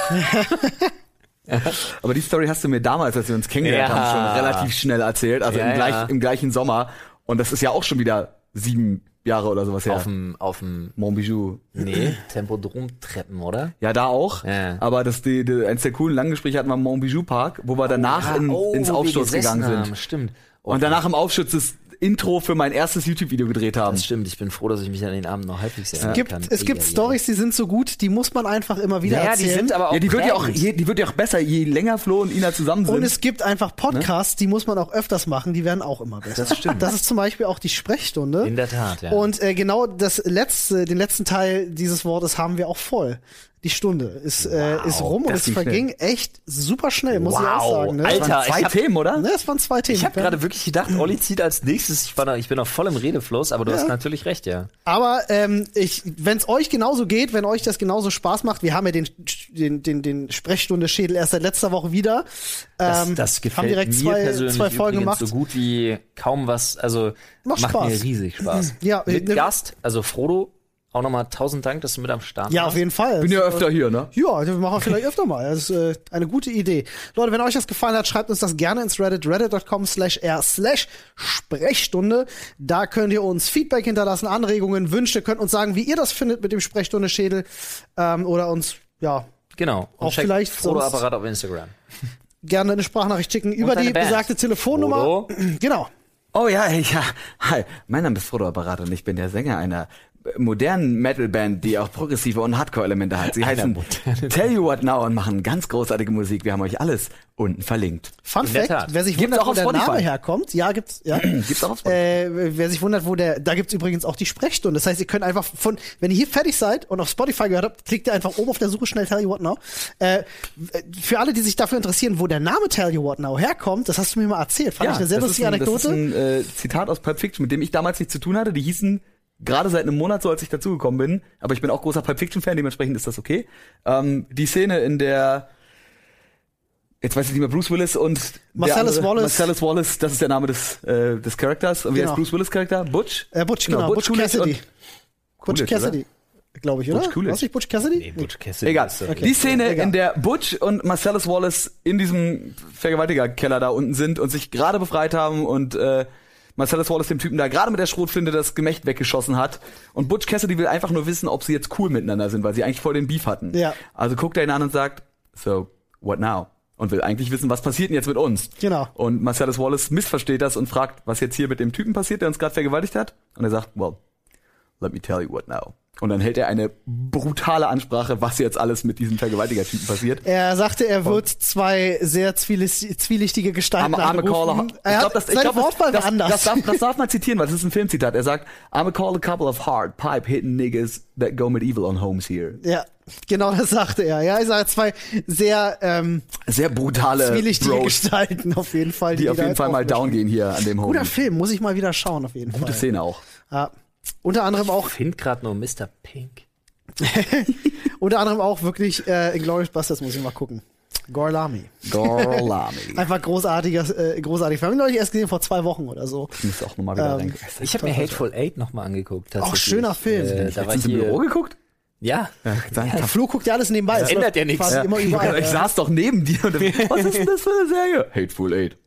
Speaker 3: Aber die Story hast du mir damals, als wir uns kennengelernt
Speaker 2: Ja.
Speaker 3: haben, schon relativ schnell erzählt. Also
Speaker 2: Ja,
Speaker 3: im, gleich,
Speaker 2: ja.
Speaker 3: im gleichen Sommer. Und das ist ja auch schon wieder sieben Jahre oder sowas her.
Speaker 2: Auf dem, auf dem,
Speaker 3: Montbijou.
Speaker 2: nee, Tempodrom-Treppen, oder?
Speaker 3: Ja, da auch.
Speaker 2: Ja.
Speaker 3: Aber das, die, die, eines der coolen langen Gespräche hatten wir im Montbijou Park, wo wir danach in,
Speaker 2: oh,
Speaker 3: ins
Speaker 2: wo wir
Speaker 3: Aufstoß
Speaker 2: gesessen
Speaker 3: gegangen sind.
Speaker 2: haben, Stimmt. Oh,
Speaker 3: Und danach im Aufschutz das Intro für mein erstes YouTube-Video gedreht haben.
Speaker 2: Das stimmt, ich bin froh, dass ich mich an den Abend noch halbwegs erinnern
Speaker 1: Gibt,
Speaker 2: kann.
Speaker 1: es gibt
Speaker 2: Eieiei.
Speaker 1: Stories, die sind so gut, die muss man einfach immer wieder
Speaker 2: Ja, ja, die
Speaker 1: erzählen.
Speaker 2: sind aber auch
Speaker 3: Ja, die wird ja auch,
Speaker 2: prägend.
Speaker 3: je, die wird ja auch besser, je länger Flo und Ina zusammen sind.
Speaker 1: und es gibt einfach Podcasts, die muss man auch öfters machen, die werden auch immer besser.
Speaker 2: ne? Das stimmt.
Speaker 1: Das ist zum Beispiel auch die Sprechstunde.
Speaker 2: In der Tat, ja.
Speaker 1: Und äh, genau das letzte, den letzten Teil dieses Wortes haben wir auch voll. Die Stunde ist, äh, ist rum und
Speaker 3: das
Speaker 1: es
Speaker 3: ging
Speaker 1: verging echt super schnell, muss ich auch
Speaker 2: Wow,
Speaker 1: sagen. Ne?
Speaker 2: Alter,
Speaker 3: Das waren
Speaker 2: ich
Speaker 3: zwei
Speaker 2: hab-
Speaker 3: Themen, oder?
Speaker 1: Ne, es waren zwei Themen.
Speaker 2: ich habe gerade wirklich gedacht, Olli zieht als nächstes. Ich, war noch, ich bin noch voll im Redefluss, aber du hast natürlich recht, ja.
Speaker 1: Aber ähm, wenn es euch genauso geht, wenn euch das genauso Spaß macht, wir haben ja den, den, den, den Sprechstunde-Schädel erst seit letzter Woche wieder.
Speaker 2: Das,
Speaker 1: Ähm,
Speaker 2: das gefällt
Speaker 1: haben direkt
Speaker 2: mir
Speaker 1: zwei,
Speaker 2: persönlich
Speaker 1: zwei Folgen
Speaker 2: übrigens
Speaker 1: gemacht.
Speaker 2: so gut wie kaum was. Also
Speaker 1: Macht
Speaker 2: macht
Speaker 1: Spaß.
Speaker 2: mir riesig Spaß. Mhm.
Speaker 1: Ja,
Speaker 2: mit
Speaker 1: ne-
Speaker 2: Gast, also Frodo, auch nochmal tausend Dank, dass du mit am Start
Speaker 1: Ja,
Speaker 2: warst.
Speaker 1: auf jeden Fall.
Speaker 3: Bin ja öfter hier, ne?
Speaker 1: Ja, wir machen vielleicht öfter mal. Das ist äh, eine gute Idee. Leute, wenn euch das gefallen hat, schreibt uns das gerne ins Reddit, reddit.com slash r slash Sprechstunde. Da könnt ihr uns Feedback hinterlassen, Anregungen, Wünsche, könnt uns sagen, wie ihr das findet mit dem Sprechstunde-Schädel ähm, oder uns ja
Speaker 2: Genau. Und
Speaker 1: Auch
Speaker 2: checkt
Speaker 1: vielleicht
Speaker 2: Frodo
Speaker 1: sonst-
Speaker 2: Apparat auf Instagram.
Speaker 1: gerne eine Sprachnachricht schicken über
Speaker 2: deine
Speaker 1: die
Speaker 2: Band.
Speaker 1: besagte Telefonnummer.
Speaker 2: Frodo.
Speaker 1: Genau.
Speaker 3: Oh ja, ja. Hi, mein Name ist Frodo Apparat und ich bin der Sänger einer äh, modernen Metalband, die auch progressive und Hardcore-Elemente hat. Sie heißen Tell You What Now und machen ganz großartige Musik. Wir haben euch alles unten verlinkt.
Speaker 1: Fun
Speaker 2: In der
Speaker 1: Fact,
Speaker 2: Tat.
Speaker 1: wer sich
Speaker 3: Gibt's
Speaker 1: wundert,
Speaker 3: auch
Speaker 1: wo
Speaker 3: auf
Speaker 1: der
Speaker 3: Spotify?
Speaker 1: Name herkommt, ja, gibt's, ja.
Speaker 3: Hm, Gibt's auch auf Spotify?
Speaker 1: äh, wer sich wundert, wo der, da gibt's übrigens auch die Sprechstunde. Das heißt, ihr könnt einfach von, wenn ihr hier fertig seid und auf Spotify gehört habt, klickt ihr einfach oben auf der Suche schnell Tell You What Now. Äh, für alle, die sich dafür interessieren, wo der Name Tell You What Now herkommt, das hast du mir mal erzählt. Fand ich eine sehr
Speaker 3: das
Speaker 1: lustige
Speaker 3: ist ein,
Speaker 1: Anekdote.
Speaker 3: Das ist ein äh, Zitat aus Pulp Fiction, mit dem ich damals nichts zu tun hatte. Die hießen gerade seit einem Monat so, als ich dazugekommen bin. Aber ich bin auch großer Pulp Fiction-Fan, dementsprechend ist das okay. Ähm, die Szene, in der jetzt weiß ich nicht mehr, Bruce Willis und der
Speaker 1: Marcellus Wallace.
Speaker 3: Marcellus Wallace, das ist der Name des, äh, des Charakters. Und wie
Speaker 1: Genau.
Speaker 3: heißt Bruce Willis Charakter? Butch?
Speaker 1: äh, Butch, genau, Butch,
Speaker 3: Coolidge
Speaker 1: Cassidy.
Speaker 3: und-
Speaker 1: Butch
Speaker 3: Coolidge,
Speaker 1: Cassidy, glaube ich, oder?
Speaker 3: Butch Coolidge.
Speaker 1: Was ich Butch Cassidy?
Speaker 2: Nee, Butch Cassidy
Speaker 3: Egal.
Speaker 2: ist äh, doch-
Speaker 3: Die Szene,
Speaker 1: Egal.
Speaker 3: in der Butch und Marcellus Wallace in diesem Vergewaltigerkeller da unten sind und sich gerade befreit haben und äh, Marcellus Wallace dem Typen da gerade mit der Schrotflinte das Gemächt weggeschossen hat. Und Butch Cassidy will einfach nur wissen, ob sie jetzt cool miteinander sind, weil sie eigentlich voll den Beef hatten.
Speaker 1: Ja.
Speaker 3: Also guckt er ihn an und sagt, so, what now? Und will eigentlich wissen, was passiert denn jetzt mit uns?
Speaker 1: Genau.
Speaker 3: Und Marcellus Wallace missversteht das und fragt, was jetzt hier mit dem Typen passiert, der uns gerade vergewaltigt hat. Und er sagt, well, let me tell you what now. Und dann hält er eine brutale Ansprache, was jetzt alles mit diesem Vergewaltigertypen passiert.
Speaker 1: Er sagte, er wird zwei sehr zwielicht- zwielichtige Gestalten
Speaker 3: Arme, arme Caller.
Speaker 1: angerufen. Er hat, seine Wortwahl war
Speaker 3: das,
Speaker 1: anders.
Speaker 3: Das, darf, das darf man zitieren, weil das ist ein Filmzitat. Er sagt, I'm a call a couple of hard, pipe-hitting niggas that go medieval on homes here.
Speaker 1: ja. Genau das sagte er. Ja, ich sage zwei sehr ähm,
Speaker 3: Sehr brutale
Speaker 1: zwielichtige
Speaker 3: Äh, Bros,
Speaker 1: Gestalten auf jeden Fall.
Speaker 3: die auf
Speaker 1: da
Speaker 3: jeden
Speaker 1: jetzt
Speaker 3: Fall mal
Speaker 1: aufmischen.
Speaker 3: down gehen hier an dem Homie.
Speaker 1: Guter Film, muss ich mal wieder schauen auf jeden
Speaker 3: Gute
Speaker 1: Fall.
Speaker 3: Szene auch.
Speaker 1: Ja. Unter anderem auch,
Speaker 2: Find grad nur Mr. Pink.
Speaker 1: unter anderem auch wirklich äh, Inglourious Basterds muss ich mal gucken. Gorlami.
Speaker 3: Gorlami.
Speaker 1: Einfach großartiges, äh, großartig. Wir haben ihn neulich erst gesehen vor zwei Wochen oder so.
Speaker 3: Ich muss auch nochmal wieder
Speaker 1: Ähm,
Speaker 3: rein.
Speaker 2: Ich habe mir Hateful Eight nochmal angeguckt.
Speaker 1: Auch
Speaker 2: tatsächlich.
Speaker 1: schöner Film.
Speaker 2: Äh, da war ich
Speaker 3: Letztens im Büro
Speaker 2: hier,
Speaker 3: geguckt?
Speaker 2: ja,
Speaker 1: Der Flo guckt ja alles nebenbei. Es
Speaker 2: ändert
Speaker 1: läuft
Speaker 2: ja nichts.
Speaker 1: quasi
Speaker 2: Ja.
Speaker 1: Immer überall.
Speaker 3: Ich saß doch neben dir und was ist denn das für eine Serie? Hateful Eight.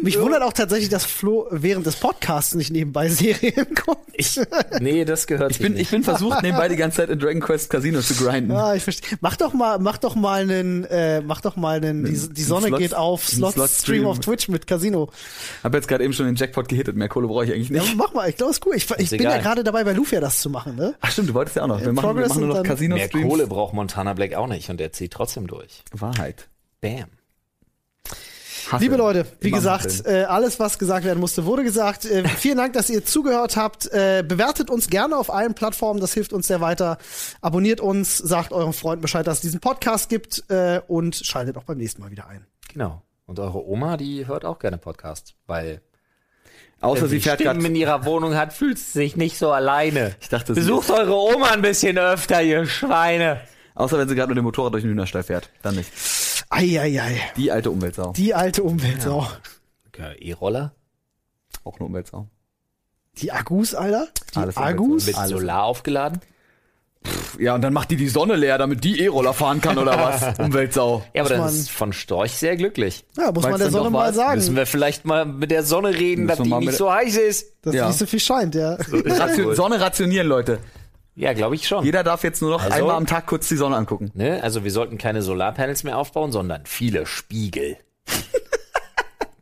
Speaker 1: Mich wundert auch tatsächlich, dass Flo während des Podcasts nicht nebenbei Serien guckt.
Speaker 2: ich, nee, das gehört
Speaker 3: Ich bin,
Speaker 2: sich
Speaker 3: ich
Speaker 2: nicht.
Speaker 3: bin versucht, nebenbei die ganze Zeit in Dragon Quest Casino zu grinden.
Speaker 1: Ah, ich verstehe. Mach doch mal, mach doch mal einen, äh, mach doch mal einen, die, die
Speaker 3: Ein
Speaker 1: Sonne
Speaker 3: Slot-
Speaker 1: geht auf,
Speaker 3: ein
Speaker 1: Slot,
Speaker 3: Slot-Stream.
Speaker 1: Stream auf Twitch mit Casino.
Speaker 3: Hab jetzt gerade eben schon den Jackpot gehittet, mehr Kohle brauche ich eigentlich
Speaker 1: Ja,
Speaker 3: nicht.
Speaker 1: mach mal, ich glaube, ist cool. Ich, ich bin
Speaker 2: egal.
Speaker 1: ja gerade dabei, bei Lufia das zu machen, ne?
Speaker 3: Ach stimmt, du wolltest ja auch noch. Wir machen, wir
Speaker 1: Progress
Speaker 3: machen nur noch
Speaker 1: und dann-
Speaker 2: Mehr
Speaker 3: Casino-Streams.
Speaker 2: Kohle braucht Montana Black auch nicht und er zieht trotzdem durch.
Speaker 3: Wahrheit.
Speaker 2: Bam.
Speaker 3: Hasse.
Speaker 1: Liebe Leute, wie
Speaker 3: Immer
Speaker 1: gesagt,
Speaker 3: Hasse.
Speaker 1: äh, alles, was gesagt werden musste, wurde gesagt. Äh, vielen Dank, dass ihr zugehört habt. Äh, bewertet uns gerne auf allen Plattformen, das hilft uns sehr weiter. Abonniert uns, sagt euren Freunden Bescheid, dass es diesen Podcast gibt äh, und schaltet auch beim nächsten Mal wieder ein.
Speaker 2: Genau. Und eure Oma, die hört auch gerne Podcasts, weil
Speaker 3: Außer
Speaker 1: äh,
Speaker 2: wenn
Speaker 3: sie fährt
Speaker 2: Stimmen
Speaker 3: gerade.
Speaker 2: in ihrer Wohnung hat, fühlt sie sich nicht so alleine.
Speaker 3: Ich dachte, sie
Speaker 2: Besucht eure Oma ein bisschen öfter, ihr Schweine.
Speaker 3: Außer wenn sie gerade mit dem Motorrad durch den Hühnerstall fährt. Dann nicht.
Speaker 1: Eieiei,
Speaker 3: Die alte Umweltsau.
Speaker 1: die alte Umweltsau.
Speaker 2: Okay, E-Roller
Speaker 3: Auch eine Umweltsau.
Speaker 1: Die Akkus, Alter? Die
Speaker 3: Alles
Speaker 1: Akkus?
Speaker 2: mit Solar aufgeladen.
Speaker 3: Ja, und dann macht die die Sonne leer, damit die E-Roller fahren kann oder was? Umweltsau.
Speaker 2: Ja, aber
Speaker 1: Muss
Speaker 2: dann
Speaker 1: man-
Speaker 2: ist von Storch sehr glücklich.
Speaker 1: Ja, muss man
Speaker 3: Weil's
Speaker 1: der
Speaker 3: dann doch
Speaker 1: Sonne mal
Speaker 3: weiß,
Speaker 1: sagen,
Speaker 2: Müssen wir vielleicht mal mit der Sonne reden,
Speaker 3: Müssen
Speaker 2: dass
Speaker 3: wir
Speaker 2: die
Speaker 3: mal
Speaker 2: nicht
Speaker 3: mit-
Speaker 2: so heiß ist.
Speaker 1: dass
Speaker 3: Ja.
Speaker 1: nicht so viel scheint, ja.
Speaker 3: Ration, Sonne rationieren, Leute.
Speaker 2: Ja, glaube ich schon.
Speaker 3: Jeder darf jetzt nur noch
Speaker 2: Also?
Speaker 3: einmal am Tag kurz die Sonne angucken.
Speaker 2: Ne? Also wir sollten keine Solarpanels mehr aufbauen, sondern viele Spiegel.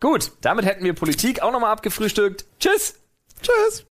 Speaker 2: Gut, damit hätten wir Politik auch nochmal abgefrühstückt. Tschüss!
Speaker 1: Tschüss.